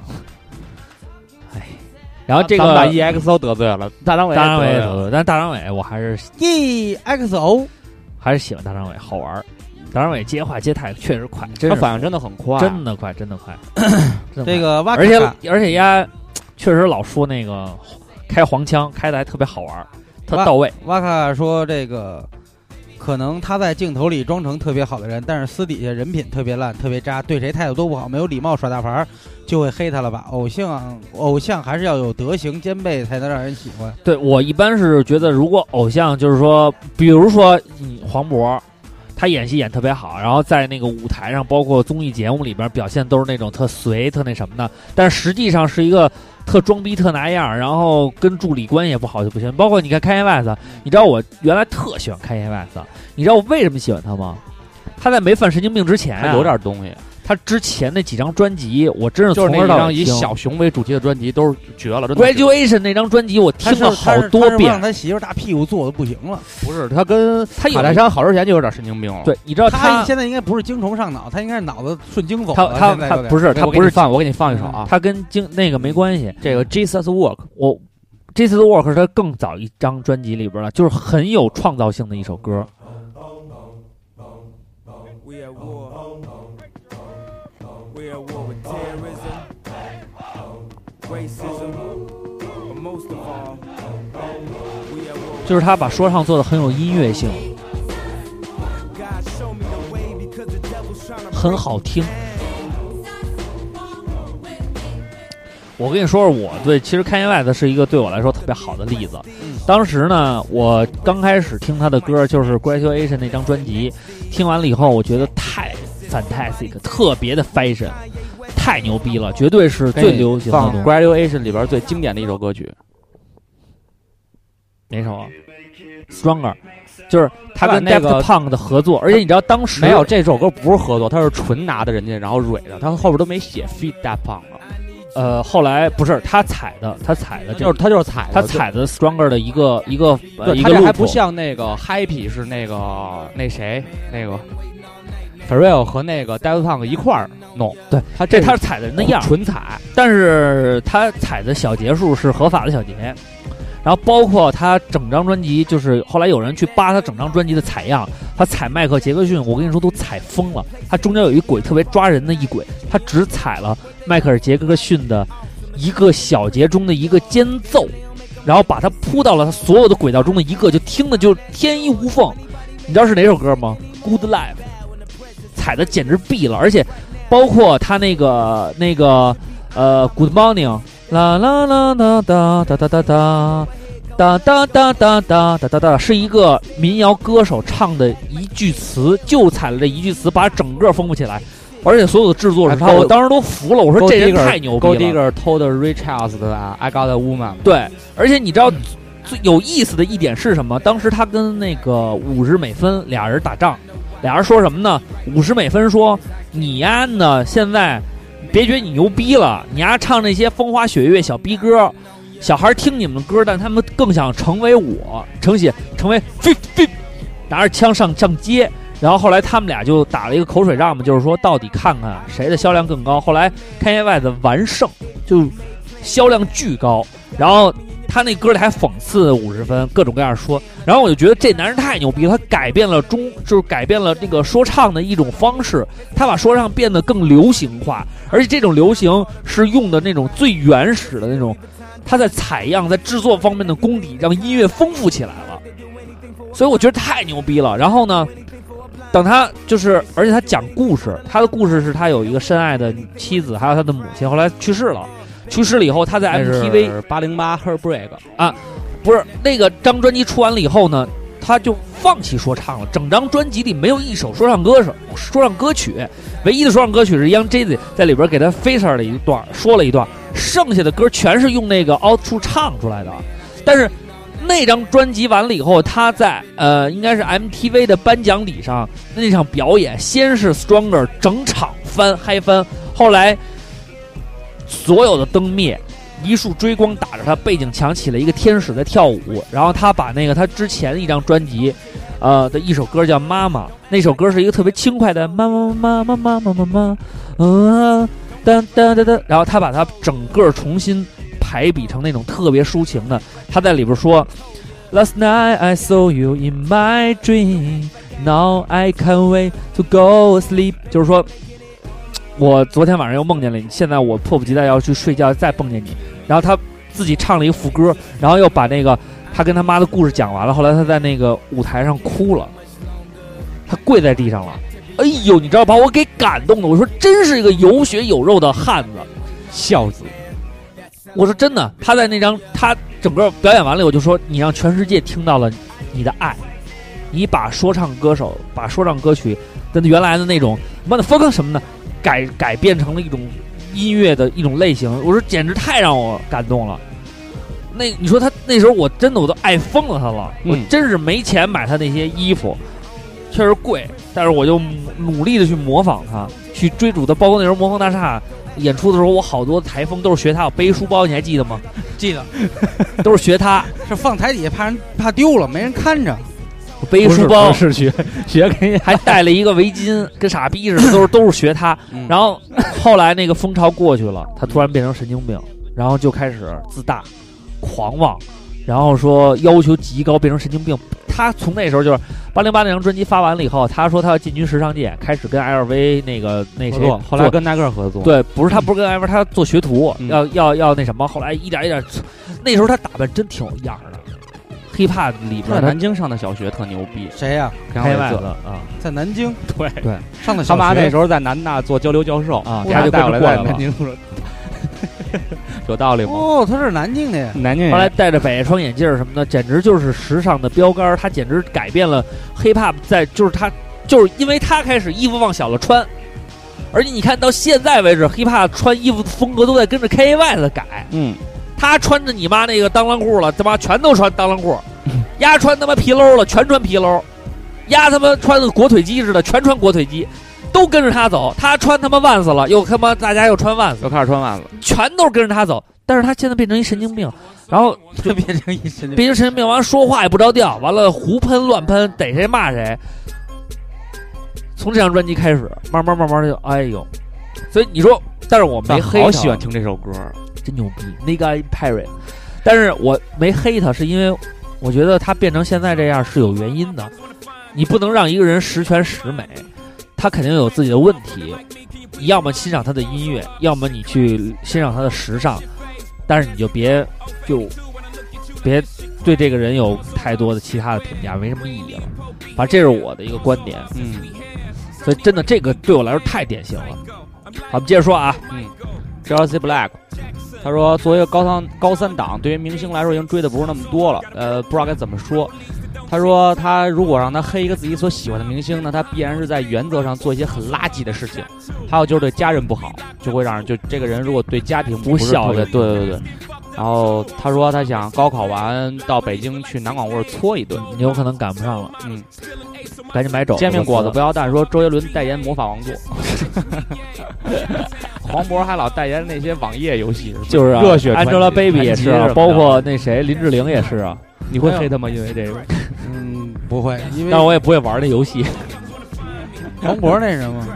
[SPEAKER 3] 然后这
[SPEAKER 5] 咱
[SPEAKER 3] 个
[SPEAKER 5] 们把 EXO 得罪了，啊大张伟也
[SPEAKER 3] 大张伟
[SPEAKER 5] 得
[SPEAKER 3] 也
[SPEAKER 5] 罪
[SPEAKER 3] 走
[SPEAKER 5] 了，
[SPEAKER 3] 了，但是大张伟我还是
[SPEAKER 4] EXO
[SPEAKER 3] 还是喜欢大张伟，好玩儿。大张伟接话接太确实快，真
[SPEAKER 5] 他
[SPEAKER 3] 是
[SPEAKER 5] 反应真的很快。
[SPEAKER 3] 真的快，真的 快。真的快
[SPEAKER 4] 这，个哇咔
[SPEAKER 3] 而且
[SPEAKER 4] 咔，
[SPEAKER 3] 而且丫确实老说那个开黄腔，开的还特别好玩儿，特
[SPEAKER 4] 哇
[SPEAKER 3] 到位。
[SPEAKER 4] 哇咔说这个，可能他在镜头里装成特别好的人，但是私底下人品特别烂，特别渣，对谁态度都不好，没有礼貌，耍大牌儿，就会黑他了吧？哦偶像偶像还是要有德行兼备，才能让人喜欢。
[SPEAKER 3] 对我一般是觉得，如果偶像就是说，比如说嗯黄渤，他演戏演特别好，然后在那个舞台上，包括综艺节目里边表现都是那种特随、特那什么的，但实际上是一个特装逼、特拿样儿，然后跟助理关系也不好就不行。包括你看 Kanye West，你知道我原来特喜欢 Kanye West，你知道我为什么喜欢他吗？他在没犯神经病之前、啊
[SPEAKER 6] 还有，点东西。
[SPEAKER 3] 他之前那几张专辑，我真是
[SPEAKER 6] 就是
[SPEAKER 3] 从
[SPEAKER 6] 那
[SPEAKER 3] 头
[SPEAKER 6] 一
[SPEAKER 3] 到
[SPEAKER 6] 张
[SPEAKER 3] 尾
[SPEAKER 6] 以
[SPEAKER 3] 听。
[SPEAKER 6] 小熊为主题的专辑都是绝了，真的绝了。
[SPEAKER 3] Graduation 那张专辑我
[SPEAKER 4] 他
[SPEAKER 3] 听
[SPEAKER 4] 是
[SPEAKER 3] 了好
[SPEAKER 4] 他
[SPEAKER 3] 多
[SPEAKER 4] 是他是
[SPEAKER 3] 遍
[SPEAKER 4] 让，他媳妇儿大屁股坐的不行了。
[SPEAKER 6] 不是他跟
[SPEAKER 3] 他有
[SPEAKER 6] 卡戴珊好之前就有点神经病了。
[SPEAKER 3] 对，你知道
[SPEAKER 4] 哦他
[SPEAKER 3] 他
[SPEAKER 4] 现在应该不是精虫上脑，他应该是脑子顺经走
[SPEAKER 3] 他
[SPEAKER 4] 了。
[SPEAKER 3] 他
[SPEAKER 4] 现在
[SPEAKER 3] 他
[SPEAKER 4] 有点
[SPEAKER 3] 不是
[SPEAKER 6] 对，
[SPEAKER 3] 他
[SPEAKER 6] 我给
[SPEAKER 3] 不
[SPEAKER 6] 你
[SPEAKER 3] 是
[SPEAKER 6] 放，我给你放一首啊。
[SPEAKER 3] 他跟经那个没关系。
[SPEAKER 5] 这个 Jesus Walk，
[SPEAKER 3] 我这次的 Work 是他更早一张专辑里边了，就是很有创造性的一首歌。
[SPEAKER 8] We at war. We at war with terrorism, racism, but most of all, we at war.
[SPEAKER 3] 就是他把说唱做的很有音乐性，
[SPEAKER 8] God show me the way because the devil's trying to
[SPEAKER 3] 很好听。我跟你说说我对，其实 Kanye West 是一个对我来说特别好的例子。
[SPEAKER 6] 嗯
[SPEAKER 3] 当时呢，我刚开始听他的歌就是《Graduation》那张专辑，听完了以后，我觉得太 fantastic，特别的 fashion，太牛逼了，绝对是最流行的
[SPEAKER 6] 放
[SPEAKER 3] 东西。
[SPEAKER 6] Graduation 里边最经典的一首歌曲，
[SPEAKER 3] 哪首啊？Stronger，就是他跟
[SPEAKER 6] 哎他把那
[SPEAKER 3] Daft
[SPEAKER 6] 个
[SPEAKER 3] Punk 的合作，而且你知道当时
[SPEAKER 6] 没有这首歌不是合作，他是纯拿的人家然后蕊的，他后边都没写 feed 大胖了，
[SPEAKER 3] 呃，后来不是他踩的，他踩的
[SPEAKER 6] 他
[SPEAKER 3] 这
[SPEAKER 6] 就是他就是踩的，
[SPEAKER 3] 他踩的 Stronger 的一个一个
[SPEAKER 6] 对，
[SPEAKER 3] 呃
[SPEAKER 6] 对
[SPEAKER 3] 一
[SPEAKER 6] 他
[SPEAKER 3] 个
[SPEAKER 6] 这
[SPEAKER 3] 路
[SPEAKER 6] 还不像那个 Happy 是那个那谁那个 Pharrell 和那个 Daft Punk 一块儿弄，
[SPEAKER 3] 对
[SPEAKER 6] 他
[SPEAKER 3] 这
[SPEAKER 6] 个
[SPEAKER 3] 他是踩的人的样儿，
[SPEAKER 6] 纯踩，
[SPEAKER 3] 但是他踩的小节数是合法的小节，然后包括他整张专辑，就是后来有人去扒他整张专辑的采样，他踩迈克杰克逊，我跟你说都踩疯了。他中间有一轨特别抓人的一轨，他只踩了迈克尔杰克逊的一个小节中的一个间奏，然后把它铺到了他所有的轨道中的一个，就听的就天衣无缝。你知道是哪首歌吗？Good Life，踩的简直毙了，而且包括他那个那个。呃，Good morning，啦啦啦啦哒哒哒哒哒哒哒哒哒哒哒哒哒，是一个民谣歌手唱的一句词，就踩了这一句词，把整个丰富起来，而且所有的制作是他，
[SPEAKER 6] 还有
[SPEAKER 3] 我当时都服了，我说这人太牛逼
[SPEAKER 6] Gold
[SPEAKER 3] 了。
[SPEAKER 6] Digger 偷的 Ray Charles 的啊 I Got a Woman，
[SPEAKER 3] 对，而且你知道最有意思的一点是什么？当时他跟那个五十美分俩人打仗，俩人说什么呢？五十美分说：“你呀呢，现在别觉得你牛逼了，你呀唱那些风花雪月小逼歌，小孩听你们的歌，但他们更想成为我，成写成为飞飞，拿着枪上上街。”然后后来他们俩就打了一个口水仗嘛，就是说到底看看谁的销量更高。后来 Kanye West 完胜，就销量巨高。然后他那歌里还讽刺五十分，各种各样说。然后我就觉得这男人太牛逼了，他改变了中，就是改变了那个说唱的一种方式，他把说唱变得更流行化，而且这种流行是用的那种最原始的那种，他在采样、在制作方面的功底，让音乐丰富起来了。所以我觉得太牛逼了。然后呢？等他就是，而且他讲故事，他的故事是他有一个深爱的妻子，还有他的母亲，后来去世了。去世了以后，他在 MTV
[SPEAKER 6] 八零八 Heartbreak，
[SPEAKER 3] 不是那个张专辑出完了以后呢，他就放弃说唱了。整张专辑里没有一首说唱歌手说唱歌曲，唯一的说唱歌曲是 Young Jeezy 在里边给他 feature 了一段，说了一段，剩下的歌全是用那个 out 处唱出来的。但是那张专辑完了以后，他在呃应该是 MTV 的颁奖礼上那场表演，先是 Stronger 整场翻嗨翻，后来所有的灯灭，一束追光打着他背景墙起了一个天使在跳舞，然后他把那个他之前的一张专辑，呃的一首歌叫《妈妈》，那首歌是一个特别轻快的妈妈妈妈妈妈妈妈，嗯，哒哒哒哒，然后他把它整个重新排比成那种特别抒情的，他在里边说，Last night I saw you in my dream, now I can't wait to go sleep，就是说。我昨天晚上又梦见了你，现在我迫不及待要去睡觉，再梦见你。然后他自己唱了一个副歌，然后又把那个他跟他妈的故事讲完了。后来他在那个舞台上哭了，他跪在地上了。哎呦，你知道把我给感动的，我说真是一个有血有肉的汉子，孝子。我说真的，他在那张他整个表演完了以后，我就说你让全世界听到了你的爱，你把说唱歌手、把说唱歌曲的原来的那种 motherfucker 什么的改改变成了一种音乐的一种类型，我说简直太让我感动了。那你说他那时候我真的我都爱疯了他了，
[SPEAKER 6] 嗯
[SPEAKER 3] 我真是没钱买他那些衣服，确实贵，但是我就努努力的去模仿他，去追逐他。包括那时候《魔方大厦》演出的时候，我好多台风都是学他，我背书包，你还记得吗？
[SPEAKER 4] 记得
[SPEAKER 3] 都是学他，
[SPEAKER 4] 是放台底下怕人怕丢了，没人看着。
[SPEAKER 3] 我背书包，
[SPEAKER 5] 是学学给人家
[SPEAKER 3] 还戴了一个围巾，跟傻逼似的，都是都是学他。
[SPEAKER 4] 嗯
[SPEAKER 3] 然后后来那个风潮过去了，他突然变成神经病，然后就开始自大、狂妄，然后说要求极高，变成神经病。他从那时候就是八零八那张专辑发完了以后，他说他要进军时尚界，开始跟 LV 那个那
[SPEAKER 5] 合
[SPEAKER 3] 谁
[SPEAKER 5] 作，后来
[SPEAKER 3] 做
[SPEAKER 5] 跟耐克合作，，
[SPEAKER 3] 对，不是他不是跟 LV，他做学徒，
[SPEAKER 5] 嗯
[SPEAKER 3] 要要要那什么。后来一点一点，那时候他打扮真挺有样儿的，hiphop 里
[SPEAKER 5] 他在
[SPEAKER 3] 边他
[SPEAKER 5] 南京上的小学特牛逼，
[SPEAKER 4] 谁呀、
[SPEAKER 3] 开外
[SPEAKER 5] 了。
[SPEAKER 3] 了啊。
[SPEAKER 4] 在南京
[SPEAKER 5] 对
[SPEAKER 3] 对，
[SPEAKER 4] 上的
[SPEAKER 5] 他
[SPEAKER 4] 小
[SPEAKER 5] 妈那
[SPEAKER 4] 学
[SPEAKER 5] 时候在南大做交流教授
[SPEAKER 3] 啊
[SPEAKER 5] 给他
[SPEAKER 3] 他就
[SPEAKER 5] 带
[SPEAKER 3] 跟
[SPEAKER 5] 我来
[SPEAKER 3] 着过来
[SPEAKER 5] 在
[SPEAKER 3] 了
[SPEAKER 5] 南京说， 有道理吗？
[SPEAKER 4] 哦，他是南京的呀。
[SPEAKER 5] 南京
[SPEAKER 3] 后来
[SPEAKER 5] 人
[SPEAKER 3] 戴着北双眼镜儿什么的，简直就是时尚的标杆儿。他简直改变了 hiphop，在就是他就是因为他开始衣服往小了穿，而且你看到现在为止，hiphop 穿衣服风格都在跟着 KY 的改。
[SPEAKER 5] 嗯，
[SPEAKER 3] 他穿着你妈那个裆榔裤了，他妈全都穿裆榔裤，丫穿他妈皮褛了，全穿皮褛，丫他妈穿的裹腿机似的，全穿裹腿机，都跟着他走。他穿他妈万斯了，又他妈大家又穿万斯，
[SPEAKER 5] 又开始穿袜子，
[SPEAKER 3] 全都是跟着他走。但是他现在变成一神经病，然后
[SPEAKER 4] 就变成一神经病。
[SPEAKER 3] 变成神经病，完了说话也不着调，完了胡喷乱喷，逮谁骂谁。从这张专辑开始，慢慢慢慢地就哎呦，所以你说，但是我没
[SPEAKER 5] 但
[SPEAKER 3] 黑
[SPEAKER 5] 好
[SPEAKER 3] 他
[SPEAKER 5] 喜欢听这首歌，
[SPEAKER 3] 真牛逼 n i g a Perry。但是我没黑他，是因为我觉得他变成现在这样是有原因的。你不能让一个人十全十美，他肯定有自己的问题。你要么欣赏他的音乐，要么你去欣赏他的时尚，但是你就别就别对这个人有太多的其他的评价，没什么意义了。反正这是我的一个观点，
[SPEAKER 5] 嗯，
[SPEAKER 3] 所以真的这个对我来说太典型了。好，我们接着说啊，
[SPEAKER 5] Jersey Black，他说作为一个高三高三党，对于明星来说已经追的不是那么多了，呃，不知道该怎么说。他说他如果让他黑一个自己所喜欢的明星呢，他必然是在原则上做一些很垃圾的事情，还有就是对家人不好，就会让人就这个人如果对家庭不是
[SPEAKER 3] 孝
[SPEAKER 5] 特别
[SPEAKER 3] 顺
[SPEAKER 5] 对对对。然后他说他想高考完到北京去南广味儿搓一顿，
[SPEAKER 3] 你有可能赶不上了，
[SPEAKER 5] 嗯，
[SPEAKER 3] 赶紧买肘子
[SPEAKER 5] 煎饼果子
[SPEAKER 3] 吧
[SPEAKER 5] 不要蛋，说周杰伦代言魔法王 座，黄渤还老代言那些网页游戏，是吧
[SPEAKER 3] 就是啊
[SPEAKER 5] 热血团体
[SPEAKER 3] Angelababy 也是啊，包。
[SPEAKER 5] 团体什么的
[SPEAKER 3] 括那谁林志玲也是 啊。
[SPEAKER 5] 你会黑他吗？因为这个，
[SPEAKER 4] 嗯，不会，因为
[SPEAKER 5] 哎
[SPEAKER 3] 但我也不会玩那游 戏，
[SPEAKER 4] 黄渤那什么，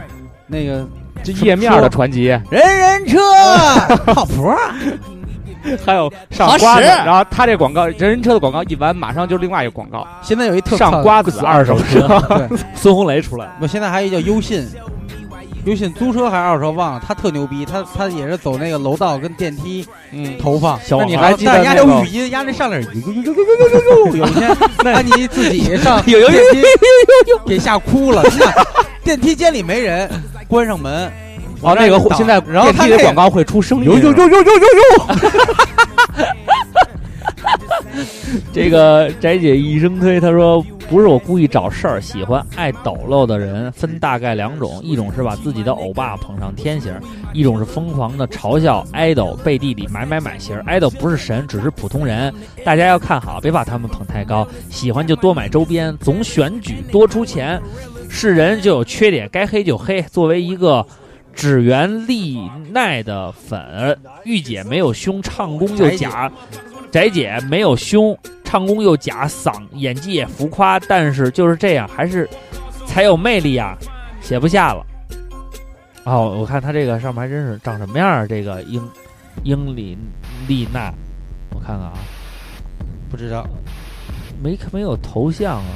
[SPEAKER 4] 那个
[SPEAKER 5] 这页面的传奇，
[SPEAKER 4] 人人车靠谱啊，
[SPEAKER 5] 还有上瓜子，然后他这广告，人人车的广告一完，马上就是另外一个广告，
[SPEAKER 4] 现在有一特
[SPEAKER 5] 上瓜子二手车。
[SPEAKER 4] 对，
[SPEAKER 3] 孙红雷出来了。
[SPEAKER 4] 我现在还有一叫优信，优信租车还是二手车忘了，他特牛逼，他他也是走那个楼道跟电梯
[SPEAKER 5] 嗯，
[SPEAKER 4] 投放。
[SPEAKER 3] 小
[SPEAKER 4] 那
[SPEAKER 3] 网
[SPEAKER 4] 你
[SPEAKER 3] 红
[SPEAKER 4] 还记得
[SPEAKER 5] 那
[SPEAKER 4] 压
[SPEAKER 5] 个
[SPEAKER 4] 有语音，压那上脸，有一天安妮自己上
[SPEAKER 3] 有有有
[SPEAKER 4] 电梯给吓哭了，真的电梯间里没人，关上门。
[SPEAKER 5] 哦，那个会
[SPEAKER 4] 挡
[SPEAKER 5] 现在
[SPEAKER 4] 然后
[SPEAKER 5] 电
[SPEAKER 4] 他
[SPEAKER 5] 梯
[SPEAKER 4] 那
[SPEAKER 5] 的
[SPEAKER 4] 个
[SPEAKER 5] 广告会出声音，
[SPEAKER 4] 有有有有有有有，
[SPEAKER 3] 这个翟姐一生推，她说不是我故意找事儿，喜欢爱抖露的人分大概两种，一种是把自己的欧巴捧上天型，一种是疯狂的嘲笑 idol 背地里买买买型。idol 不是神，只是普通人，大家要看好，别把他们捧太高。喜欢就多买周边，总选举，多出钱。是人就有缺点，该黑就黑。作为一个只缘利奈的粉，御姐没有胸，唱功又假；翟姐没有胸，唱功又假，嗓演技也浮夸。但是就是这样，还是才有魅力啊！写不下了。哦，我看他这个上面还真是长什么样啊？这个英英里丽娜，我看看啊，
[SPEAKER 4] 不知道，
[SPEAKER 3] 没没有头像啊，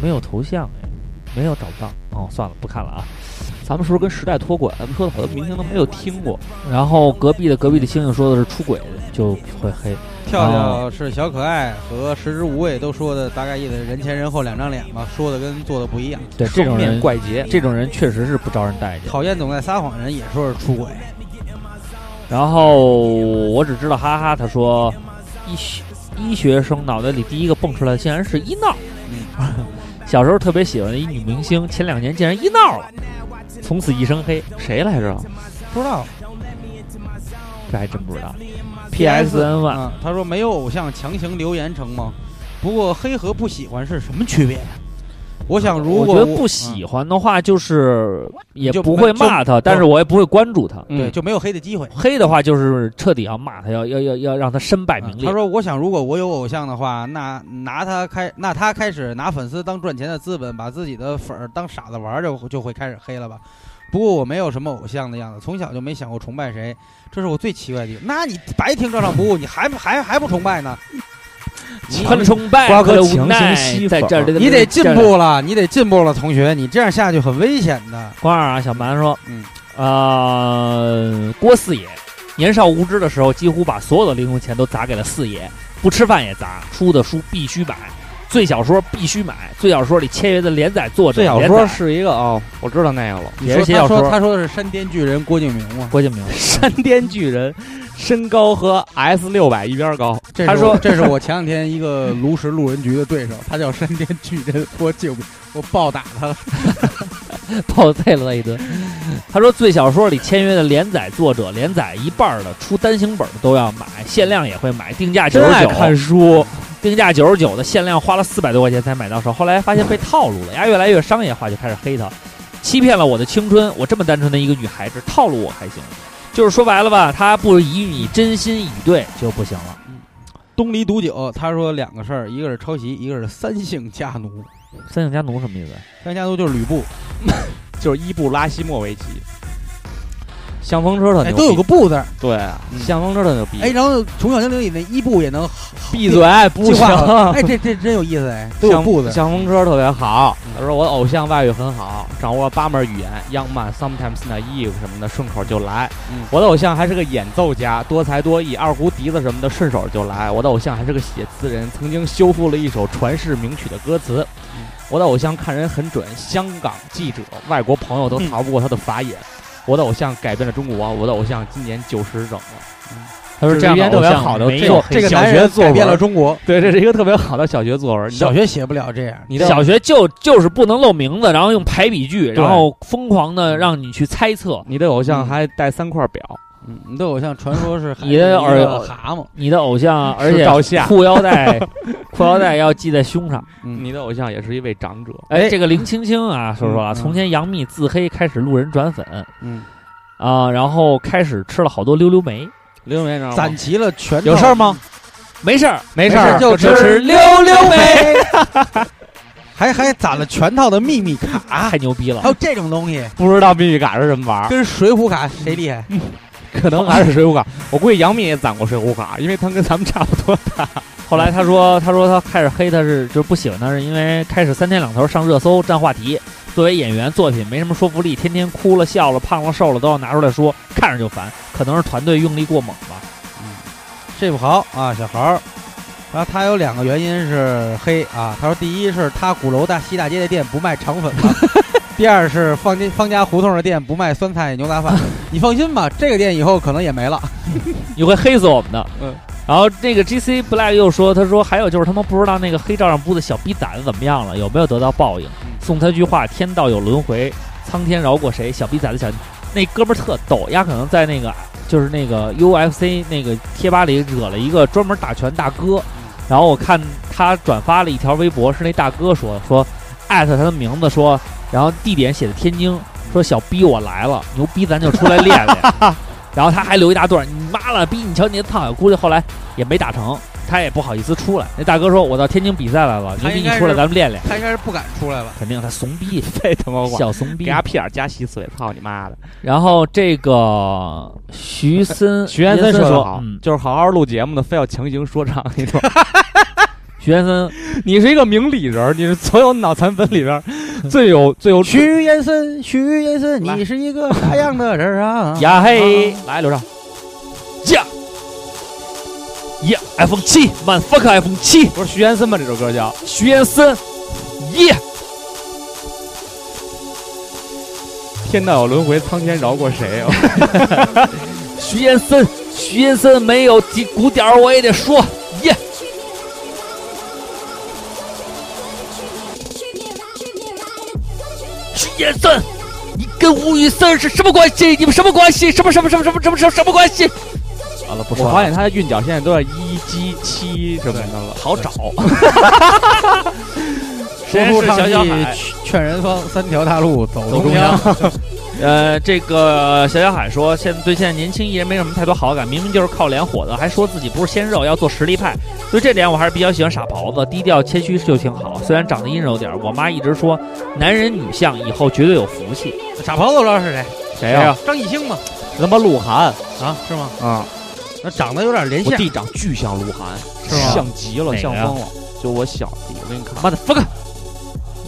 [SPEAKER 3] 没有头像哎，没有找不到。哦，算了，不看了啊。
[SPEAKER 5] 咱们是不是跟时代脱轨？咱们说的好多明星都没有听过，
[SPEAKER 3] 然后隔壁的隔壁的星星说的是出轨的就会黑，
[SPEAKER 4] 跳跳
[SPEAKER 3] 哦
[SPEAKER 4] 是小可爱和食之无味都说的大概意思，人前人后两张脸吧，说的跟做的不一样。
[SPEAKER 3] 对这种
[SPEAKER 5] 双面
[SPEAKER 3] 人，
[SPEAKER 5] 怪杰。
[SPEAKER 3] 这种人确实是不招人待见。
[SPEAKER 4] 讨厌总在撒谎人也说是出轨，
[SPEAKER 3] 然后我只知道哈哈，他说医学医学生脑袋里第一个蹦出来的竟然是医闹，小时候特别喜欢的一女明星，前两年竟然医闹了，从此一生黑，
[SPEAKER 5] 谁来着？
[SPEAKER 4] 不知道。
[SPEAKER 3] 这还真不知道。PSN One
[SPEAKER 4] 啊，他说没有偶像强行留言成吗？不过黑和不喜欢是什么区别呀？我想如
[SPEAKER 3] 我
[SPEAKER 4] 果
[SPEAKER 3] 觉得
[SPEAKER 4] 我
[SPEAKER 3] 不喜欢的话，就是也
[SPEAKER 4] 就
[SPEAKER 3] 不
[SPEAKER 4] 不
[SPEAKER 3] 会骂他，但是我也不会关注他。
[SPEAKER 4] 嗯对就没有黑的机会。
[SPEAKER 3] 黑的话就是彻底要骂他，要要要要让他身败名
[SPEAKER 4] 嗯他
[SPEAKER 3] 裂。
[SPEAKER 4] 说：“我想，如果我有偶像的话，那拿他开，那他开始拿粉丝当赚钱的资本，把自己的粉儿当傻子玩儿，就就会开始黑了吧？不过我没有什么偶像的样子，从小就没想过崇拜谁，这是我最奇怪的地方。那你白听照常不误，你还还还不崇拜呢？
[SPEAKER 3] 很崇拜，
[SPEAKER 5] 瓜哥
[SPEAKER 3] 很
[SPEAKER 5] 强
[SPEAKER 3] 无
[SPEAKER 5] 行
[SPEAKER 3] 奈，
[SPEAKER 5] 吸
[SPEAKER 3] 在
[SPEAKER 5] 粉
[SPEAKER 3] 这儿，
[SPEAKER 4] 你得进步了，你得进步了，同学，你这样下去很危险的。
[SPEAKER 3] 关二啊，小蛮说，
[SPEAKER 4] 嗯，
[SPEAKER 3] 呃，郭四爷，年少无知的时候，几乎把所有的零用钱都砸给了四爷，不吃饭也砸，出的书必须买，最小说必须买，最小说里签约的连载作者，
[SPEAKER 5] 最小
[SPEAKER 3] 连
[SPEAKER 5] 说
[SPEAKER 3] 载
[SPEAKER 5] 是一个哦，我知道那个了，
[SPEAKER 4] 你
[SPEAKER 3] 也是写
[SPEAKER 4] 他
[SPEAKER 3] 小
[SPEAKER 4] 说
[SPEAKER 3] 说
[SPEAKER 4] 他说的是山巅巨人郭敬明吗？
[SPEAKER 3] 郭敬明，
[SPEAKER 5] 山巅巨人，身高和 S 六百一边高。
[SPEAKER 4] 这是
[SPEAKER 5] 他说
[SPEAKER 4] 我这是我前两天一个炉石路人局的对手，他叫山巅巨人郭敬明，我暴打他了。”
[SPEAKER 3] 暴揍了他一顿。他说最小说里签约的连载作者，连载一半儿的出单行本儿的都要买，限量也会买，定价九
[SPEAKER 5] 真
[SPEAKER 3] 十
[SPEAKER 5] 爱
[SPEAKER 3] 九。
[SPEAKER 5] 看书，
[SPEAKER 3] 定价九十九的限量，花了四百多块钱才买到手，后来发现被套路了，呀，越来越商业化，就开始黑他，欺骗了我的青春。我这么单纯的一个女孩子，套路我还行，就是说白了吧，他不以你真心以对就不行了。
[SPEAKER 4] 东篱毒酒，他说两个事儿，一个是抄袭，一个是三姓家奴。
[SPEAKER 3] 三姓家奴什么意思？啊
[SPEAKER 4] 三姓家奴就是吕布，
[SPEAKER 5] 就是伊布拉希莫维奇，相风车特
[SPEAKER 4] 哎，
[SPEAKER 5] 牛逼，嗯
[SPEAKER 4] 都有个布字儿。
[SPEAKER 5] 对，
[SPEAKER 3] 啊
[SPEAKER 5] 相风车特牛逼。
[SPEAKER 4] 哎，，然后《宠小精灵》里那伊布也能
[SPEAKER 5] 闭嘴，不
[SPEAKER 4] 计
[SPEAKER 5] 行
[SPEAKER 4] 划。了。 哎，这这真有意思 哎，都有
[SPEAKER 5] 相
[SPEAKER 4] 布字儿。
[SPEAKER 5] 相风车特别好，他说我偶像外语很好，掌握了八门语言，Young Man sometimes naive 什么的，顺口就来。
[SPEAKER 4] 嗯
[SPEAKER 5] 我的偶像还是个演奏家，多才多艺，二胡笛子什么的顺手就来。我的偶像还是个写词人，曾经修复了一首传世名曲的歌词。我的偶像看人很准，香港记者、外国朋友都逃不过他的法眼。我的偶像改变了中国，我的偶像今年九十整了。
[SPEAKER 3] 他说
[SPEAKER 5] 这
[SPEAKER 3] 这样
[SPEAKER 5] 一篇特别好的
[SPEAKER 3] 没
[SPEAKER 5] 作
[SPEAKER 3] 有
[SPEAKER 5] 这个
[SPEAKER 3] 小
[SPEAKER 4] 男
[SPEAKER 5] 男
[SPEAKER 4] 人
[SPEAKER 5] 人作
[SPEAKER 4] 改
[SPEAKER 5] 文
[SPEAKER 4] 变了中国，
[SPEAKER 5] 对，这是一个特别好的小嗯学作文。你知道
[SPEAKER 4] 小学写不了这样。
[SPEAKER 5] 你的
[SPEAKER 3] 小学就就是不能露名字，然后用排比句，
[SPEAKER 5] 对
[SPEAKER 3] 然后疯狂的让你去猜测
[SPEAKER 5] 你的偶像还带三块表，
[SPEAKER 4] 嗯，你的偶像传说是
[SPEAKER 3] 你的
[SPEAKER 4] 还是一个
[SPEAKER 3] 耳
[SPEAKER 4] 蛤蟆，
[SPEAKER 3] 你的偶像，而且
[SPEAKER 5] 照相
[SPEAKER 3] 裤腰 带裤腰带要系在胸上。
[SPEAKER 5] 你的偶像也是一位长者。
[SPEAKER 3] 哎，这个林青青啊，说说啊，
[SPEAKER 4] 嗯嗯
[SPEAKER 3] 从前杨幂自黑开始路人转粉，
[SPEAKER 4] 嗯，
[SPEAKER 3] 啊，然后开始吃了好多溜溜梅，
[SPEAKER 5] 刘永元长
[SPEAKER 4] 攒齐了全
[SPEAKER 5] 哦有事儿吗？
[SPEAKER 3] 没事儿，
[SPEAKER 5] 没
[SPEAKER 4] 事儿
[SPEAKER 3] 就
[SPEAKER 4] 就
[SPEAKER 3] 吃
[SPEAKER 4] 吃
[SPEAKER 3] 溜
[SPEAKER 4] 溜
[SPEAKER 3] 溜梅，
[SPEAKER 4] 呗， 还还攒了全套的秘密卡，
[SPEAKER 3] 太牛逼了
[SPEAKER 4] 还。有这种东西，
[SPEAKER 5] 不知道秘密卡是什么玩儿，
[SPEAKER 4] 跟水浒卡谁厉害？
[SPEAKER 5] 可能还是水浒卡。我估计杨幂也攒过水浒卡，因为她跟咱们差不多。
[SPEAKER 3] 后来他说，他说他开始黑他是就是不喜欢他，是因为开始三天两头上热搜占话题。作为演员，作品没什么说服力，天天哭了、笑了、胖了、瘦了都要拿出来说，看着就烦。可能是团队用力过猛吧。
[SPEAKER 4] 睡不好啊，小孩儿。然后他有两个原因是黑啊，他说第一是他鼓楼大西大街的店不卖肠粉 了，第二是方家方家胡同的店不卖酸菜牛杂 饭。你放心吧，这个店以后可能也没了。
[SPEAKER 3] 你会黑死我们的。
[SPEAKER 4] 嗯。
[SPEAKER 3] 然后那个 G C Black 又说，他说还有就是他们不知道那个黑照相部的小逼崽子怎么样了，有没有得到报应？送他句话：天道有轮回，苍天饶过谁？小逼崽子小，那哥们儿特逗，丫可能在那个就是那个 U F C 那个贴吧里惹了一个专门打拳大哥。然后我看他转发了一条微博，是那大哥说说艾特他的名字说，然后地点写的天津，说小逼我来了，牛逼咱就出来练 练。然后他还留一大段，你妈了逼！你瞧你那胖小姑娘，后来也没打成，他也不好意思出来。那大哥说：“我到天津比赛来了，牛
[SPEAKER 4] 他
[SPEAKER 3] 逼
[SPEAKER 4] 应
[SPEAKER 3] 你
[SPEAKER 4] 该是
[SPEAKER 3] 出来，咱们练练。
[SPEAKER 4] 他应该是不敢出来了”。
[SPEAKER 3] 肯定他怂逼，
[SPEAKER 5] 这他妈话，
[SPEAKER 3] 小怂
[SPEAKER 5] 给
[SPEAKER 3] 逼
[SPEAKER 5] 他。屁眼儿加洗嘴，操你妈的！
[SPEAKER 3] 然后这个徐森，
[SPEAKER 5] 徐元森
[SPEAKER 3] 说
[SPEAKER 5] 的好
[SPEAKER 3] 嗯，
[SPEAKER 5] 就是好好录节目的，非要强行说唱那种。
[SPEAKER 3] 徐元森？
[SPEAKER 5] 你是一个明理人儿，你是所有脑残粉里边儿最有最有
[SPEAKER 4] 徐延森，徐延森，
[SPEAKER 5] 来
[SPEAKER 4] 你是一个啥样的人啊
[SPEAKER 3] 呀嘿，来刘畅，呀呀，iPhone 七满 fuck iPhone 七，
[SPEAKER 5] 不是徐元森吗？这首歌叫
[SPEAKER 3] 徐元森，耶！
[SPEAKER 5] 《天道有轮回，苍天饶过谁》哦。
[SPEAKER 3] 徐延森，徐延森没有几鼓点儿我也得说耶。徐延森，你跟吴宇森是什么关系？你们什么关系？什么什么什么什么什么什么什么关系？好了，不
[SPEAKER 5] 我
[SPEAKER 3] 说
[SPEAKER 5] 发
[SPEAKER 3] 了。
[SPEAKER 5] 现他的韵脚现在都要一、G、七什么的了，好找。
[SPEAKER 4] 说
[SPEAKER 7] 先
[SPEAKER 4] 书
[SPEAKER 7] 是
[SPEAKER 4] 唱
[SPEAKER 7] 小小
[SPEAKER 4] 戏
[SPEAKER 7] 海，
[SPEAKER 4] 劝人方，三条大路走
[SPEAKER 7] 走
[SPEAKER 4] 中
[SPEAKER 7] 中
[SPEAKER 4] 央
[SPEAKER 7] 央。
[SPEAKER 3] 呃，这个小小海说，现对现在年轻艺人没什么太多好感，明明就是靠脸火的，还说自己不是鲜肉，要做实力派。对这点，我还是比较喜欢傻狍子，低调谦虚就挺好。虽然长得阴柔点儿，我妈一直说男人女相，以后绝对有福气。
[SPEAKER 4] 傻狍子我知道是谁，
[SPEAKER 5] 谁
[SPEAKER 4] 谁
[SPEAKER 5] 呀、
[SPEAKER 4] 啊？张艺兴嘛。
[SPEAKER 5] 他妈鹿晗
[SPEAKER 4] 啊，是吗？
[SPEAKER 5] 啊！
[SPEAKER 4] 那长得有点连
[SPEAKER 5] 我
[SPEAKER 4] 线，
[SPEAKER 5] 弟长巨像鹿晗，
[SPEAKER 4] 是吗
[SPEAKER 5] 像极了，
[SPEAKER 3] 哪个
[SPEAKER 5] 像
[SPEAKER 3] 呀
[SPEAKER 5] 疯了。就我小弟，我给你看，
[SPEAKER 3] 妈的 fuck！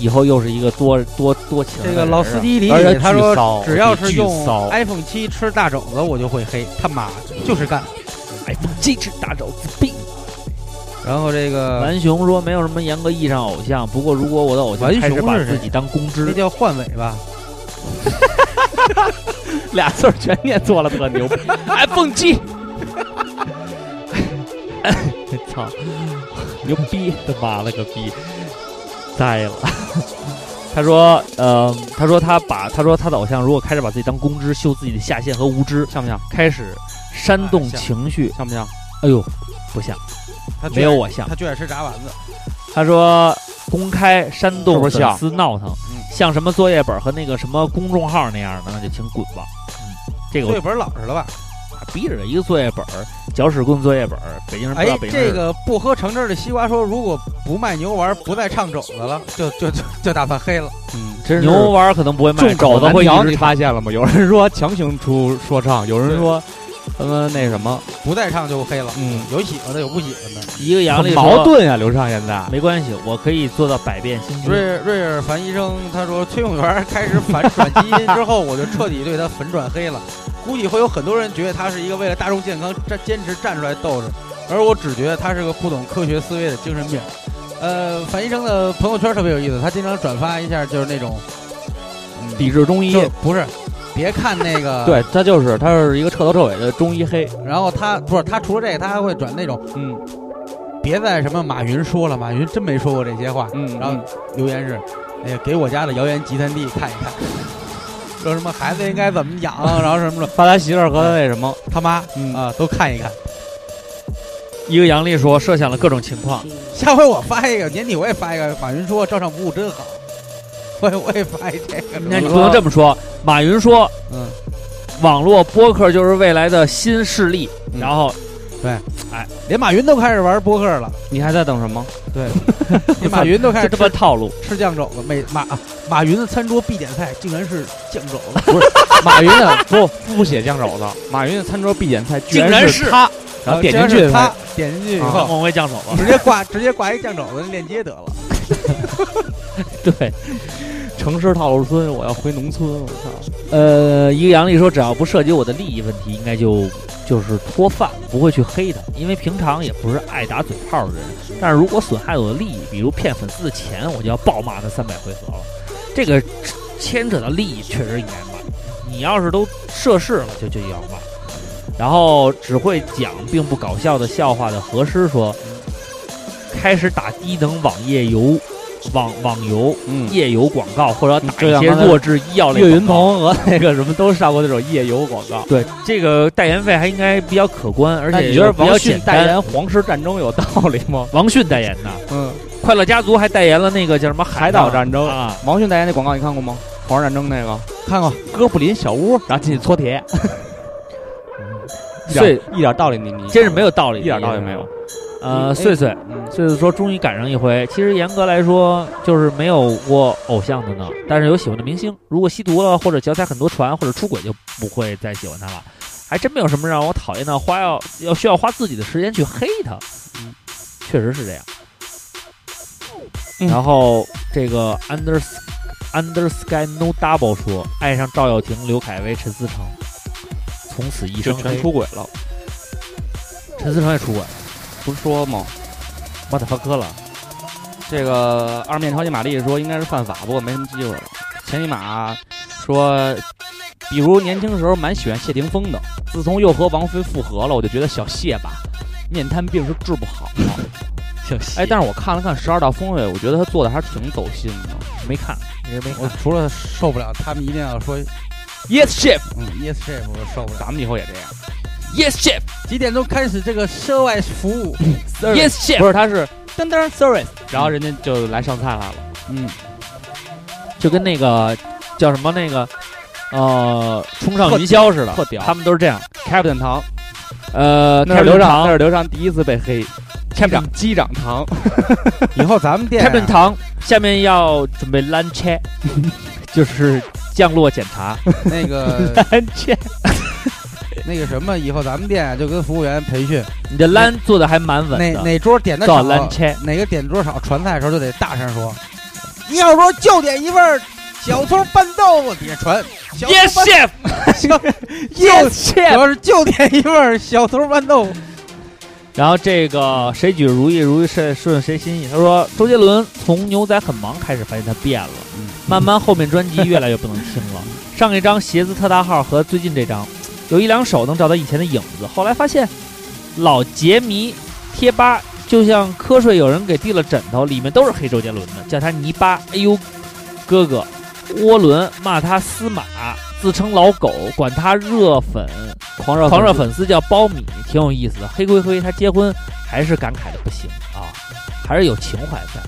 [SPEAKER 3] 以后又是一个多多多情的
[SPEAKER 4] 这个
[SPEAKER 3] 人
[SPEAKER 4] 老
[SPEAKER 3] 啊
[SPEAKER 4] 司机李
[SPEAKER 5] 而且
[SPEAKER 4] 李，他
[SPEAKER 5] 哎巨
[SPEAKER 4] 说
[SPEAKER 5] 骚
[SPEAKER 4] 只要是
[SPEAKER 5] 巨
[SPEAKER 4] 用哎
[SPEAKER 5] 骚
[SPEAKER 4] iPhone 七吃大肘子，我就会黑，他妈就是干。
[SPEAKER 3] 哎，风机吃大肘子闭。
[SPEAKER 4] 呃然后这个
[SPEAKER 3] 栾雄说没有什么严格意义上偶像，不过如果我的偶像
[SPEAKER 4] 栾雄
[SPEAKER 3] 开始把
[SPEAKER 4] 是谁
[SPEAKER 3] 自己当公
[SPEAKER 4] 那
[SPEAKER 3] 知，
[SPEAKER 4] 叫换尾吧，
[SPEAKER 3] 俩字儿全念错了，特牛逼！哎，蹦机， 操，牛逼！他妈了个逼，呆了。 他说，呃，他说他把他说他的偶像如果开始把自己当公知，秀自己的下限和无知，
[SPEAKER 5] 像不像？
[SPEAKER 3] 开始煽动
[SPEAKER 4] 啊像
[SPEAKER 3] 情绪。
[SPEAKER 5] 像不像？
[SPEAKER 3] 哎呦，不像，
[SPEAKER 4] 他居
[SPEAKER 3] 没有
[SPEAKER 4] 然
[SPEAKER 3] 我像。
[SPEAKER 4] 他居然吃炸丸子，
[SPEAKER 3] 他说公开煽动
[SPEAKER 5] 是不是像嗯
[SPEAKER 3] 粉丝闹腾，像什么作业本和那个什么公众号那样的，那就请滚吧。嗯，这个我
[SPEAKER 4] 对本老实了吧？
[SPEAKER 3] 逼着一个作业本儿，搅屎棍作业本儿，北京人不知
[SPEAKER 4] 哎
[SPEAKER 3] 道北，京人。
[SPEAKER 4] 这个不喝橙汁儿的西瓜说，如果不卖牛丸，不再唱肘子了，就就就就打算黑了。
[SPEAKER 5] 真是
[SPEAKER 3] 牛丸儿可能不会卖，
[SPEAKER 5] 众口
[SPEAKER 3] 肘子
[SPEAKER 5] 难
[SPEAKER 3] 会一
[SPEAKER 5] 调，
[SPEAKER 3] 直
[SPEAKER 5] 你发现了吗？有人说强行出说唱，有人说他妈那什么，
[SPEAKER 4] 不再唱就黑了。
[SPEAKER 5] 嗯，
[SPEAKER 4] 有喜欢的，有不喜欢的。
[SPEAKER 3] 一个杨
[SPEAKER 5] 很
[SPEAKER 3] 笠
[SPEAKER 5] 矛
[SPEAKER 3] 说，
[SPEAKER 5] 盾呀、刘畅现在
[SPEAKER 3] 没关系，我可以做到百变星君。
[SPEAKER 4] 瑞瑞尔凡医生他说，崔永元开始反转基因之后，我就彻底对他粉转黑了。 估计会有很多人觉得他是一个为了大众健康站坚持站出来斗争，而我只觉得他是个不懂科学思维的精神病。呃，樊医生的朋友圈特别有意思，他经常转发一下就是那种，嗯
[SPEAKER 5] 抵制中医
[SPEAKER 4] 就，不是，别看那个
[SPEAKER 3] 呃
[SPEAKER 5] 对他就是他是一个彻头彻尾的中医黑，
[SPEAKER 4] 然后他不是他除了这个，他还会转那种，
[SPEAKER 5] 嗯，
[SPEAKER 4] 别再什么马云说了，马云真没说过这些话。
[SPEAKER 5] 嗯，
[SPEAKER 4] 然后留言是，哎呀，给我家的谣言集散地看一看，说什么孩子应该怎么养，然后什么的，
[SPEAKER 5] 发他媳妇儿和他那什么，
[SPEAKER 4] 他妈
[SPEAKER 5] 嗯
[SPEAKER 4] 啊都看一看。
[SPEAKER 3] 一个杨笠说，设想了各种情况。
[SPEAKER 4] 下回我发一个，年底我也发一个。马云说照上不误真好， 我也我也发一这个。
[SPEAKER 3] 那你不能这么说。马云说，
[SPEAKER 4] 嗯，
[SPEAKER 3] 网络播客就是未来的新势力。
[SPEAKER 4] 嗯
[SPEAKER 3] 然后
[SPEAKER 4] 连马云都开始玩播客了，
[SPEAKER 5] 你还在等什么？
[SPEAKER 4] 连马云都开
[SPEAKER 3] 这
[SPEAKER 4] 始
[SPEAKER 3] 他妈套路，
[SPEAKER 4] 吃酱肘子，每马马云的餐桌必点菜竟然是酱肘子。
[SPEAKER 5] 马云的不不写酱 肘子，马云的餐桌必点菜居
[SPEAKER 3] 竟然
[SPEAKER 5] 是他， 然后点进去啊
[SPEAKER 4] 他点进去以后，
[SPEAKER 3] 我会降手了。
[SPEAKER 4] 直接挂 直接挂一酱肘子链接得了。
[SPEAKER 3] 对，
[SPEAKER 5] 城市套路村，我要回农村，我操！
[SPEAKER 3] 呃，一个杨笠说，只要不涉及我的利益问题，应该就就是脱饭，不会去黑他，因为平常也不是爱打嘴炮的人。但是如果损害我的利益，比如骗粉丝的钱，我就要暴骂他三百回合了。这个牵扯到利益，确实应该骂。你要是都涉事了，就就要骂。然后只会讲并不搞笑的笑话的何师说，开始打低等网页游、网网游、
[SPEAKER 5] 嗯
[SPEAKER 3] 页游广告，或者打
[SPEAKER 5] 这
[SPEAKER 3] 一
[SPEAKER 5] 两
[SPEAKER 3] 些
[SPEAKER 5] 个呢
[SPEAKER 3] 弱智医药类
[SPEAKER 5] 岳云
[SPEAKER 3] 广告
[SPEAKER 5] 鹏和那个什么都上过那种夜游广告。
[SPEAKER 3] 对，这个代言费还应该比较可观，而
[SPEAKER 5] 那
[SPEAKER 3] 且
[SPEAKER 5] 你觉得
[SPEAKER 3] 比
[SPEAKER 5] 王
[SPEAKER 3] 较
[SPEAKER 5] 迅
[SPEAKER 3] 简
[SPEAKER 5] 代
[SPEAKER 3] 单。
[SPEAKER 5] 言《皇室战争》有道理吗？
[SPEAKER 3] 王迅代言的，
[SPEAKER 5] 嗯，
[SPEAKER 3] 快乐家族还代言了那个叫什么海
[SPEAKER 5] 海岛战争，
[SPEAKER 3] 啊，
[SPEAKER 5] 王迅代言那广告你看过吗？《皇室战争》那个
[SPEAKER 4] 看过，
[SPEAKER 5] 哥布林小屋，然后进去搓铁，一
[SPEAKER 3] 碎
[SPEAKER 5] 点一点道理你你
[SPEAKER 3] 真是没有道理，
[SPEAKER 5] 一点道理没有。。哎嗯
[SPEAKER 3] 呃，穗穗，穗穗说终于赶上一回。其实严格来说，就是没有过偶像的呢，但是有喜欢的明星。如果吸毒了，或者脚踩很多船，或者出轨，就不会再喜欢他了。还真没有什么让我讨厌的，花要要需要花自己的时间去黑他。
[SPEAKER 5] 嗯
[SPEAKER 3] 确实是这样。
[SPEAKER 5] 嗯
[SPEAKER 3] 然后这个 under under sky no double 说，爱上赵又廷、刘恺威、陈思诚，从此一
[SPEAKER 5] 就
[SPEAKER 3] 生
[SPEAKER 5] 全
[SPEAKER 3] 黑
[SPEAKER 5] 出轨了，
[SPEAKER 3] 陈思诚也出轨，
[SPEAKER 5] 不是说吗？
[SPEAKER 3] 我他妈哥了。
[SPEAKER 5] 这个二面超级玛丽说应该是犯法，不过没什么机会了。前尼玛说，比如年轻时候蛮喜欢谢霆锋的，自从又和王菲复合了，我就觉得小谢吧，面瘫病是治不好的。哎，但是我看了看《十二道锋味》，我觉得他做的还是挺走心的。
[SPEAKER 3] 没看，一直没看
[SPEAKER 4] 我。除了受不了，他们一定要说
[SPEAKER 5] Yes chef，
[SPEAKER 4] 嗯，yes chef，我受不了。
[SPEAKER 5] 咱们以后也这样。
[SPEAKER 3] Yes chef,
[SPEAKER 4] 几点钟开始这个涉外服务？
[SPEAKER 5] Service
[SPEAKER 3] chef。嗯
[SPEAKER 5] 不是，他是噔噔 service，然后人家就来上菜来了。嗯，
[SPEAKER 3] 就跟那个叫什么那个呃，冲上云霄似的，
[SPEAKER 5] 特屌
[SPEAKER 3] 他们都是这样。
[SPEAKER 5] Captain 唐，
[SPEAKER 3] 呃，
[SPEAKER 5] 那是
[SPEAKER 3] 刘
[SPEAKER 5] 刘畅，那
[SPEAKER 3] 畅
[SPEAKER 5] 是刘畅第一次被黑。
[SPEAKER 3] ，Captain 长
[SPEAKER 5] 机长唐，
[SPEAKER 4] 以后咱们店啊
[SPEAKER 3] Captain 唐，下面要准备 land check，就是降落检查。
[SPEAKER 4] 那 个
[SPEAKER 3] land check，
[SPEAKER 4] 那个什么，以后咱们店啊就跟服务员培训，
[SPEAKER 3] 你的 land 做的还蛮稳
[SPEAKER 4] 哪
[SPEAKER 3] 的，
[SPEAKER 4] 哪桌点的
[SPEAKER 3] 叫
[SPEAKER 4] 少，
[SPEAKER 3] land check。
[SPEAKER 4] 哪个点桌少，传菜的时候就得大声说，你要说就点一份儿小葱拌豆腐，底下传
[SPEAKER 3] Yes chef，
[SPEAKER 4] yes，主
[SPEAKER 3] chef。
[SPEAKER 4] 要是就点一份儿小葱拌豆腐，
[SPEAKER 3] 然后这个谁举如意，如意顺顺谁心意。他说周杰伦从《牛仔很忙》开始发现他变了，慢慢后面专辑越来越不能听了。上一张鞋子特大号和最近这张，有一两首能找到以前的影子。后来发现老杰迷贴吧就像瞌睡有人给递了枕头，里面都是黑周杰伦的，叫他泥巴。哎呦，哥哥，涡轮骂他司马，自称老狗，管他热粉。
[SPEAKER 5] 狂热
[SPEAKER 3] 狂热粉丝叫苞米，挺有意思的。黑灰灰他结婚还是感慨的不行啊，还是有情怀在。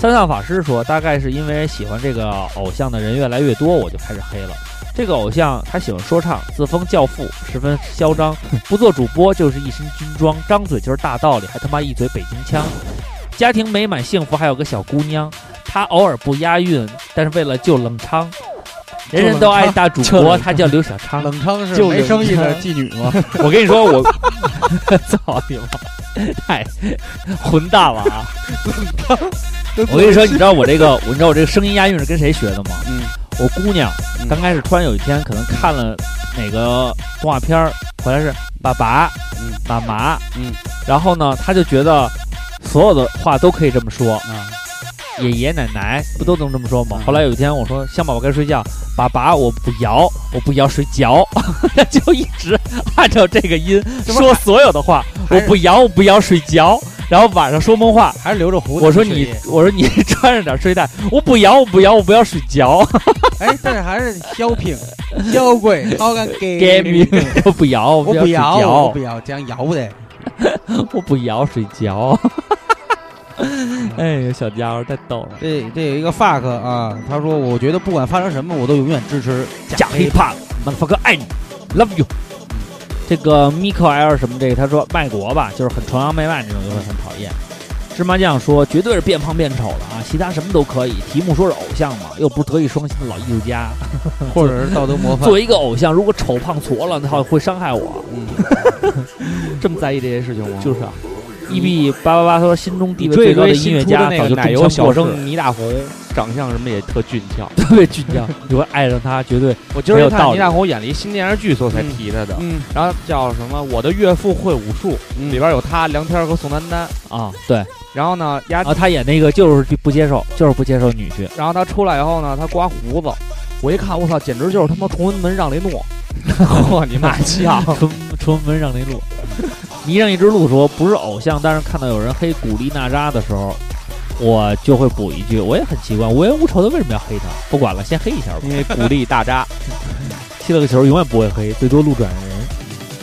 [SPEAKER 3] 三藏法师说，大概是因为喜欢这个偶像的人越来越多，我就开始黑了。这个偶像他喜欢说唱，自封教父，十分嚣 张，不做主播就是一身军装，张嘴就是大道理，还他妈一嘴北京腔。家庭美满幸福，还有个小姑娘，他偶尔不押韵，但是为了救冷昌，人人都爱大主
[SPEAKER 5] 就冷
[SPEAKER 3] 播，
[SPEAKER 5] 昌
[SPEAKER 3] 他叫刘小 昌。
[SPEAKER 4] 冷昌是
[SPEAKER 5] 就
[SPEAKER 4] 没
[SPEAKER 5] 冷
[SPEAKER 4] 生意的
[SPEAKER 5] 昌
[SPEAKER 4] 妓女吗？
[SPEAKER 3] 我跟你说，我 操你妈，太混蛋了啊！我跟你说，你知道我这个，我知道我这个声音押韵是跟谁学的吗？
[SPEAKER 4] 嗯，
[SPEAKER 3] 我姑娘刚开始突然有一天可能看了哪个动画片儿，回来是爸爸，
[SPEAKER 4] 嗯，
[SPEAKER 3] 妈妈，
[SPEAKER 4] 嗯，
[SPEAKER 3] 然后呢，她就觉得所有的话都可以这么说，
[SPEAKER 4] 啊，
[SPEAKER 3] 爷爷奶奶不都能这么说吗？
[SPEAKER 4] 嗯
[SPEAKER 3] 后来有一天我说香宝宝该睡觉，爸爸我不摇，我不摇睡 觉，他就一直按照这个音
[SPEAKER 4] 这不
[SPEAKER 3] 说所有的话，
[SPEAKER 4] 还
[SPEAKER 3] 我
[SPEAKER 4] 是
[SPEAKER 3] 不摇我不摇睡觉，然后晚上说梦话。
[SPEAKER 4] 还是留着胡子。
[SPEAKER 3] 我说你，我说你 穿上点睡袋，我不摇，我不摇，我不要睡觉，
[SPEAKER 4] 哎，但是还是小 品，小鬼，好敢给
[SPEAKER 3] Gaming 我不摇，
[SPEAKER 4] 我
[SPEAKER 3] 我要
[SPEAKER 4] 不
[SPEAKER 3] 睡
[SPEAKER 4] 要，我
[SPEAKER 3] 觉
[SPEAKER 4] 不，要，这样摇不得。
[SPEAKER 3] 我不摇睡觉。哎呦，小家伙太逗了，
[SPEAKER 4] 这这有一个 fuck 啊，他说我觉得不管发生什么，我都永远支持
[SPEAKER 3] 假 hiphop，马发哥爱你，love 哎 you。这个 Miko L 什么这个，他说卖国吧，就是很崇洋媚外那种，就会很讨厌。芝麻酱说绝对是变胖变丑了啊，其他什么都可以。题目说是偶像嘛，又不是德艺双馨的老艺术家。
[SPEAKER 4] 或者是道德模范
[SPEAKER 3] 作。为一个偶像，如果丑胖矬了，他会伤害我。
[SPEAKER 4] 嗯，
[SPEAKER 5] 这么在意这些事情吗？
[SPEAKER 3] 就是啊，E B 八八八说心中地位
[SPEAKER 5] 追
[SPEAKER 3] 最高
[SPEAKER 5] 追
[SPEAKER 3] 的音乐家
[SPEAKER 5] 那
[SPEAKER 3] 早
[SPEAKER 5] 个
[SPEAKER 3] 就
[SPEAKER 5] 奶
[SPEAKER 3] 中
[SPEAKER 5] 油
[SPEAKER 3] 枪
[SPEAKER 5] 小
[SPEAKER 3] 过生，
[SPEAKER 5] 生倪大红，长相什么也特俊俏。
[SPEAKER 3] 特别俊俏， 你会爱上他，绝对
[SPEAKER 5] 我今儿
[SPEAKER 3] 没有
[SPEAKER 5] 看
[SPEAKER 3] 道
[SPEAKER 5] 倪
[SPEAKER 3] 理
[SPEAKER 5] 大红演了一新电视剧，所以才
[SPEAKER 4] 嗯
[SPEAKER 5] 提他的。
[SPEAKER 4] 嗯
[SPEAKER 5] 然后叫什么？我的岳父会武术，
[SPEAKER 4] 嗯
[SPEAKER 5] 里边有他、梁天儿和宋丹丹。
[SPEAKER 3] 啊，对。啊
[SPEAKER 5] 然后呢，丫
[SPEAKER 3] 然后他演那个就是不接受，就是不接受女婿。
[SPEAKER 5] 然后他出来以后呢，他刮胡子，我一看，我操，简直就是他妈崇文 门让 雷诺。嚯，你 妈像！
[SPEAKER 3] 纯纯文让那路，泥让一只鹿说不是偶像，但是看到有人黑古力娜扎的时候，我就会补一句，我也很奇怪，无冤无仇的为什么要黑他？不管了，先黑一下吧。
[SPEAKER 5] 因为鼓励大家，
[SPEAKER 3] 踢了个球永远不会黑，最多路转人。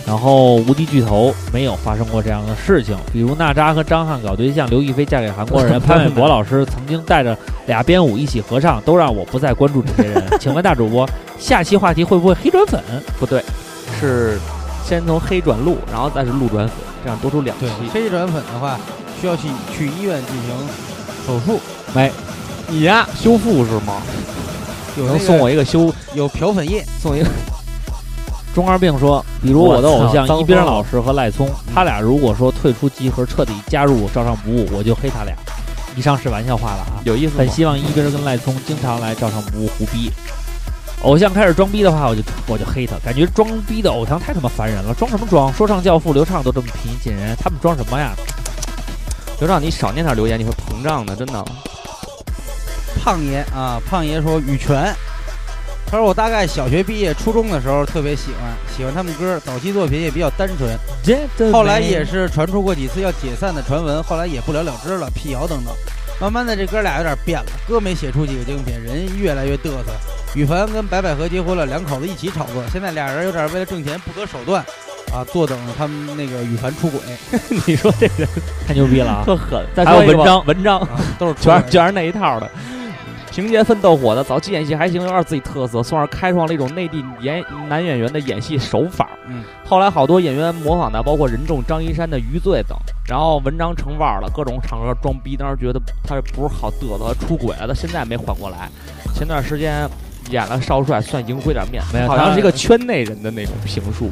[SPEAKER 3] 然后无敌巨头没有发生过这样的事情，比如娜扎和张翰搞对象，刘亦菲嫁给韩国人，潘玮柏老师曾经带着俩编舞一起合唱，都让我不再关注这些人。请问大主播，下期话题会不会黑转粉？
[SPEAKER 5] 不对，是先从黑转路，然后再是路转粉，这样多出两期
[SPEAKER 4] 对。，黑转粉的话，需要去去医院进行手术，
[SPEAKER 5] 你呀，修复是吗？
[SPEAKER 4] 有那个
[SPEAKER 5] 能送我一个修，
[SPEAKER 4] 有漂粉液，
[SPEAKER 5] 送一个
[SPEAKER 3] 中二病说，比如我的偶像
[SPEAKER 5] 我操
[SPEAKER 3] 一冰老师和赖聪，他俩如果说退出集合，彻底加入照上不误，我就黑他俩。以上是玩笑话了啊。
[SPEAKER 4] 嗯
[SPEAKER 5] 有意思
[SPEAKER 3] 很
[SPEAKER 5] 吗？
[SPEAKER 3] 希望一哥跟赖聪经常来照上不误胡逼。偶像开始装逼的话，我就我就黑他，感觉装逼的偶像太他妈烦人了，装什么装？说唱教父刘畅都这么平易近人，他们装什么呀？
[SPEAKER 5] 刘畅，你少念点留言，你会膨胀的，真
[SPEAKER 3] 啊
[SPEAKER 5] 的。
[SPEAKER 4] 胖爷啊，胖爷说羽泉，他说我大概小学毕业、初中的时候特别喜欢，喜欢他们歌，早期作品也比较单纯，后来也是传出过几次要解散的传闻，后来也不了了之了，辟谣等等。慢慢的，这哥俩有点变了，歌没写出几个精品，人越来越嘚瑟。羽凡跟白百合结婚了，两口子一起炒作，现在俩人有点为了挣钱不择手段，啊，坐等他们那个羽凡出轨，
[SPEAKER 3] 你说这个太牛逼了啊！
[SPEAKER 5] 特狠。
[SPEAKER 3] 还有文
[SPEAKER 5] 章，
[SPEAKER 3] 章，文章
[SPEAKER 4] 啊、都是出
[SPEAKER 5] 全
[SPEAKER 4] 轨
[SPEAKER 5] 是全是那一套的。情节奋斗火的，早期演戏还行，有点自己特色，算是开创了一种内地演男演员的演戏手法。
[SPEAKER 4] 嗯，
[SPEAKER 5] 后来好多演员模仿的，包括任重、张一山的《余罪》等，然后文章成腕儿了，各种唱歌装逼，当时觉得他不是好嘚瑟，出轨了，到现在没缓过来。前段时间演了少帅，算赢回点面
[SPEAKER 3] 没
[SPEAKER 5] 子，
[SPEAKER 3] 有
[SPEAKER 5] 好像
[SPEAKER 3] 他
[SPEAKER 5] 是一个圈内人的那种评述。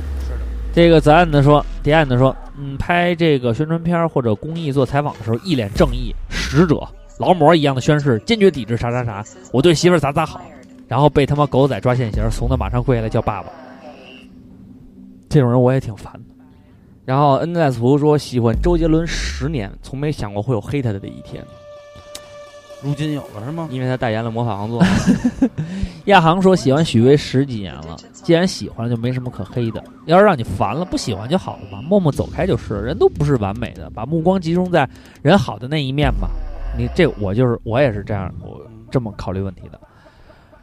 [SPEAKER 3] 这个子案子说，谍案子说，嗯，拍这个宣传片儿或者公益做采访的时候，一脸正义，使者劳模一样的宣誓，坚决抵制啥啥啥，我对媳妇儿咋咋好，然后被他妈狗仔抓现行，怂的马上跪下来叫爸爸。这种人我也挺烦的。
[SPEAKER 5] 然后恩在福说喜欢周杰伦十年，从没想过会有黑他的一天，
[SPEAKER 4] 如今有了是
[SPEAKER 3] 啊
[SPEAKER 4] 吗？
[SPEAKER 5] 因为他代言了魔法王座。
[SPEAKER 3] 亚航说喜欢许巍十几年了，既然喜欢了就没什么可黑的。要是让你烦了，不喜欢就好了嘛，默默走开就是。人都不是完美的，把目光集中在人好的那一面吧。你这我就是我也是这样，我这么考虑问题的。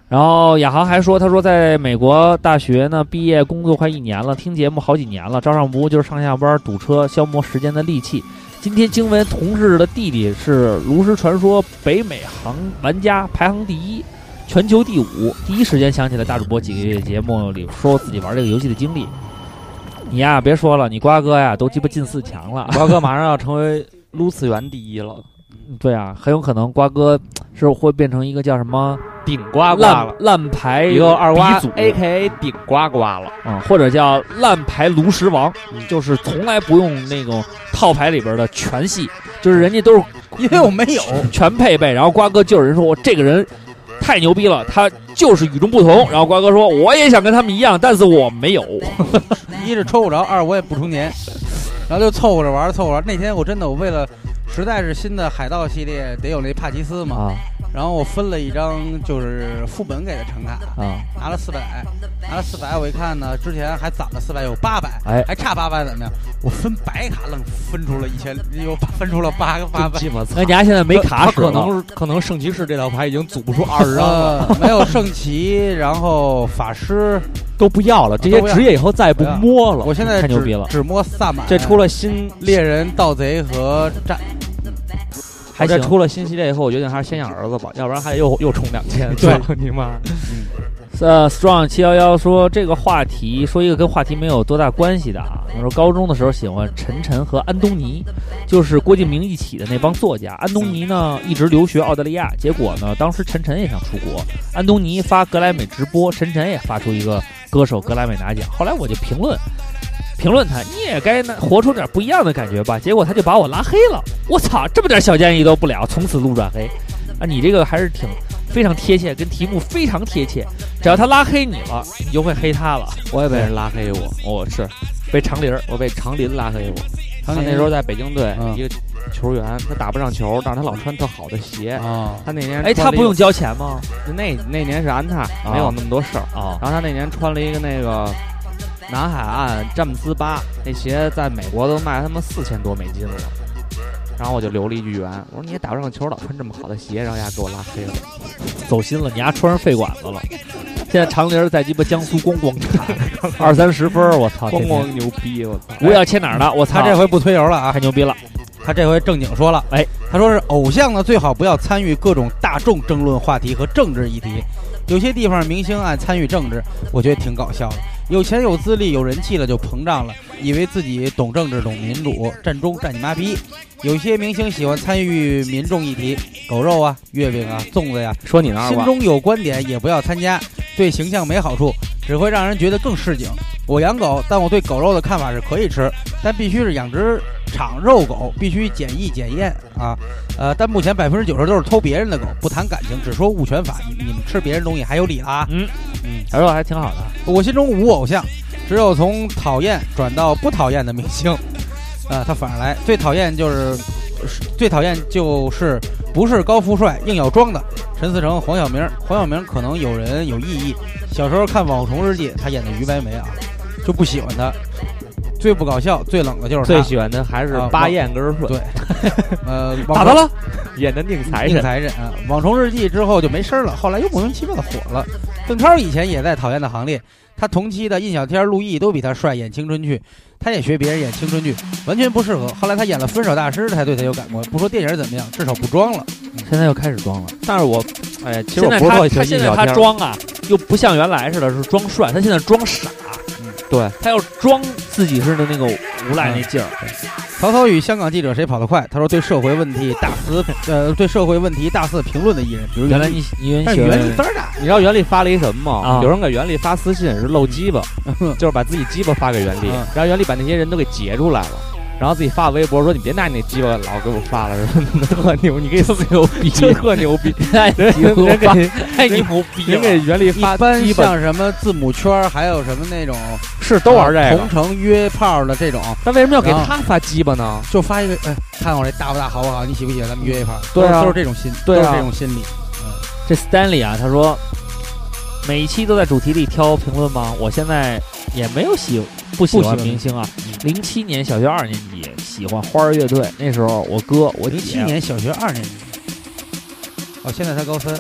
[SPEAKER 3] 然后亚航还说，他说在美国大学呢毕业工作快一年了，听节目好几年了，照上不误就是上下班堵车消磨时间的利器。今天惊闻同事的弟弟是炉石传说北美行玩家排行第一，全球第五，第一时间想起来大主播几个月节目里说自己玩这个游戏的经历。你呀，别说了，你瓜哥呀都鸡巴进四强了。
[SPEAKER 5] 瓜哥马上要成为撸次元第一了，
[SPEAKER 3] 对啊，很有可能瓜哥是会变成一个叫什么
[SPEAKER 5] 顶呱呱
[SPEAKER 3] 烂
[SPEAKER 5] 了，
[SPEAKER 3] 烂牌
[SPEAKER 5] 以后二哎瓜
[SPEAKER 3] 哎鼻祖
[SPEAKER 5] A K A 顶呱呱了。
[SPEAKER 3] 啊、或者叫烂牌炉石王，就是从来不用那种套牌里边的全系，就是人家都是
[SPEAKER 4] 因为我没有，
[SPEAKER 3] 全配备。然后瓜哥就是人说，我这个人太牛逼了，他就是与众不同。然后瓜哥说，我也想跟他们一样，但是我没有。
[SPEAKER 4] 一是抽不着，二我也不充钱，然后就凑合着玩儿，凑合玩儿。那天我真的我为了，实在是新的海盗系列得有那帕奇斯嘛，
[SPEAKER 3] 啊
[SPEAKER 4] 然后我分了一张就是副本给的橙卡，
[SPEAKER 3] 啊！
[SPEAKER 4] 拿了四百，拿了四百，我一看呢，之前还攒了四百，有八百，
[SPEAKER 3] 哎
[SPEAKER 4] 还差八百怎么样？我分白卡愣分出了一千，又分出了八个八百。
[SPEAKER 5] 我操
[SPEAKER 3] 那！家现在没卡
[SPEAKER 5] 他
[SPEAKER 3] 使了，
[SPEAKER 5] 可能可能圣骑士这套牌已经组不出二十张了，
[SPEAKER 4] 呃，没有圣骑，然后法师，
[SPEAKER 5] 都不要了，这些
[SPEAKER 4] 都不要
[SPEAKER 5] 职业以后再也不摸了。
[SPEAKER 4] 我现在
[SPEAKER 3] 太牛
[SPEAKER 4] 只
[SPEAKER 3] 逼了
[SPEAKER 4] 只摸萨满，
[SPEAKER 5] 这出了新
[SPEAKER 4] 猎人、盗贼和战，
[SPEAKER 3] 还
[SPEAKER 5] 这
[SPEAKER 3] 行。
[SPEAKER 5] 出了新系列以后，我决定还是先养儿子吧，要不然还又又充两 千。嗯
[SPEAKER 4] 对
[SPEAKER 5] 操你妈！
[SPEAKER 3] 呃，strong 七幺幺说这个话题，说一个跟话题没有多大关系的啊。他说高中的时候喜欢陈晨和安东尼，就是郭敬明一起的那帮作家。安东尼呢一直留学澳大利亚，结果呢当时陈晨也想出国，安东尼发格莱美直播，陈晨也发出一个歌手格莱美拿奖。后来我就评论评论他，你也该那活出点不一样的感觉吧。结果他就把我拉黑了，我操，这么点小建议都不了，从此路转黑。啊，你这个还是挺非常贴切，跟题目非常贴切。只要他拉黑你了，你就会黑他了。
[SPEAKER 5] 我也被人拉黑过，
[SPEAKER 3] 哦
[SPEAKER 5] 我是被长林儿，我被长林拉黑过。他那时候在北京队
[SPEAKER 4] 嗯
[SPEAKER 5] 一个球员，他打不上球，但是他老穿特好的鞋。
[SPEAKER 4] 啊，
[SPEAKER 5] 他那年
[SPEAKER 3] 哎，他
[SPEAKER 5] 穿了一
[SPEAKER 3] 不
[SPEAKER 5] 个
[SPEAKER 3] 用交钱吗？
[SPEAKER 5] 那那年是安踏，没有那么多事儿。
[SPEAKER 3] 啊、
[SPEAKER 5] 然后他那年穿了一个那个南海岸詹姆斯八，那鞋在美国都卖他妈四千多美金了。然后我就留了一句言，我说你也打不上球，老穿这么好的鞋，然后丫给我拉黑了。
[SPEAKER 3] 走心了，你丫穿上肺管子了。现在长林儿在鸡巴江苏咣咣打， 二三十分儿，我操！
[SPEAKER 5] 咣
[SPEAKER 3] 天
[SPEAKER 5] 咣
[SPEAKER 3] 天
[SPEAKER 5] 牛逼，我操！
[SPEAKER 3] 吴耀切哪儿呢？我操！
[SPEAKER 4] 他这回不推油了啊，
[SPEAKER 3] 太牛逼了！
[SPEAKER 4] 他这回正经说了，
[SPEAKER 3] 哎，
[SPEAKER 4] 他说是偶像呢，最好不要参与各种大众争论话题和政治议题。有些地方明星爱参与政治，我觉得挺搞笑的。有钱有资历有人气了就膨胀了，以为自己懂政治懂民主，站中站你妈逼。有些明星喜欢参与民众议题，狗肉啊、月饼啊、粽子呀、
[SPEAKER 5] 说你呢，二
[SPEAKER 4] 心
[SPEAKER 5] 瓜？
[SPEAKER 4] 中有观点也不要参加，对形象没好处，只会让人觉得更市井。我养狗，但我对狗肉的看法是可以吃，但必须是养殖场肉狗，必须检疫检验啊。呃，但目前百分之九十都是偷别人的狗，不谈感情，只说物权法。你你们吃别人东西还有理啊嗯啦？
[SPEAKER 3] 他说还挺好的，
[SPEAKER 4] 我心中无偶像，只有从讨厌转到不讨厌的明星。 啊、他反而来，最讨厌就是，最讨厌就是不是高富帅硬要装的陈思诚、黄晓明。黄晓明可能有人有异议，小时候看《网红日记》，他演的于白眉啊，就不喜欢他。最不搞笑、最冷的就是
[SPEAKER 5] 最
[SPEAKER 4] 他。
[SPEAKER 5] 喜欢的还是
[SPEAKER 4] 啊
[SPEAKER 5] 巴
[SPEAKER 4] 王
[SPEAKER 5] 彦根儿顺
[SPEAKER 4] 对，呃，
[SPEAKER 5] 打他了，演的宁财
[SPEAKER 4] 宁
[SPEAKER 5] 神。
[SPEAKER 4] 财神啊，《网虫日记》之后就没声儿了，后来又莫名其妙的火了。邓超以前也在讨厌的行列，他同期的印小天、陆毅都比他帅，演青春剧，他也学别人演青春剧，完全不适合。后来他演了《分手大师》，才对他有感觉。不说电影怎么样，至少不装了。
[SPEAKER 3] 现在又开始装了。
[SPEAKER 5] 但是我哎，其实
[SPEAKER 3] 现在
[SPEAKER 5] 我不是
[SPEAKER 3] 他
[SPEAKER 5] 特喜
[SPEAKER 3] 他
[SPEAKER 5] 欢跟
[SPEAKER 3] 现
[SPEAKER 5] 你
[SPEAKER 3] 在
[SPEAKER 5] 聊
[SPEAKER 3] 他
[SPEAKER 5] 天儿，
[SPEAKER 3] 装啊，又不像原来似的，是装帅，他现在装傻，
[SPEAKER 5] 对，
[SPEAKER 3] 他要装自己似的那个无赖那劲儿，
[SPEAKER 4] 曹操与香港记者谁跑得快？他说对社会问题大肆呃对社会问题大肆评论的艺人，比如
[SPEAKER 3] 原来
[SPEAKER 5] 嗯
[SPEAKER 4] 袁立
[SPEAKER 3] 你你原来
[SPEAKER 4] 但是
[SPEAKER 3] 喜
[SPEAKER 4] 袁立
[SPEAKER 3] 欢
[SPEAKER 4] 分儿大，
[SPEAKER 5] 你知道袁立发了一什么吗？
[SPEAKER 3] 啊
[SPEAKER 5] 有人给袁立发私信是露鸡巴， 就是把自己鸡巴发给袁立，
[SPEAKER 4] 嗯
[SPEAKER 5] 然后袁立把那些人都给截出来了。然后自己发微博说：“你别拿你那鸡巴老给我 发了，什么的，特牛，你给自己牛逼，就特牛逼。
[SPEAKER 3] 哎
[SPEAKER 5] 人 人人给
[SPEAKER 3] 太牛逼
[SPEAKER 5] 人
[SPEAKER 3] 了，
[SPEAKER 5] 给袁立
[SPEAKER 4] 一
[SPEAKER 5] 发
[SPEAKER 4] 般
[SPEAKER 5] 鸡巴
[SPEAKER 4] 像什么字母圈儿，还有什么那种
[SPEAKER 5] 是都玩这
[SPEAKER 4] 呃
[SPEAKER 5] 个
[SPEAKER 4] 同，城约炮的这种，
[SPEAKER 5] 那为什么要给
[SPEAKER 4] 然后
[SPEAKER 5] 啊他发鸡巴呢？
[SPEAKER 4] 就发一个，哎，看我这大不大，好不好？你喜不喜欢？咱们约一炮。
[SPEAKER 5] 对啊
[SPEAKER 4] 都是这种心，
[SPEAKER 5] 对啊
[SPEAKER 4] 都是这种心理。
[SPEAKER 3] 这 Stanley 啊，他说每一期都在主题里挑评论吗？我现在也没有喜不喜欢明星啊。零七年小学二年级喜欢花儿乐队，那时候我哥我
[SPEAKER 4] 零七
[SPEAKER 3] 姐
[SPEAKER 4] 年小学二年级，哦，现在才高三，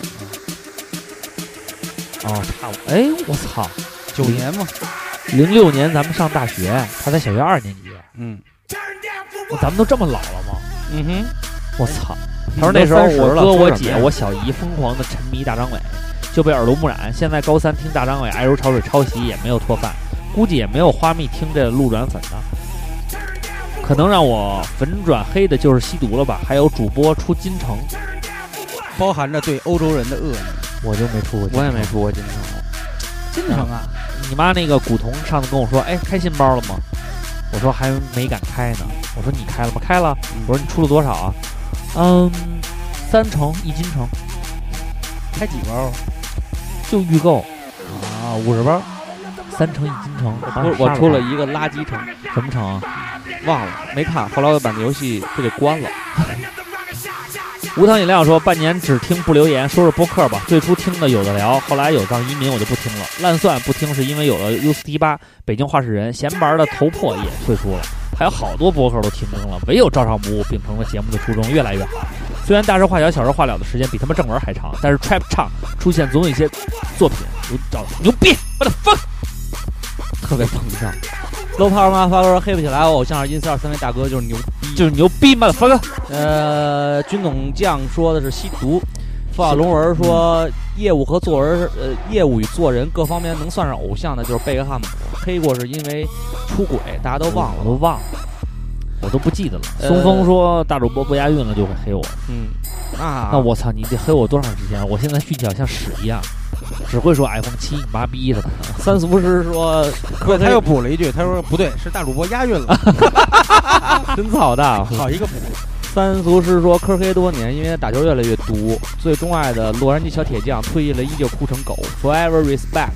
[SPEAKER 3] 哦，差不多哎，我操，
[SPEAKER 4] 九年嘛，
[SPEAKER 3] 零六年咱们上大学，他才小学二年级，
[SPEAKER 4] 嗯，
[SPEAKER 3] 哇咱们都这么老了吗？
[SPEAKER 5] 嗯哼，
[SPEAKER 3] 我操！他说
[SPEAKER 5] 他说
[SPEAKER 3] 那
[SPEAKER 5] 那时
[SPEAKER 3] 时
[SPEAKER 5] 候
[SPEAKER 3] 候我
[SPEAKER 5] 我哥
[SPEAKER 3] 哥、
[SPEAKER 5] 我
[SPEAKER 3] 我
[SPEAKER 5] 姐
[SPEAKER 3] 姐、我小姨疯狂的沉迷大张伟，就被耳濡目染。现在高三听大张伟《爱如潮水》抄袭也没有脱饭，估计也没有花蜜听这路转粉呢。可能让我粉转黑的就是吸毒了吧？还有主播出金城，
[SPEAKER 4] 包含着对欧洲人的恶意。
[SPEAKER 3] 我就没出过金城。
[SPEAKER 5] 我也没出过金城。
[SPEAKER 4] 进城啊，
[SPEAKER 3] 你妈那个古潼上次跟我说，哎，开新包了吗？我说还没敢开呢。我说你开了吗？开了。我说你出了多少啊？嗯，三成一斤成，
[SPEAKER 4] 开几包？
[SPEAKER 3] 就预购啊，五十包，三成一斤成。我把你
[SPEAKER 5] 我我
[SPEAKER 3] 杀
[SPEAKER 5] 出了
[SPEAKER 3] 吧
[SPEAKER 5] 一个垃圾城，
[SPEAKER 3] 什么成啊？
[SPEAKER 5] 忘了没看，后来我把那游戏就给关了。
[SPEAKER 3] 无糖饮料说半年只听不留言，说是播客吧。最初听的有的聊，后来有藏移民我就不听了。烂蒜不听是因为有了 U 四 T 八北京话事人闲玩的头破也退出了，还有好多播客都停更了，唯有照常不误秉承了节目的初衷越来越好。虽然大事化小，小事化了的时间比他们正文还长，但是 trap 唱出现总有一些作品如找牛逼，我的 fuck，特别捧不上。
[SPEAKER 5] low power 吗？发哥说黑不起来，我偶像是音四二三位大哥，就是牛逼。
[SPEAKER 3] 就是牛逼嘛，发哥，
[SPEAKER 5] 呃，军统将说的是吸毒，嗯冯小龙文说业务和做人，呃，业务与做人各方面能算上偶像的，就是贝克汉姆。黑过是因为出轨，大家都忘
[SPEAKER 3] 我
[SPEAKER 5] 了。
[SPEAKER 3] 都忘了，我都不记得了。
[SPEAKER 5] 呃
[SPEAKER 3] 松风说大主播不押韵了就会黑我，
[SPEAKER 5] 嗯，那
[SPEAKER 3] 那我操，你得黑我多长时间？我现在运气好像屎一样，只会说 iPhone 七你妈 逼什么的。
[SPEAKER 5] 三俗师 说
[SPEAKER 4] 不，他又补了一句，他说不对，是大主播押韵了，
[SPEAKER 5] 真操 蛋。
[SPEAKER 4] 好一个补。
[SPEAKER 5] 三俗师说科黑多年，因为打球越来越毒。最钟爱的洛杉矶小铁匠退役了，依旧哭成狗。Forever respect。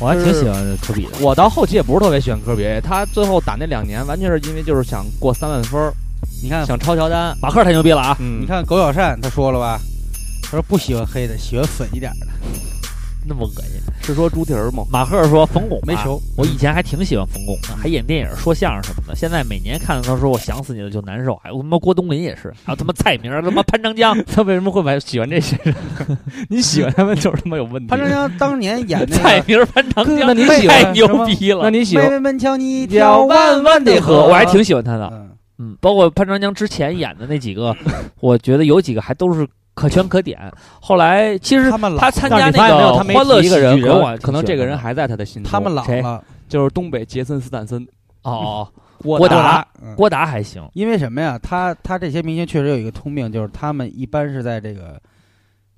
[SPEAKER 3] 我还挺喜欢科比的，
[SPEAKER 5] 我到后期也不是特别喜欢科比，他最后打那两年完全是因为就是想过三万分儿，
[SPEAKER 4] 你看，
[SPEAKER 5] 想超乔丹。
[SPEAKER 3] 马克太牛逼了啊！
[SPEAKER 5] 嗯，
[SPEAKER 4] 你看狗小善他说了吧，他说不喜欢黑的，喜欢粉一点的，
[SPEAKER 3] 那么恶心。
[SPEAKER 5] 是说猪蹄儿吗？
[SPEAKER 3] 马克说冯巩吧
[SPEAKER 4] 没球。
[SPEAKER 3] 我以前还挺喜欢冯巩的，还演电影、说相声什么的。现在每年看到他说我想死你了就难受，还哎有他妈郭冬临也是，还有他妈蔡明，他妈潘长 江，
[SPEAKER 5] 他为什么会买喜欢这些人呢？你喜欢他们就是他妈有问题。
[SPEAKER 4] 潘长江当年演 那
[SPEAKER 3] 蔡
[SPEAKER 4] 个
[SPEAKER 3] 明、潘长江，
[SPEAKER 5] 那你喜欢
[SPEAKER 3] 太牛逼了
[SPEAKER 5] 那。你喜
[SPEAKER 4] 妹
[SPEAKER 5] 欢
[SPEAKER 4] 妹们瞧你
[SPEAKER 3] 要
[SPEAKER 4] 跳弯弯的河，
[SPEAKER 3] 我还挺喜欢他的。
[SPEAKER 4] 嗯
[SPEAKER 3] 嗯，包括潘长江之前演的那几 个，我觉得有几个还都是可圈可点。后来其实
[SPEAKER 4] 他们老
[SPEAKER 3] 他参加
[SPEAKER 5] 但是你发
[SPEAKER 3] 那
[SPEAKER 5] 现没有
[SPEAKER 3] 个
[SPEAKER 5] 他没
[SPEAKER 3] 欢乐喜
[SPEAKER 5] 提一个
[SPEAKER 3] 剧
[SPEAKER 5] 人，可
[SPEAKER 3] 人，我还
[SPEAKER 5] 能
[SPEAKER 3] 挺
[SPEAKER 5] 可能这个人
[SPEAKER 3] 喜欢
[SPEAKER 5] 还在他的心中。
[SPEAKER 4] 他们老
[SPEAKER 3] 谁
[SPEAKER 4] 了，
[SPEAKER 5] 就是东北杰森斯坦森、
[SPEAKER 3] 的哦，哦
[SPEAKER 5] 嗯郭
[SPEAKER 3] 达
[SPEAKER 5] 达。
[SPEAKER 4] 嗯
[SPEAKER 3] 郭达还行，
[SPEAKER 4] 因为什么呀？他他这些明星确实有一个通病，就是他们一般是在这个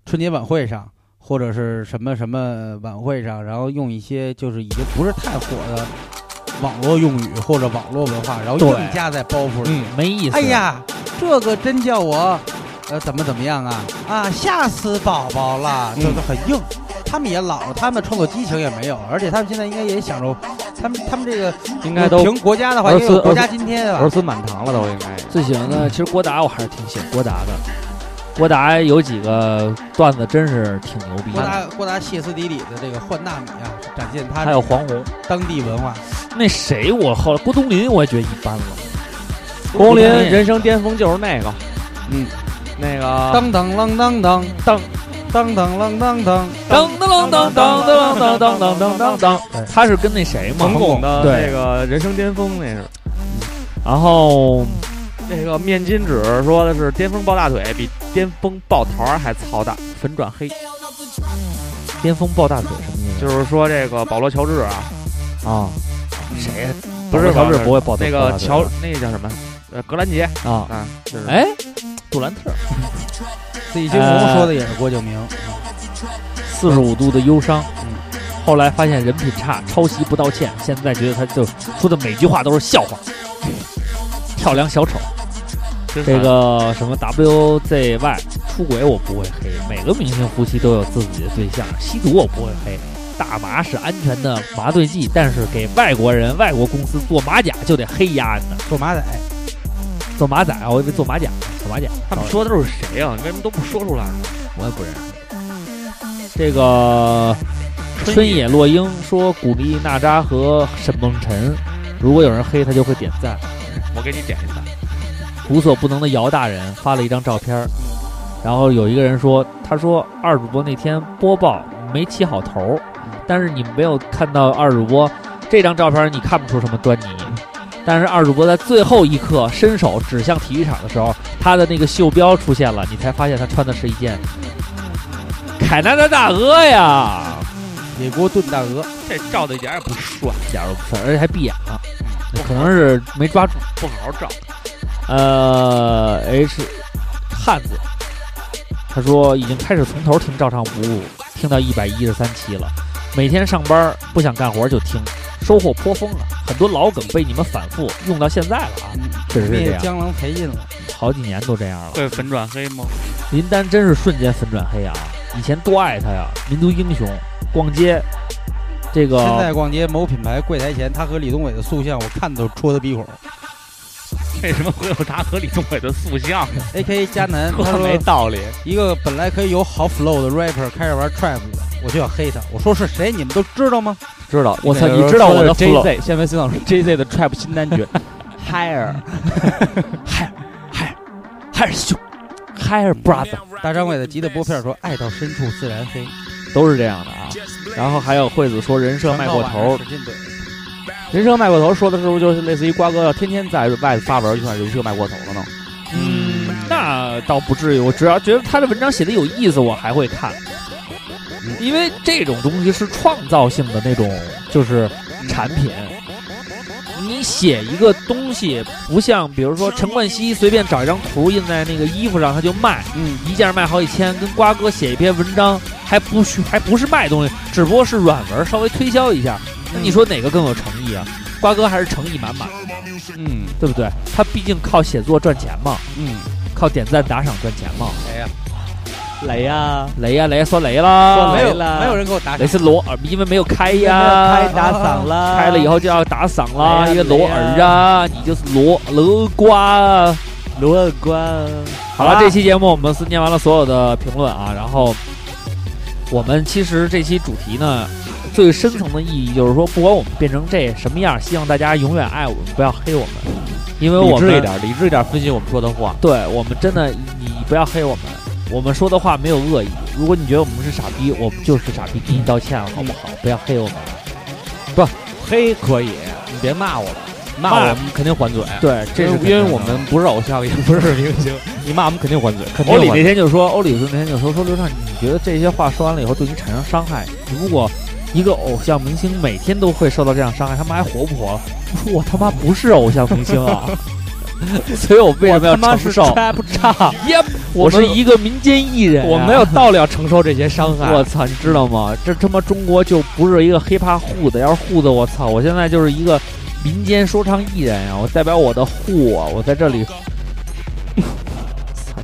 [SPEAKER 4] 春节晚会上，或者是什么什么晚会上，然后用一些就是已经不是太火的网络用语或者网络文化，然后
[SPEAKER 3] 对嗯
[SPEAKER 4] 硬加在包袱
[SPEAKER 5] 嗯
[SPEAKER 4] 里。
[SPEAKER 3] 没意思。
[SPEAKER 4] 哎，呀，这个真叫我呃怎么怎么样啊啊，吓死宝宝了，这都很硬。他们也老了，他们的创作激情也没有，而且他们现在应该也享受，他们他们这个
[SPEAKER 5] 应该都
[SPEAKER 4] 凭国家的话，
[SPEAKER 5] 儿
[SPEAKER 4] 应
[SPEAKER 5] 子
[SPEAKER 4] 该有国家今天
[SPEAKER 5] 儿
[SPEAKER 4] 吧。
[SPEAKER 5] 孙满堂了都应该。
[SPEAKER 3] 最喜欢的其实郭达，我还是挺喜欢郭达的。郭达有几个段子真是挺牛逼
[SPEAKER 4] 郭
[SPEAKER 3] 的，
[SPEAKER 4] 达郭达歇斯底里的这个换纳米啊，展现他
[SPEAKER 3] 还有黄宏。
[SPEAKER 4] 当地文化。
[SPEAKER 3] 那谁，我后来郭冬临我也觉得一般了。
[SPEAKER 5] 郭林人生巅峰就是那个，
[SPEAKER 4] 嗯，
[SPEAKER 5] 那个
[SPEAKER 4] 当当啷当当
[SPEAKER 3] 当
[SPEAKER 4] 当当啷当当，
[SPEAKER 3] 当当当当当当当当当当当，他是跟那谁嘛？
[SPEAKER 5] 冯巩的
[SPEAKER 3] 对
[SPEAKER 5] 那个人生巅峰，那是
[SPEAKER 3] 然后
[SPEAKER 5] 那个面巾纸说的是巅峰抱大腿比巅峰抱桃儿还操蛋，粉转黑。
[SPEAKER 3] 巅峰抱大腿什么意思？
[SPEAKER 5] 就是说这个保罗乔治啊，嗯
[SPEAKER 3] 啊，
[SPEAKER 5] 谁呀
[SPEAKER 3] 不是乔治不会抱
[SPEAKER 5] 那个乔那个叫什么？呃，格兰杰
[SPEAKER 3] 啊，
[SPEAKER 5] 啊，就是
[SPEAKER 3] 哎，杜兰特
[SPEAKER 4] 李金龙说的也是郭敬
[SPEAKER 5] 呃
[SPEAKER 4] 明，
[SPEAKER 3] 四十五度的忧伤。嗯后来发现人品差，抄袭不道歉，现在觉得他就说的每句话都是笑话，跳梁小丑。这个什么 WZY 出轨我不会黑，每个明星夫妻都有自己的对象，吸毒我不会黑，大麻是安全的麻醉剂，但是给外国人、外国公司做马甲就得黑丫的，
[SPEAKER 4] 做马仔，
[SPEAKER 3] 做马仔啊，我以为做马甲，做马甲。
[SPEAKER 5] 他们说的都是谁呀？你为什么都不说出来呢？
[SPEAKER 3] 我也不认识。这个春野落英说鼓励娜扎和沈梦辰，如果有人黑他就会点赞。
[SPEAKER 5] 我给你点一下。
[SPEAKER 3] 无所不能的姚大人发了一张照片儿，然后有一个人说，他说二主播那天播报没起好头儿，但是你没有看到二主播这张照片儿，你看不出什么端倪。但是二主播在最后一刻伸手指向体育场的时候，他的那个袖标出现了，你才发现他穿的是一件凯南的大鹅呀。
[SPEAKER 4] 野锅炖大鹅，
[SPEAKER 5] 这照的一点也不帅，
[SPEAKER 3] 一点儿都不帅，而且还闭眼了，嗯可能是没抓住。
[SPEAKER 5] 不好好照。
[SPEAKER 3] 呃，H 汉子，他说已经开始从头听照常不误，听到一百一十三期了，每天上班不想干活就听，收获颇丰啊，很多老梗被你们反复用到现在了啊，确实是这
[SPEAKER 4] 灭
[SPEAKER 3] 样，
[SPEAKER 4] 江郎才尽了。
[SPEAKER 3] 好几年都这样了。
[SPEAKER 5] 会粉转黑吗？
[SPEAKER 3] 林丹真是瞬间粉转黑啊，以前多爱他呀，民族英雄，逛街，这
[SPEAKER 5] 哦
[SPEAKER 3] 个
[SPEAKER 4] 现在逛街某品牌柜台前，他和李宗伟的塑像，我看都戳他鼻孔。
[SPEAKER 5] 为什么会有他和李宗伟的塑像呢？
[SPEAKER 4] A K 迦 南，他
[SPEAKER 5] 特
[SPEAKER 4] 说
[SPEAKER 5] 没道理。
[SPEAKER 4] 一个本来可以有好 flow 的 rapper 开始玩 trap 了，我就想黑他。我说是谁？你们都知道吗？
[SPEAKER 6] 知道，
[SPEAKER 3] 我操
[SPEAKER 6] 那个
[SPEAKER 3] 你知道我的
[SPEAKER 6] 说
[SPEAKER 3] flow
[SPEAKER 6] JZ，现在新老师 JZ 的 trap 新单曲 Higher，
[SPEAKER 3] 还是兄，Higher Brother
[SPEAKER 4] 大张伟的吉他拨片说：“爱到深处自然黑。
[SPEAKER 3] 都是这样的啊。然后还有惠子说人设
[SPEAKER 4] 传
[SPEAKER 3] 卖
[SPEAKER 4] 到
[SPEAKER 3] 过
[SPEAKER 4] 晚上
[SPEAKER 3] 头，
[SPEAKER 4] 使劲怼。
[SPEAKER 6] 人生卖过头说的是不是就是类似于瓜哥要天天在外发文，就算人生卖过头了呢？
[SPEAKER 3] 嗯，那倒不至于。我只要觉得他的文章写的有意思，我还会看，
[SPEAKER 4] 嗯
[SPEAKER 3] 因为这种东西是创造性的那种，就是产品。你写一个东西，不像比如说陈冠希随便找一张图印在那个衣服上，他就卖，
[SPEAKER 4] 嗯，
[SPEAKER 3] 一件卖好几千，跟瓜哥写一篇文章还不需还不是卖东西，只不过是软文，稍微推销一下。那你说哪个更有诚意啊？瓜哥还是诚意满满，
[SPEAKER 6] 嗯，
[SPEAKER 3] 对不对？他毕竟靠写作赚钱嘛，
[SPEAKER 4] 嗯，
[SPEAKER 3] 靠点赞打赏赚钱嘛。
[SPEAKER 6] 哎雷呀，
[SPEAKER 3] 雷呀、雷说雷啦，
[SPEAKER 6] 说
[SPEAKER 4] 啊没哎
[SPEAKER 6] 雷
[SPEAKER 4] 有
[SPEAKER 6] 了
[SPEAKER 4] 没有人给我打
[SPEAKER 3] 雷
[SPEAKER 4] 赏。
[SPEAKER 3] 是裸耳，因为没有开
[SPEAKER 6] 开
[SPEAKER 3] 呀，
[SPEAKER 6] 打赏了，
[SPEAKER 3] 开了以后就要打赏啦，
[SPEAKER 6] 雷呀
[SPEAKER 3] 因为裸耳啊，你就是裸裸瓜啊。
[SPEAKER 6] 罗关，
[SPEAKER 3] 好了，这期节目我们是念完了所有的评论啊，然后我们其实这期主题呢，最深层的意义就是说，不管我们变成这什么样，希望大家永远爱我们，不要黑我们，因为
[SPEAKER 6] 理
[SPEAKER 3] 我
[SPEAKER 6] 智一
[SPEAKER 3] 们
[SPEAKER 6] 点，理智一点分析我们说的话。
[SPEAKER 3] 对我们真的，你不要黑我们，我们说的话没有恶意。如果你觉得我们是傻逼，我们就是傻逼，给你道歉了，好不好？不要黑我们。
[SPEAKER 6] 黑可以，你别骂我们，骂我们肯定还嘴。
[SPEAKER 3] 对，这是
[SPEAKER 6] 因为因为我们不是偶像，也不是明星，你骂我们肯定还嘴，肯定
[SPEAKER 3] 欧
[SPEAKER 6] 还
[SPEAKER 3] 里那
[SPEAKER 6] 嘴。
[SPEAKER 3] 天就说，欧里就那天就说说刘畅，你觉得这些话说完了以后对你产生伤害？如果一个偶像明星每天都会受到这样伤害，他妈还活不活了？我说我他妈不是偶像明星 啊，所以我为什么要承受？
[SPEAKER 6] 不差，
[SPEAKER 3] 我是一个民间艺人、啊
[SPEAKER 6] 我没有。道理要承受这些伤害。
[SPEAKER 3] 我操，你知道吗？这他妈中国就不是一个 hiphop 户的，要是户的，我操，我现在就是一个民间说唱艺人呀、我代表我的户啊，我在这里，操，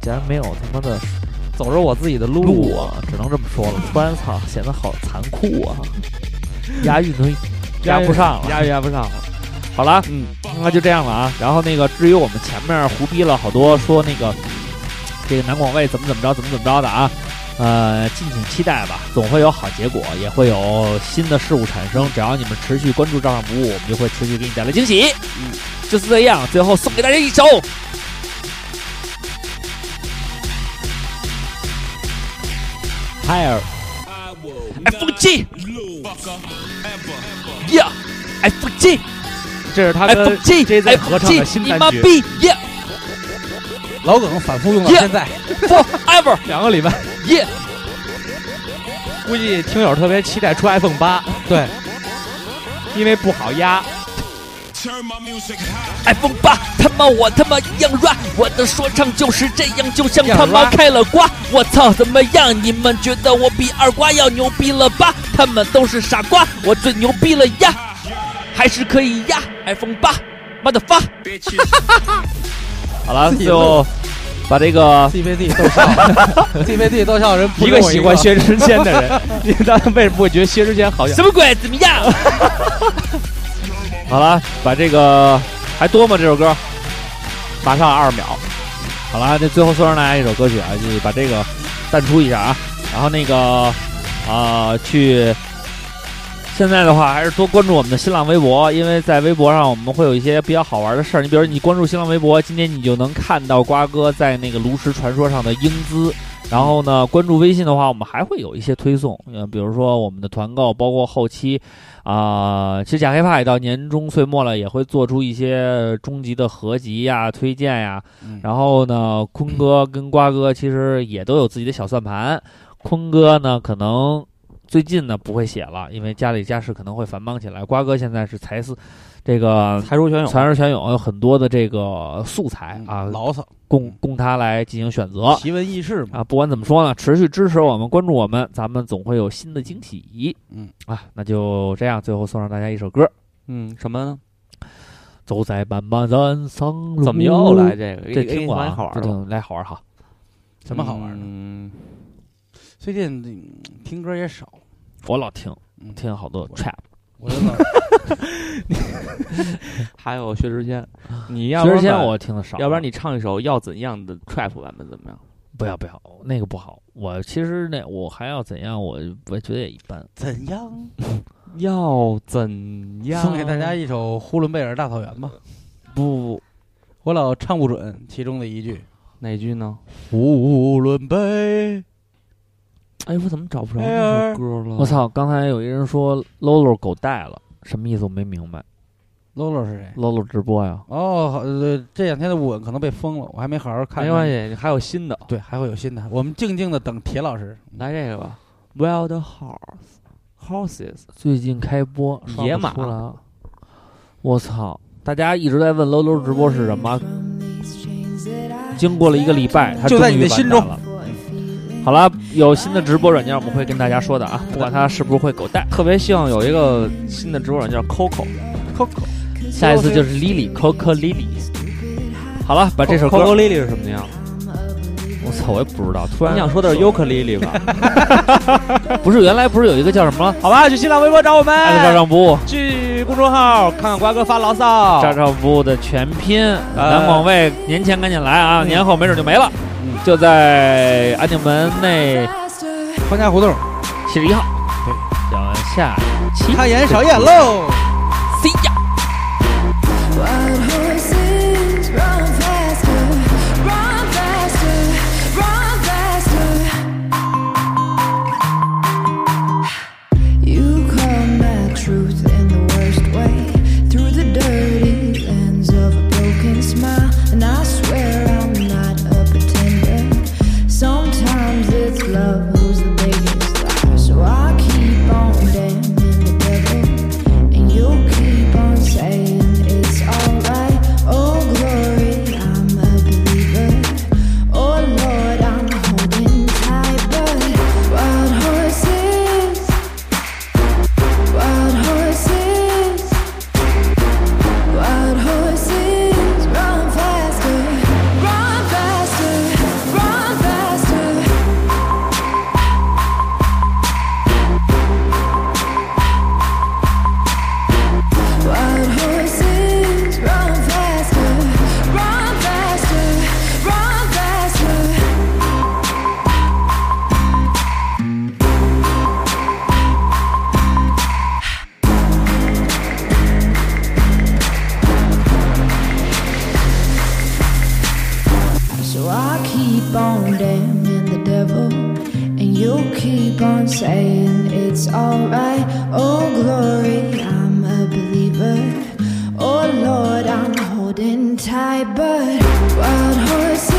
[SPEAKER 3] 竟然没有他妈的走着我自己的路啊，只能这么说了。突然操，显得好残酷 啊，押韵都押不上了，
[SPEAKER 6] 压压不上了。
[SPEAKER 3] 好了，
[SPEAKER 6] 嗯，
[SPEAKER 3] 那就这样了啊。然后那个，至于我们前面胡逼了好多，说那个这个南广卫怎么怎么着，怎么怎么着的啊，呃，敬请期待吧，总会有好结果，也会有新的事物产生。只要你们持续关注照上不误，我们就会持续给你带来惊喜。嗯，就是这样。最后送给大家一首。海尔
[SPEAKER 7] F G，呀，F G
[SPEAKER 5] 这是他跟
[SPEAKER 7] F G
[SPEAKER 5] JZ
[SPEAKER 7] F
[SPEAKER 5] 合唱
[SPEAKER 7] G，
[SPEAKER 5] 的新
[SPEAKER 7] 你
[SPEAKER 5] 单
[SPEAKER 7] 妈
[SPEAKER 5] 曲
[SPEAKER 7] 逼，Yeah
[SPEAKER 4] 老耿反复用到现在，
[SPEAKER 7] forever，
[SPEAKER 5] 两个礼拜
[SPEAKER 7] Yeah。
[SPEAKER 5] 估计听友特别期待出 iPhone 八，
[SPEAKER 4] 对，
[SPEAKER 5] 因为不好压。
[SPEAKER 9] iPhone 八，他妈我他妈一样 rap，我的说唱就是这样，就像
[SPEAKER 5] 样
[SPEAKER 9] 他妈
[SPEAKER 5] rap
[SPEAKER 9] 开了瓜。我操，怎么样？你们觉得我比二瓜要牛逼了吧？他们都是傻瓜，我最牛逼了呀，还是可以呀，iPhone 八，妈的发。
[SPEAKER 3] 好了，
[SPEAKER 4] 自己
[SPEAKER 3] 就把这个
[SPEAKER 4] 自己被自己逗笑，自己被自己逗笑的人不
[SPEAKER 3] 一
[SPEAKER 4] 跟
[SPEAKER 3] 个
[SPEAKER 4] 我
[SPEAKER 3] 喜欢薛之谦的人， 你当时为什么会觉得薛之谦好笑？
[SPEAKER 9] 什么鬼？怎么样？
[SPEAKER 3] 好了，把这个还多吗？这首歌，马上二秒。好了，这最后送上大家一首歌曲啊，你把这个淡出一下啊，然后那个啊、去。现在的话，还是多关注我们的新浪微博，因为在微博上我们会有一些比较好玩的事儿。你比如你关注新浪微博，今天你就能看到瓜哥在那个炉石传说上的英姿。然后呢，关注微信的话，我们还会有一些推送，呃，比如说我们的团购，包括后期啊、其实假黑怕也到年终岁末了，也会做出一些终极的合集呀、推荐呀。
[SPEAKER 4] 嗯
[SPEAKER 3] 然后呢，坤哥跟瓜哥其实也都有自己的小算盘。坤哥呢，可能最近呢不会写了，因为家里家事可能会繁忙起来。瓜哥现在是财司，这个
[SPEAKER 5] 才疏学
[SPEAKER 3] 财师全有有很多的这个素材啊，
[SPEAKER 4] 牢骚、
[SPEAKER 3] 供供他来进行选择。
[SPEAKER 4] 奇闻异事嘛。
[SPEAKER 3] 啊，不管怎么说呢，持续支持我们，关注我们，咱们总会有新的惊喜。
[SPEAKER 4] 嗯
[SPEAKER 3] 啊，那就这样，最后送上大家一首歌。
[SPEAKER 5] 嗯，什么呢？
[SPEAKER 3] 走在漫漫人生路，
[SPEAKER 5] 怎么又来？这个？
[SPEAKER 3] 这听过
[SPEAKER 5] 蛮
[SPEAKER 3] 啊，
[SPEAKER 5] 好玩
[SPEAKER 3] 这
[SPEAKER 5] 的，
[SPEAKER 3] 挺来好玩哈。
[SPEAKER 4] 什么好玩的？
[SPEAKER 5] 嗯，
[SPEAKER 4] 最近嗯听歌也少，
[SPEAKER 3] 我老听
[SPEAKER 4] 嗯
[SPEAKER 3] 听好多 trap，
[SPEAKER 4] 我就老
[SPEAKER 5] 还有薛之啊谦，你要
[SPEAKER 3] 薛之
[SPEAKER 5] 不然
[SPEAKER 3] 谦
[SPEAKER 5] 把
[SPEAKER 3] 我听的少，
[SPEAKER 5] 要不然你唱一首要怎样的 trap 版本怎么样？
[SPEAKER 3] 不要不要那个不好。我其实那我还要怎样？我我觉得也一般。
[SPEAKER 4] 怎样？
[SPEAKER 5] 要怎样？
[SPEAKER 4] 送给大家一首《呼伦贝尔大草原》吧。
[SPEAKER 5] 不
[SPEAKER 4] 我老唱不准其中的一句。
[SPEAKER 5] 哪句呢？
[SPEAKER 4] 呼伦贝，
[SPEAKER 5] 哎，我怎么找不着
[SPEAKER 4] 哎
[SPEAKER 5] 那
[SPEAKER 4] 呀
[SPEAKER 5] 首歌了？
[SPEAKER 3] 我！操，刚才有一人说 Lolo 狗带了，什么意思？我没明白。
[SPEAKER 4] Lolo 是谁？
[SPEAKER 3] Lolo 直播呀？
[SPEAKER 4] 哦，好呃，这两天的吻可能被封了，我还没好好看。
[SPEAKER 5] 哎没关，系，还有新的，
[SPEAKER 4] 对，还会有新的。我们静静的等铁老师。
[SPEAKER 5] 来这个吧。Wild horse horses，
[SPEAKER 3] 最近开播刷不
[SPEAKER 5] 野马
[SPEAKER 3] 出来啊我操！大家一直在问 Lolo 直播是什么，经过了一个礼拜，他
[SPEAKER 4] 就在
[SPEAKER 3] 终于
[SPEAKER 4] 你的
[SPEAKER 3] 完
[SPEAKER 4] 心
[SPEAKER 3] 蛋
[SPEAKER 4] 中
[SPEAKER 3] 了。好了，有新的直播软件，我们会跟大家说的啊，不管它是不是会狗带。
[SPEAKER 5] 特别希望有一个新的直播软件 Coco。
[SPEAKER 4] Coco，
[SPEAKER 3] 下一次就是 Lily Coco Lily。好了，把这首
[SPEAKER 5] Coco
[SPEAKER 3] 歌，
[SPEAKER 5] Lily 是什么样？
[SPEAKER 3] 我操，我也不知道，突
[SPEAKER 5] 你想
[SPEAKER 3] 然
[SPEAKER 5] 说的是 y o k Lily 吧？
[SPEAKER 3] 不是原来不是有一个叫什么
[SPEAKER 5] 好吧，去新浪微博找我们，
[SPEAKER 3] 爱的
[SPEAKER 4] 哎
[SPEAKER 3] 照上不误，
[SPEAKER 5] 去公众号看看瓜哥发牢
[SPEAKER 4] 哦
[SPEAKER 5] 骚。
[SPEAKER 3] 照照不误的全拼，南广卫年前赶紧来啊，年后没准就没了，就在安定门内
[SPEAKER 4] 方家胡同，
[SPEAKER 3] 七十一号。对，咱们下哎期
[SPEAKER 4] 看演少演喽。
[SPEAKER 9] See ya。
[SPEAKER 10] Wild horses run faster, run faster, run faster. You call my truth in the worst way, through the dirty lens of a broken smile, and I swear I'm not a pretender. Sometimes it's love who's the biggest liar, so I keep on damning the devil. And you keep on saying it's alright. Oh glory, I'm a believer. Oh Lord, I'm holding tight, but wild horses, wild horses, wild horses, run faster, run faster, run faster. Wild horses run faster, run faster, run faster. So I keep on damning the devil, and you keep on saying it's alright. Oh, glory, I'm a believer. Oh, Lord, I'm holding tight, but wild horses.